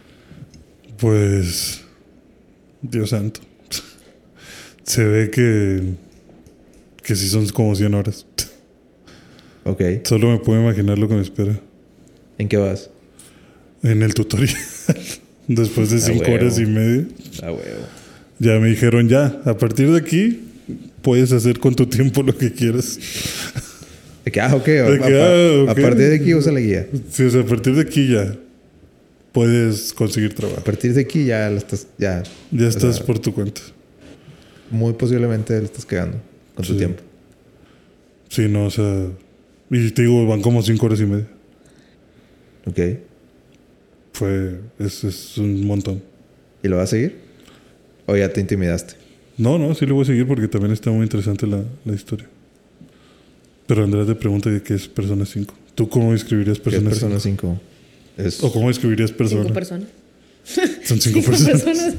B: Pues. Dios santo. Se ve que. que sí son como 100 horas.
A: Ok.
B: Solo me puedo imaginar lo que me espera
A: ¿En qué vas?
B: en el tutorial. Después de
A: Ah,
B: 5
A: huevo.
B: horas y media.
A: A huevo.
B: ya me dijeron, ya, a partir de aquí puedes hacer con tu tiempo lo que quieras.
A: De que, ah, ok.
B: De
A: a-
B: que,
A: a-
B: ah,
A: a
B: ok.
A: partir de aquí usa la guía.
B: Sí, o sea, a partir de aquí ya puedes conseguir
A: A
B: trabajo.
A: partir de aquí ya la estás, ya
B: Ya
A: O
B: estás
A: sea,
B: por tu cuenta.
A: muy posiblemente la estás cagando con tu
B: Sí.
A: tiempo.
B: Sí, no, o sea. Y te digo, van como cinco horas y media.
A: Ok.
B: Fue. Es, es un montón.
A: ¿Y lo vas a seguir? ¿O ya te intimidaste?
B: No, no, sí lo voy a seguir porque también está muy interesante la, la historia. Pero Andrés te pregunta de qué es Persona 5. ¿Tú cómo escribirías
A: ¿Qué es
B: Persona,
A: Persona 5? Es,
B: 5? ¿O cómo escribirías Persona?
C: Cinco personas.
B: Son cinco,
C: Cinco
B: personas.
C: personas.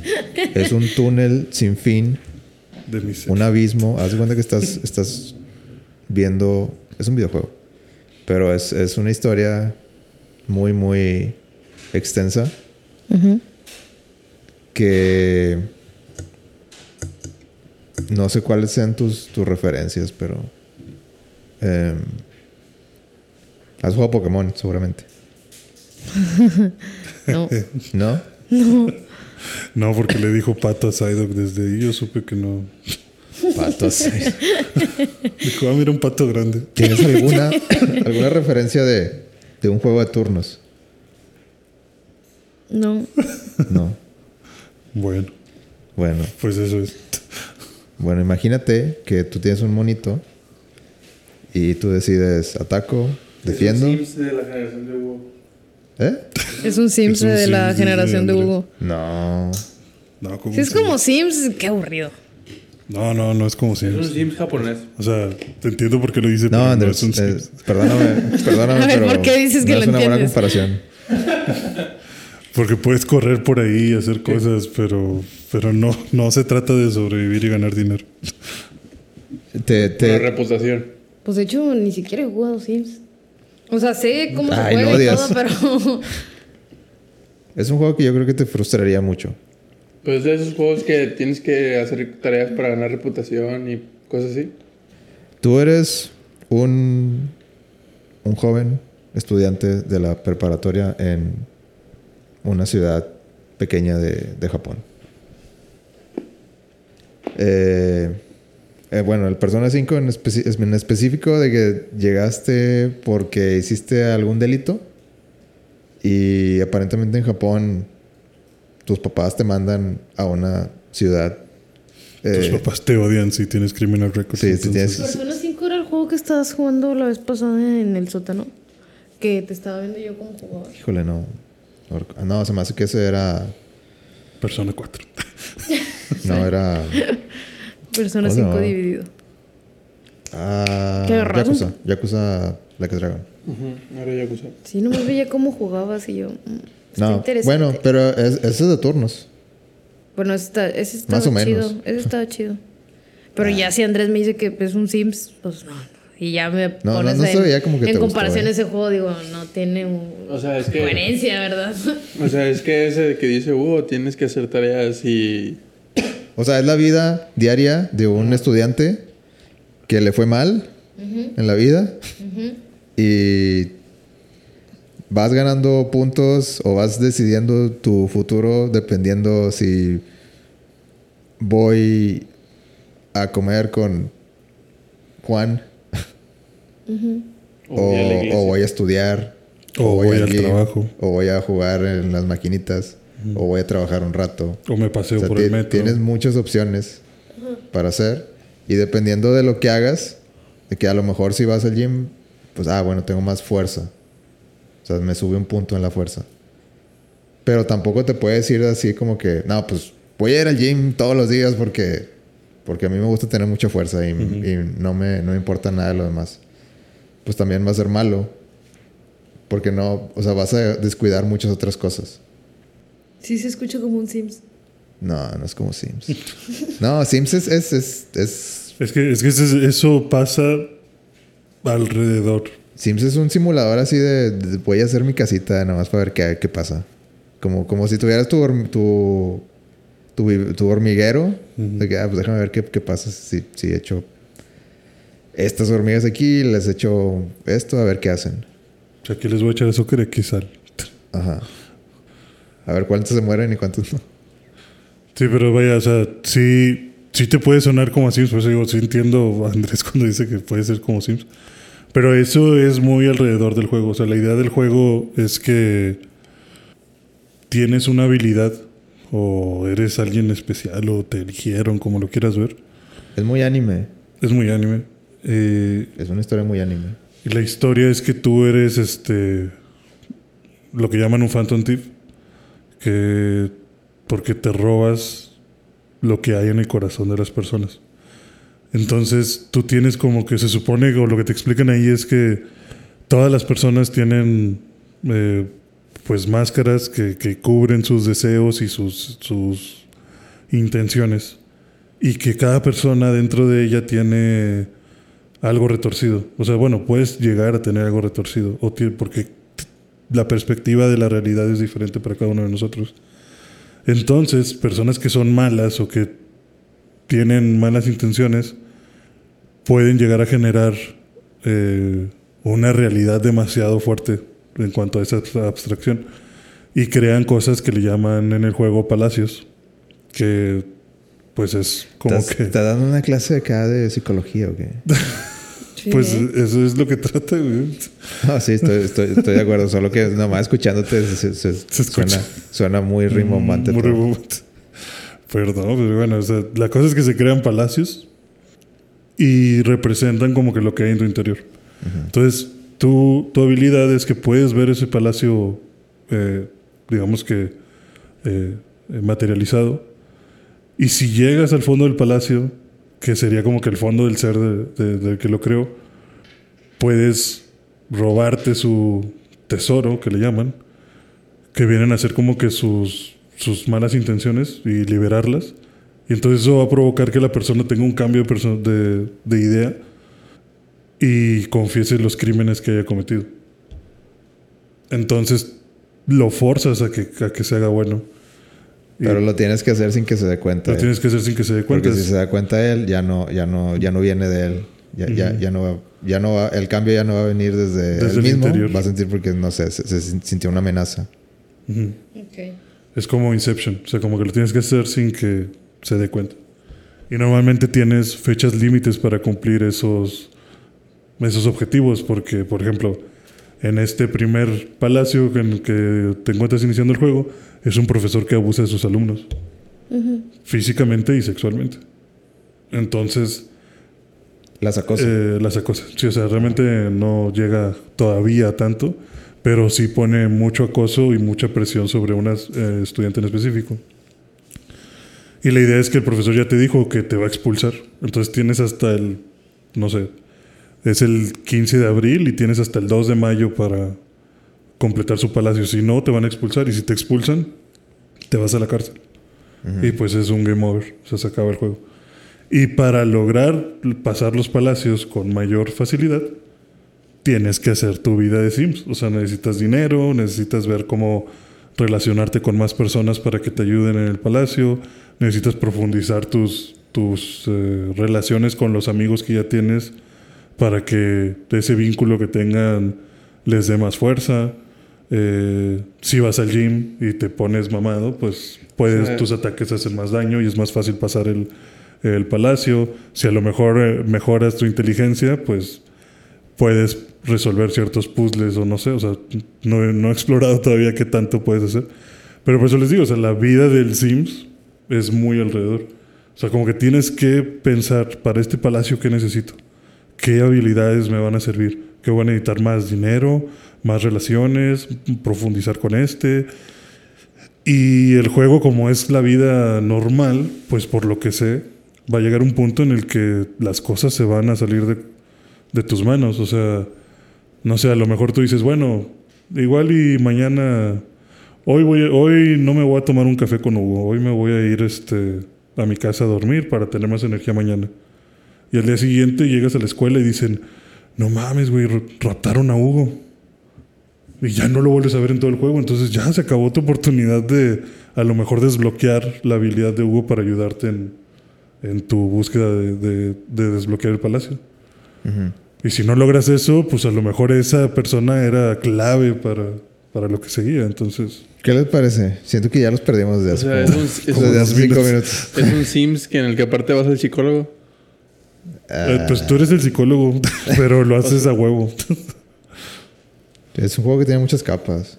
A: es un túnel sin fin,
B: De mis
A: un abismo. Haz de cuenta que estás, estás viendo. Es un videojuego. Pero es, es una historia muy, muy extensa. que no sé cuáles sean tus, tus referencias, pero eh, has jugado Pokémon, seguramente,
C: No.
A: ¿no?
B: No, porque le dijo pato a Psyduck desde ahí. Yo supe que no.
A: Patos.
B: Dijo, ah, mira un pato grande.
A: ¿Tienes alguna, alguna referencia de, de un juego de turnos?
C: No.
A: No.
B: Bueno,
A: Bueno,
B: pues eso es.
A: bueno, imagínate que tú tienes un monito y tú decides ataco, defiendo,
E: Es un Sims de la generación de Hugo.
A: ¿eh?
C: Es un Sims
B: Es un
C: de la
B: Sims de
C: generación de
B: Andrés.
C: Hugo.
A: No.
B: No, como
C: Si es como Sims, qué aburrido.
B: No, no, no es como
E: Es un
B: Sims.
E: Sims japonés.
B: O sea, te entiendo por qué lo dice. pero
A: No, Andrés,
B: es un Sims.
A: eh, perdóname, perdóname,
C: A ver,
A: pero
C: ¿por qué dices que
A: no
C: lo
A: es una buena
C: entiendes?
A: comparación.
B: Porque puedes correr por ahí y hacer cosas, pero, pero no, no se trata de sobrevivir y ganar dinero.
A: Te,
E: Una
A: te,
E: reputación.
C: Pues de hecho, ni siquiera he jugado Sims. O sea, sé cómo
A: Ay,
C: se
A: lo
C: juega y
A: odias.
C: todo, pero.
A: es un juego que yo creo que te frustraría mucho.
E: Pues es de esos juegos que tienes que hacer tareas para ganar reputación y cosas así.
A: Tú eres un, un joven estudiante de la preparatoria en una ciudad pequeña de, de Japón. Eh, eh, bueno, el Persona 5 en, especi- es- en específico de que llegaste porque hiciste algún delito y aparentemente en Japón tus papás te mandan a una ciudad. eh,
B: Tus papás te odian si tienes criminal record.
A: Sí, si tienes-
C: Persona 5 era el juego que estabas jugando la vez pasada en el sótano. Que te estaba viendo yo como jugador.
A: Híjole, no. No rec- No, se me hace que ese era.
B: Persona 4.
A: No, era.
C: Persona
A: Hola.
C: 5 dividido.
A: Ah.
C: Qué raro.
A: Yakuza. Yakuza Black Dragon.
E: Ahora ya acusé.
C: Sí, nomás veía cómo jugabas y yo. mm, está
A: No.
C: interesante.
A: Bueno, pero es, ese es de turnos.
C: Bueno, ese, está, ese estaba
A: Más o menos. Ah.
C: chido. Ese estaba chido. Pero ya si Andrés me dice que es un Sims, pues no. no. Y ya me
A: no,
C: pones
A: no se
C: en,
A: veía como que
C: en
A: te gustó,
C: comparación
A: ¿eh?
C: a ese juego, digo, no tiene un-
E: O sea, es que,
C: coherencia, ¿verdad?
E: o sea, es que ese que dice Hugo, tienes que hacer tareas y
A: O sea, es la vida diaria de un estudiante que le fue mal en la vida. Y vas ganando puntos o vas decidiendo tu futuro dependiendo si voy a comer con Juan
E: o,
A: o,
E: ir a la
A: o
E: iglesia.
A: voy a estudiar
B: O voy al
A: gym,
B: trabajo.
A: o voy a jugar en las maquinitas o voy a trabajar un rato.
B: O me paseo
A: O sea,
B: por
A: ti-
B: el metro.
A: Tienes muchas opciones para hacer. Y dependiendo de lo que hagas, de que a lo mejor si vas al gym, pues, ah, bueno, tengo más fuerza. O sea, me sube un punto en la fuerza. Pero tampoco te puedes ir así como que, no, pues voy a ir al gym todos los días porque, porque a mí me gusta tener mucha fuerza y, y no, me, no me importa nada de lo demás. Pues también va a ser malo. Porque no, o sea, vas a descuidar muchas otras cosas.
C: sí se escucha como un Sims.
A: No, no es como Sims. no, Sims es, es, es, es-
B: Es que, es que ese- eso pasa alrededor.
A: Sims es un simulador así de, de- voy a hacer mi casita nada más para ver qué, qué pasa. Como, como si tuvieras tu, horm- tu, tu, vi- tu hormiguero. De que, ah, pues déjame ver qué, qué pasa si, si echo estas hormigas aquí, les echo esto, a ver qué hacen.
B: O sea, aquí les voy a echar azúcar y aquí sal.
A: Ajá. A ver cuántos se mueren y cuántos no.
B: Sí, pero vaya, o sea, sí, sí te puede sonar como a Sims, por eso digo, sí entiendo a Andrés cuando dice que puede ser como Sims. Pero eso es muy alrededor del juego. O sea, la idea del juego es que tienes una habilidad o eres alguien especial o te eligieron, como lo quieras ver.
A: Es muy anime.
B: Es muy anime. Eh,
A: Es una historia muy anime.
B: y la historia es que tú eres este lo que llaman un phantom thief que porque te robas lo que hay en el corazón de las personas. Entonces, tú tienes como que se supone o lo que te explican ahí es que todas las personas tienen eh, pues máscaras que, que cubren sus deseos y sus, sus intenciones y que cada persona dentro de ella tiene algo retorcido. O sea, bueno, puedes llegar a tener algo retorcido, o ti- porque t- la perspectiva de la realidad es diferente para cada uno de nosotros. Entonces, personas que son malas o que tienen malas intenciones pueden llegar a generar eh, una realidad demasiado fuerte en cuanto a esa abs- abstracción y crean cosas que le llaman en el juego palacios, que pues es como
A: ¿Estás,
B: que...
A: estás dando una clase acá de psicología o qué?
C: Sí.
B: Pues eso es lo que trata, güey.
A: No, sí, estoy, estoy, estoy de acuerdo. Solo que nomás escuchándote se- se- se-
B: Se escucha.
A: suena, suena muy rimbombante.
B: Mm, Muy
A: todo.
B: rimbombante. Perdón, pero bueno, o sea, la cosa es que se crean palacios y representan como que lo que hay en tu interior. Entonces, tú, tu habilidad es que puedes ver ese palacio, eh, digamos que eh, eh, materializado. Y si llegas al fondo del palacio, que sería como que el fondo del ser de- de- del que lo creó, puedes robarte su tesoro, que le llaman, que vienen a ser como que sus, sus malas intenciones y liberarlas. Y entonces eso va a provocar que la persona tenga un cambio de, perso- de, de idea y confiese los crímenes que haya cometido. Entonces lo forzas a que, a que se haga bueno. Y
A: Pero lo tienes que hacer sin que se dé cuenta.
B: lo
A: él.
B: tienes que hacer sin que se dé cuenta.
A: Eh, Porque si se da cuenta él, ya no, ya no, ya no viene de él. Ya, ya, ya no va, ya no va, el cambio ya no va a venir desde,
B: Desde
A: él
B: el
A: mismo.
B: interior.
A: Va a sentir porque no sé, se, se sintió una amenaza.
B: Ujú.
A: eh,
C: Ok.
B: Es como Inception, o sea, como que lo tienes que hacer sin que se dé cuenta. Y normalmente tienes fechas límites para cumplir esos, esos objetivos, porque, por ejemplo, en este primer palacio en el que te encuentras iniciando el juego, es un profesor que abusa de sus alumnos, físicamente y sexualmente. Entonces,
A: Las acosa.
B: eh, las acosa. Sí, o sea, realmente no llega todavía a tanto, pero sí pone mucho acoso y mucha presión sobre una eh, estudiante en específico. Y la idea es que el profesor ya te dijo que te va a expulsar. Entonces tienes hasta el, no sé, es el 15 de abril y tienes hasta el 2 de mayo para completar su palacio. Si no, te van a expulsar y si te expulsan, te vas a la cárcel. Y pues es un game over, o sea, se acaba el juego. Y para lograr pasar los palacios con mayor facilidad, tienes que hacer tu vida de Sims. O sea, necesitas dinero, necesitas ver cómo relacionarte con más personas para que te ayuden en el palacio, necesitas profundizar tus, tus eh, relaciones con los amigos que ya tienes para que ese vínculo que tengan les dé más fuerza. Eh, si vas al gym y te pones mamado, pues puedes,
E: Sí.
B: tus ataques hacen más daño y es más fácil pasar el, el palacio. Si a lo mejor eh, mejoras tu inteligencia, pues puedes resolver ciertos puzzles o no sé, o sea, no, he- no he explorado todavía qué tanto puedes hacer. Pero por eso les digo, o sea, la vida del Sims es muy alrededor. O sea, como que tienes que pensar para este palacio qué necesito, qué habilidades me van a servir, qué voy a necesitar más dinero, más relaciones, profundizar con este. Y el juego, como es la vida normal, pues por lo que sé, va a llegar un punto en el que las cosas se van a salir de, de tus manos. O sea, no sé, a lo mejor tú dices, bueno, igual y mañana, hoy, voy, hoy no me voy a tomar un café con Hugo, hoy me voy a ir este, a mi casa a dormir para tener más energía mañana. Y al día siguiente llegas a la escuela y dicen, no mames, güey, ra- raptaron a Hugo. Y ya no lo vuelves a ver en todo el juego, entonces ya se acabó tu oportunidad de a lo mejor desbloquear la habilidad de Hugo para ayudarte en, en tu búsqueda de- de- de desbloquear el palacio.
A: Ujú.
B: Y si no logras eso, pues a lo mejor esa persona era clave para para lo que seguía. Entonces,
A: ¿Qué les parece? Siento que ya los perdimos de
E: O
A: hace,
E: sea, es
A: como-
E: un, es
A: o sea, de
E: un-
A: hace cinco minutos.
E: es un Sims que en el que aparte vas al psicólogo.
B: eh, pues tú eres el psicólogo, pero lo haces a huevo.
A: Es un juego que tiene muchas capas.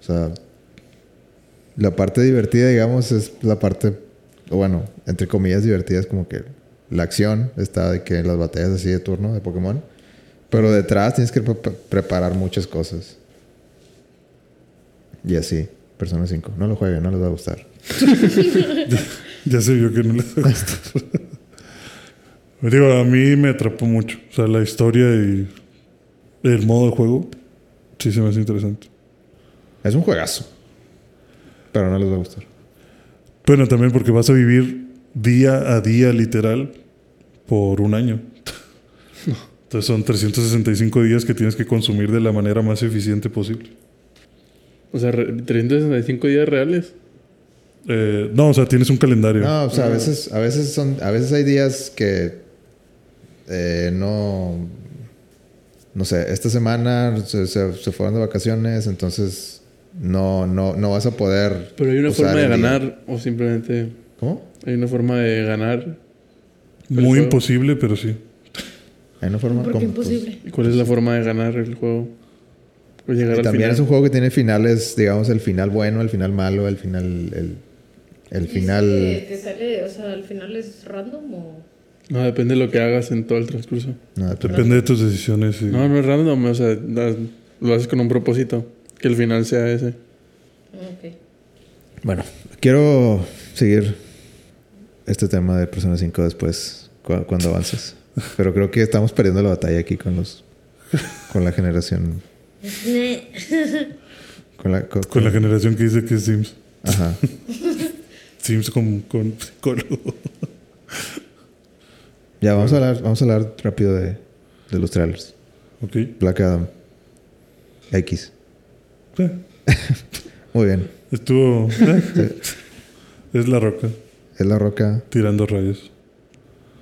A: O sea, la parte divertida, digamos, es la parte, o bueno, entre comillas divertida, es como que la acción está de que las batallas así de turno de Pokémon. Pero detrás tienes que pre- pre- preparar muchas cosas. Y así, Persona 5. No lo jueguen, no les va a gustar.
B: Ya se vio que no les gusta. Digo, a mí me atrapó mucho. O sea, la historia y el modo de juego sí se me hace interesante.
A: Es un juegazo. Pero no les va a gustar.
B: Bueno, también porque vas a vivir día a día literal por un año. Entonces son 365 días que tienes que consumir de la manera más eficiente posible.
E: O sea, re- 365 días reales.
B: Eh, no, o sea, tienes un calendario.
E: Ah,
A: No, o sea, a veces, a veces son, a veces hay días que eh, no, no sé, esta semana se, se- se fueron de vacaciones, entonces no, no, no vas a poder.
E: Pero hay una
A: usar
E: forma de
A: el día.
E: ganar o simplemente
A: ¿Cómo?
E: hay una forma de ganar. el
B: Muy
E: juego.
B: imposible, pero sí.
A: Hay una forma. pues,
C: ¿Por qué
A: ¿cómo?
C: imposible?
E: ¿Y cuál es la forma de ganar el juego? O
A: Pues,
E: llegar
A: y
E: al
A: también
E: final.
A: es un juego que tiene finales, digamos, el final bueno, el final malo, el final, el, el final.
C: ¿Te sale, o sea, al final es random o...?
E: No, depende de lo que hagas en todo el transcurso.
A: no, depende.
B: Depende de tus decisiones. y-
E: No, no es random, o sea, das- lo haces con un propósito. Que el final sea ese.
C: Ok.
A: Bueno, quiero seguir este tema de Persona 5 después, cu- cuando avances. Pero creo que estamos perdiendo la batalla aquí con los. con la generación. Con la. co-
B: Con la generación que dice que es Sims.
A: Ajá.
B: Sims con, con psicólogo.
A: Ya, vamos a hablar, vamos a hablar rápido de, de los trailers.
B: Ok.
A: Black Adam. X.
B: Eh,
A: Muy bien.
B: Estuvo. eh. Es la roca
A: Es la roca.
B: tirando rayos.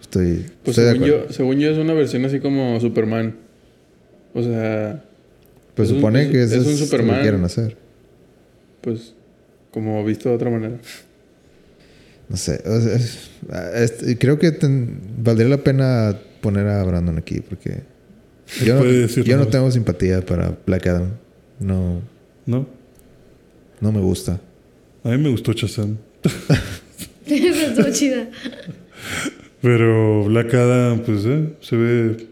A: Estoy.
E: Pues
A: estoy de
E: según,
A: acuerdo.
E: yo, según yo es una versión así como Superman. O sea,
A: pues
E: es un-
A: supone que
E: es
A: eso es,
E: un
A: lo
E: Superman.
A: que quieren hacer.
E: pues como visto de otra manera.
A: No sé. o sea, es- es- creo que ten- valdría la pena poner a Brandon aquí porque yo,
B: puede
A: no,
B: decir
A: yo no
B: nada.
A: tengo simpatía para Black Adam. No,
B: ¿No?
A: no me gusta.
B: A mí me gustó Shazam.
C: Esa estuvo chida.
B: Pero Black Adam, pues, eh, se ve.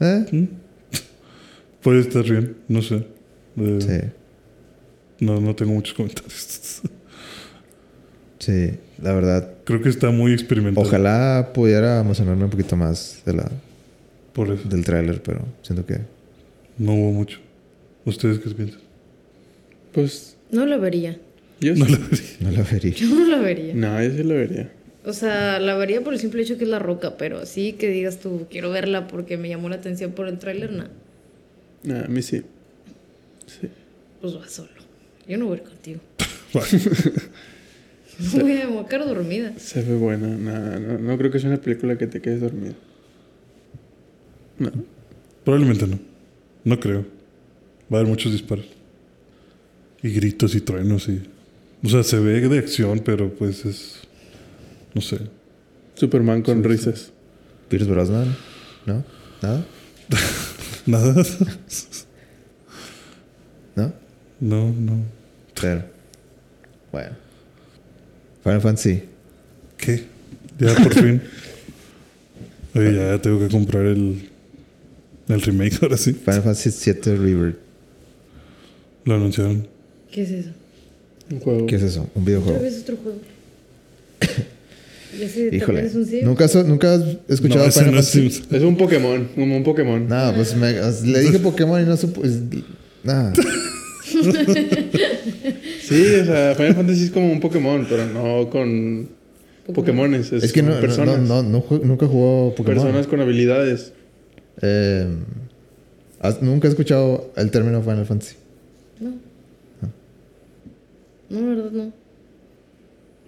A: ¿Eh?
B: mm. Puede estar bien, no sé. Eh,
A: Sí,
B: No, no tengo muchos comentarios.
A: sí, la verdad.
B: Creo que está muy experimental.
A: Ojalá pudiera emocionarme un poquito más de la,
B: Por eso.
A: del tráiler, pero siento que
B: No hubo mucho. ¿Ustedes qué piensan?
E: Pues
C: No lo vería.
E: yo sí.
B: No la vería.
A: no la vería.
C: Yo no lo vería.
E: No, yo sí lo vería.
C: O sea, la vería por el simple hecho que es la roca, pero sí que digas tú, quiero verla porque me llamó la atención por el tráiler, no.
E: No, a mí sí. Sí.
C: Pues va solo. Yo no voy a ir contigo.
B: Vale.
C: No voy a me voy a quedar dormida.
E: Se ve buena. No, no, no creo que sea una película que te quedes dormido. No.
B: Probablemente no. No creo. Va a haber muchos disparos. Y gritos y truenos y. O sea, se ve de acción, pero pues es. No sé.
E: Superman con
B: Sí, sí.
E: risas.
A: Pierce Brosnan, ¿no? ¿Nada?
B: Nada.
A: ¿No?
B: No, no.
A: Pero bueno. Final Fantasy.
B: ¿Qué? Ya por fin. Oye, ya tengo que comprar el. El remake ahora sí.
A: Final Fantasy 7 River.
B: Lo anunciaron.
C: ¿Qué es eso?
E: Un juego.
A: ¿Qué es eso? Un
C: Otra
A: videojuego.
C: vez otro juego. Y ese
A: Híjole.
C: también es un sí.
A: ¿Nunca, has, nunca has escuchado
B: No, ese
A: Final
B: no es
A: Fantasy?
B: Sims.
E: Es un Pokémon, un, un Pokémon.
A: Nada, pues me- as- le dije Pokémon y no supo. es- Nada.
E: Sí, o sea, Final Fantasy es como un Pokémon, pero no con Pokémones. Es,
A: Es que
E: con
A: no, no-
E: personas.
A: no- no- no ju- nunca jugó Pokémon.
E: Personas con habilidades.
A: Eh, has- nunca he escuchado el término Final Fantasy.
C: No. No, la verdad no.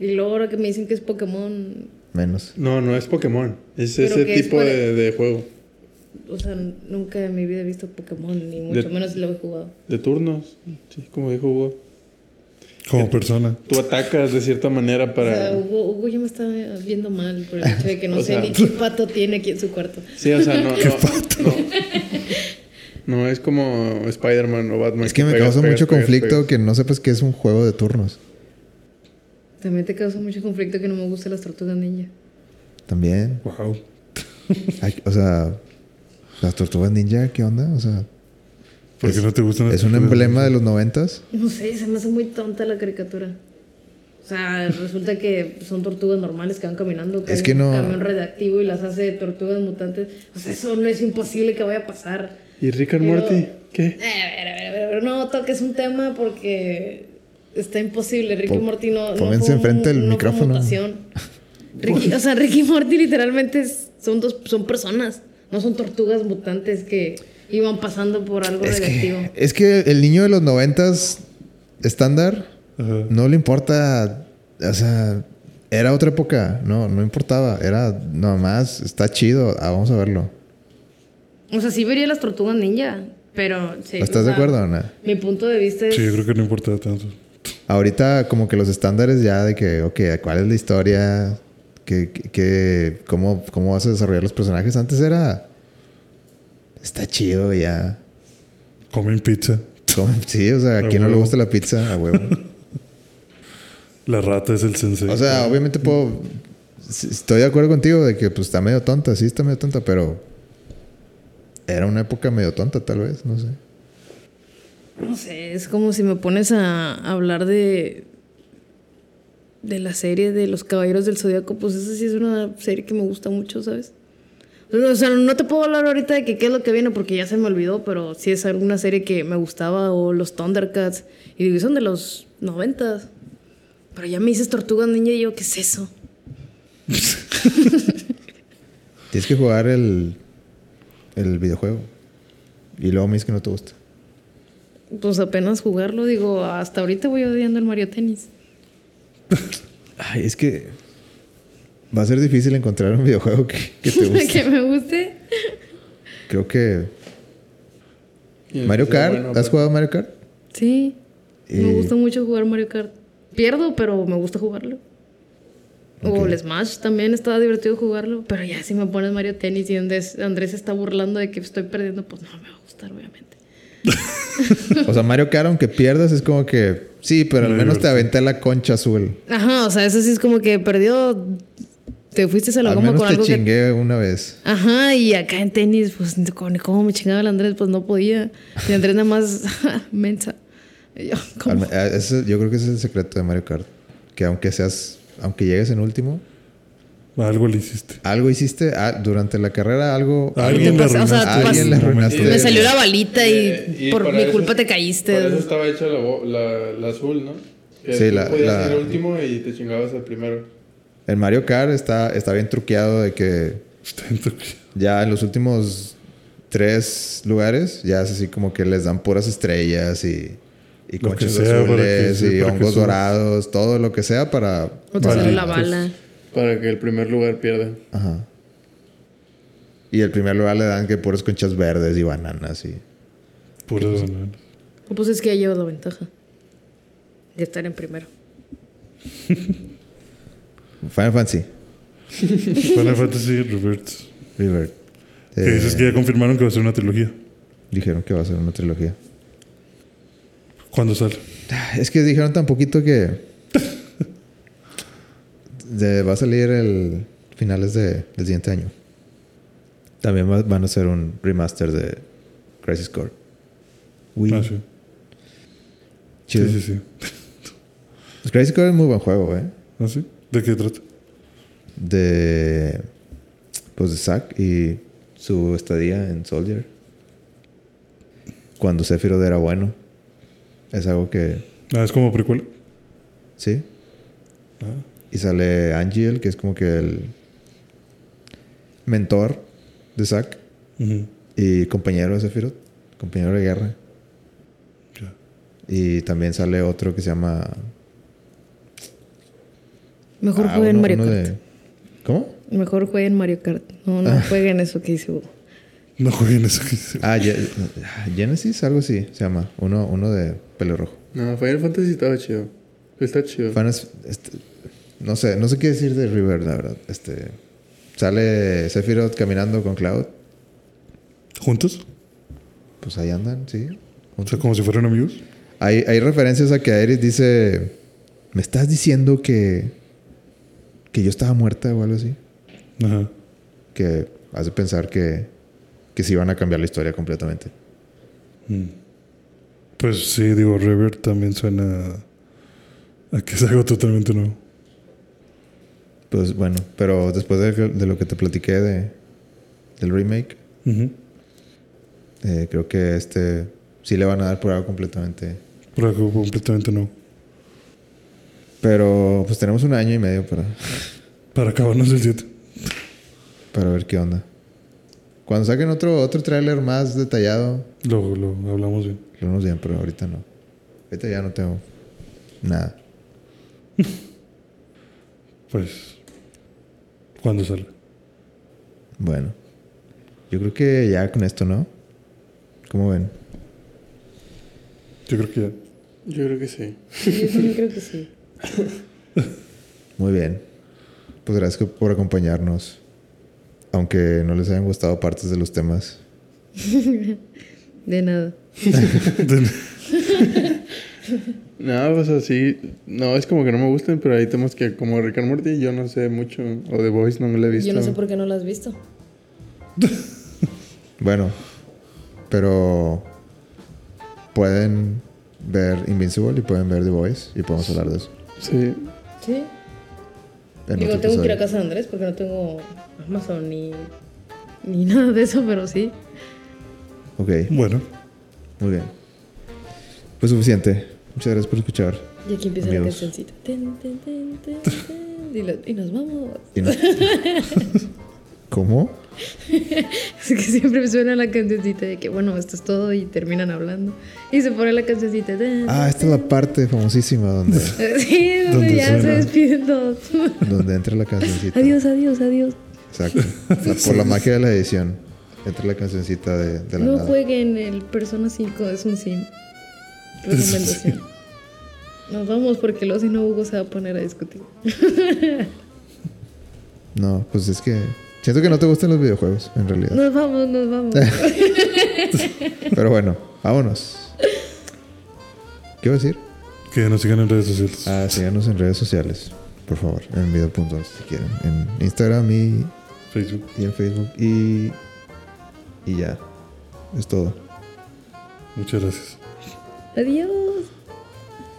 C: Y luego ahora que me dicen que es Pokémon,
A: Menos.
E: No, no es Pokémon. Es
C: Pero
E: ese
C: que es
E: tipo
C: por-
E: de, de juego.
C: o sea, nunca en mi vida he visto Pokémon, ni mucho
E: De-
C: menos lo he jugado.
E: De turnos. Sí, como dijo Hugo.
B: Como persona.
E: Tú atacas de cierta manera
C: O sea,
E: para.
C: Hugo, Hugo ya me está viendo mal por el hecho de que no
E: O
C: sé
E: sea-
C: ni qué pato tiene aquí en su cuarto.
E: Sí, o sea, no. No, no. No es como Spider-Man o Batman.
A: Es que me
E: pegas,
A: causa
E: pegas,
A: mucho
E: pegas,
A: conflicto
E: pegas.
A: que no sepas que es un juego de turnos.
C: También te causa mucho conflicto que no me gustan las tortugas ninja.
A: También.
B: Wow.
A: Ay, o sea, las tortugas ninja, ¿qué onda? O sea,
B: ¿Por qué
A: Es-
B: no te gustan las
A: Pues es un
B: Ah, tortugas
A: emblema
B: ninja?
A: de los noventas.
C: No sé, se me hace muy tonta la caricatura. O sea, resulta que son tortugas normales que van caminando.
A: Es
C: hay
A: que
C: un
A: no-
C: camión redactivo y las hace tortugas mutantes. O sea, eso no es imposible que vaya a pasar.
E: ¿Y Rick and
C: Pero-
E: Morty? ¿Qué?
C: Eh, a ver, a ver, a ver, a ver, no toques un tema porque está imposible. Ricky
A: Pon-
C: Morty no. no
A: pónganse
C: fue
A: enfrente del
C: no fue
A: micrófono.
C: mutación. Ricky- o sea, Ricky y Morty literalmente es- son dos son personas, no son tortugas mutantes que iban pasando por algo
A: Es
C: radioactivo.
A: que, es que el niño de los noventas estándar
B: Ajá.
A: no le importa. O sea, era otra época. No, no importaba. Era nomás, está chido. Ah, vamos a verlo.
C: O sea, sí vería las tortugas ninja, pero sí,
A: ¿Estás de
C: o sea,
A: acuerdo o no?
C: Mi punto de vista es
B: Sí, yo creo que no importaba tanto.
A: Ahorita como que los estándares ya de que, ok, ¿cuál es la historia? ¿Qué, qué- qué- cómo, ¿Cómo vas a desarrollar los personajes? Antes era... Está chido ya.
B: Comen pizza.
A: Como- Sí, o sea, ¿a
B: A
A: quién no le
B: huevo.
A: gusta la pizza? A huevo.
B: La rata es el sensei.
A: O sea, obviamente puedo... s- Estoy de acuerdo contigo de que pues está medio tonta, sí está medio tonta, pero... Era una época medio tonta tal vez, no sé.
C: No sé, es como si me pones a hablar de. de la serie de Los Caballeros del Zodíaco, pues esa sí es una serie que me gusta mucho, ¿sabes? Pero, O sea, no te puedo hablar ahorita de que qué es lo que viene porque ya se me olvidó, pero sí es alguna serie que me gustaba o los Thundercats y digo, son de los noventas. Pero ya me dices Tortuga Niña y yo, ¿qué es eso?
A: Tienes que jugar el... El videojuego. Y luego me dices que no te gusta.
C: Pues apenas jugarlo, digo, hasta ahorita voy odiando el Mario Tennis.
A: Ay, es que va a ser difícil encontrar un videojuego que, que te guste.
C: que me guste.
A: Creo que
E: Y el
A: Mario
E: que sea
A: Kart,
E: bueno,
A: ¿has
E: pero-
A: jugado Mario Kart?
C: Sí. Me
A: Eh,
C: gusta mucho jugar Mario Kart. Pierdo, pero me gusta jugarlo. O
A: Ok.
C: el Smash también estaba divertido jugarlo. Pero ya si me pones Mario Tennis y Andrés, Andrés se está burlando de que estoy perdiendo, pues no me va a gustar, obviamente.
A: O sea, Mario Kart, aunque pierdas, es como que sí, pero al
B: Muy
A: menos te
B: divertido.
A: aventé la concha azul.
C: Ajá, o sea, eso sí es como que perdió. Te fuiste a la
A: Al
C: goma
A: menos
C: con
A: te
C: algo que.
A: chingué una vez.
C: Ajá, y acá en tenis, pues con cómo me chingaba el Andrés, pues no podía. Y Andrés nada más mensa. Y yo,
A: Al
C: ¿cómo?
A: me- a- ah, ese- yo creo que ese es el secreto de Mario Kart. Que aunque seas, aunque llegues en último,
B: Algo le hiciste.
A: algo hiciste ah, durante la carrera, algo.
B: Alguien le
C: pasa- o sea,
B: arruinaste.
C: tú
A: Alguien le
B: el momento.
A: arruinaste.
C: Me salió la balita y,
E: Eh, y
C: por
E: para
C: mi
E: eso-
C: culpa te caíste.
E: Por eso estaba hecha la, bo- la, la azul, ¿no? Que
A: Sí,
E: tú
A: la-
E: Podías
A: la-
E: ser el último y te chingabas el primero.
A: El Mario Kart está, está bien truqueado de que
B: Está en tu-
A: Ya en los últimos tres lugares, ya es así como que les dan puras estrellas y, y
B: Lo que
A: conchas
B: sea para que-
A: azules
B: sí,
A: y
B: para que
A: hongos
B: subas.
A: dorados, todo lo que sea para.
C: O te
B: Vale.
C: salió la
B: Pues-
C: bala.
E: Para que el primer lugar pierda.
A: Ajá. Y el primer lugar le dan que puras conchas verdes y bananas y.
B: Puras bananas.
C: No, Pues es que ya llevas la ventaja de estar en primero.
A: Final Fantasy,
B: Final Fantasy Reverts.
A: River. Eh,
B: Que dices que ya confirmaron que va a ser una trilogía.
A: Dijeron que va a ser una trilogía.
B: ¿Cuándo sale?
A: Es que dijeron tan poquito que. de- va a salir el finales de, del siguiente año. También va- van a hacer un remaster de Crisis Core. Uy,
B: Ah, sí.
A: chido.
B: Sí, sí, sí.
A: Crisis Core es muy buen juego, ¿eh?
B: ¿Ah, sí? ¿De qué trata?
A: De. Pues de Zack y su estadía en Soldier. Cuando Sephiroth era bueno. Es algo que.
B: Ah, es como precuela.
A: Sí,
B: Ah,
A: Y sale Angel, que es como que el mentor de Zack
B: ujú.
A: y compañero de Sephiroth, compañero de guerra.
B: Ya.
A: Y también sale otro que se llama.
C: Mejor
A: Ah,
C: jueguen
A: uno-
C: Mario
A: uno
C: Kart.
A: de- Ah. ¿Cómo?
C: Mejor jueguen Mario Kart. No, no jueguen eso que dice Hugo.
B: No jueguen eso que dice.
A: Ah, Ye- Genesis, algo así se llama. Uno, uno de pelo rojo.
E: No, Final Fantasy estaba chido. Está chido.
A: Fanas- este, no sé, no sé qué decir de River, la verdad. Este, sale Sephiroth caminando con Cloud.
B: ¿Juntos?
A: Pues ahí andan, sí.
B: O sea, como si fueran amigos.
A: Hay, hay referencias a que Aerith dice: Me estás diciendo que. que yo estaba muerta o algo así.
B: Ajá.
A: Que hace pensar que. que se iban a cambiar la historia completamente.
B: Mm. Pues sí, digo, River también suena a que es algo totalmente nuevo.
A: Pues bueno, pero después de, de lo que te platiqué de, del remake,
B: Ujú.
A: eh, creo que este sí le van a dar por algo completamente.
B: Por algo completamente nuevo.
A: Pero pues tenemos un año y medio para,
B: Para acabarnos el 7.
A: para ver qué onda. Cuando saquen otro, otro tráiler más detallado,
B: Lo, lo hablamos bien.
A: lo nos dirán, pero ahorita no. Ahorita ya no tengo nada.
B: Pues. Cuando salga.
A: Bueno, yo creo que ya con esto, ¿no? ¿Cómo ven?
B: Yo creo que ya.
E: Yo creo que sí.
C: Yo también creo que sí.
A: Muy bien. Pues gracias por acompañarnos. Aunque no les hayan gustado partes de los temas.
C: De nada.
E: No, pues así. No, es como que no me gustan, pero ahí tenemos que, como Rick and Morty, yo no sé mucho. O The Voice no lo he visto.
C: Yo no sé por qué no lo has visto.
A: Bueno, pero pueden ver Invincible y pueden ver The Voice y podemos hablar de eso.
E: Sí.
C: Sí.
A: en
C: Digo,
A: otro
C: tengo que ir a
A: episodio.
C: casa de Andrés porque no tengo Amazon ni, ni nada de eso, pero sí.
A: Ok,
B: Bueno,
A: muy bien. Pues suficiente. Muchas gracias por escuchar.
C: Y aquí empieza
A: Amigos.
C: la cancioncita. Ten, ten, ten, ten, ten. Y, lo- y nos vamos.
A: Y no- ¿Cómo?
C: Es que siempre suena la cancioncita de que, bueno, esto es todo y terminan hablando. Y se pone la cancioncita. Ten,
A: Ah, esta es la parte famosísima donde,
C: Sí, donde
B: ¿Dónde
C: ya se
B: suena?
C: despiden todos.
A: donde entra la cancioncita.
C: Adiós, adiós, adiós.
A: Exacto. La- por la magia de la edición. Entra la cancioncita de, de la
C: No
A: nada.
C: jueguen el Persona 5, es un sim. Recomendación. Nos vamos porque luego si no Hugo se va a poner a discutir.
A: No, pues es que siento que no te gustan los videojuegos, en realidad.
C: Nos vamos, nos vamos.
A: Pero bueno, vámonos. ¿Qué iba a decir?
B: que nos sigan en redes sociales.
A: Ah, síganos en redes sociales, por favor. En video.11 si quieren. En Instagram y,
B: Facebook.
A: y en Facebook. Y, y ya. Es todo.
B: Muchas gracias.
C: Adiós.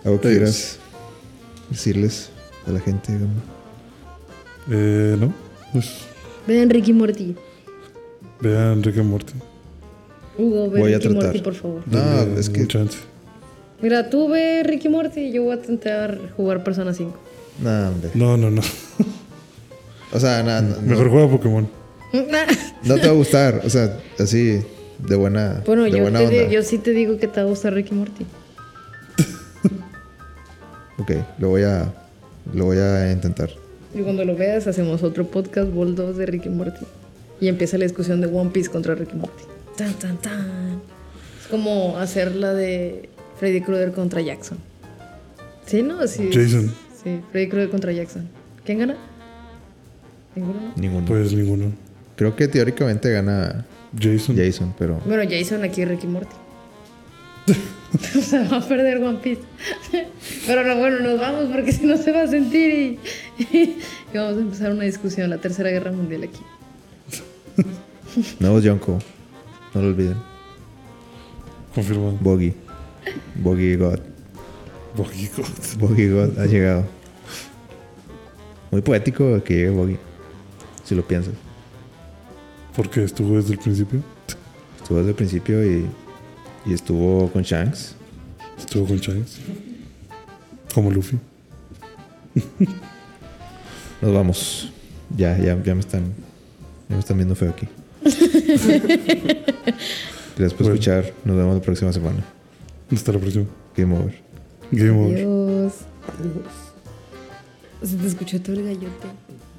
A: Algo que
E: Adiós.
A: quieras decirles a la gente. Gama?
B: Eh, no, pues
C: Vean Ricky Morty.
B: vean Rick and Morty.
C: Hugo, ve
A: Voy a
C: Ricky
A: tratar.
C: Morty, por favor.
A: No,
B: Denle
A: es
B: un
A: que-
B: chance.
C: Mira, tú ve Ricky Morty y yo voy a intentar jugar Persona 5.
A: Nah, hombre.
B: No, no, no.
A: O sea, nada.
B: Mejor juega Pokémon.
A: No te va a gustar, o sea, así de buena,
C: bueno,
A: de
C: yo,
A: buena
C: te
A: onda.
C: di- yo sí te digo que te va a gustar Ricky Morty.
A: Ok, lo voy a lo voy a intentar.
C: Y cuando lo veas, hacemos otro podcast, Vol 2 de Ricky Morty. Y empieza la discusión de One Piece contra Ricky Morty. Tan, tan, tan. Es como hacer la de Freddy Krueger contra Jackson. ¿Sí, no? Sí.
B: Jason.
C: Sí, Freddy Krueger contra Jackson. ¿Quién gana? ¿Ninguno?
A: Ninguno.
B: Pues ninguno.
A: Creo que teóricamente gana
B: Jason.
A: Jason, pero
C: Bueno, Jason aquí Ricky Morty. o sea, va a perder One Piece. Pero no, bueno, nos vamos porque si no se va a sentir y, y vamos a empezar una discusión, la Tercera Guerra Mundial aquí.
A: nuevo Yonko. No lo olviden.
B: Confirmado.
A: Boggy. Boggy God.
B: Boquico.
A: Boggy God ha llegado. Muy poético que llegue Boggy. Si lo piensas.
B: Porque estuvo desde el principio.
A: Estuvo desde el principio y, y estuvo con Shanks.
B: Estuvo con Chains. Como Luffy.
A: Nos vamos. Ya, ya, ya me están. Ya me están viendo feo aquí. Gracias por
B: Bueno.
A: escuchar. Nos vemos la próxima semana.
B: Hasta la próxima.
A: Game over.
B: Game over.
C: Adiós. Se te escuchó todo el gallote.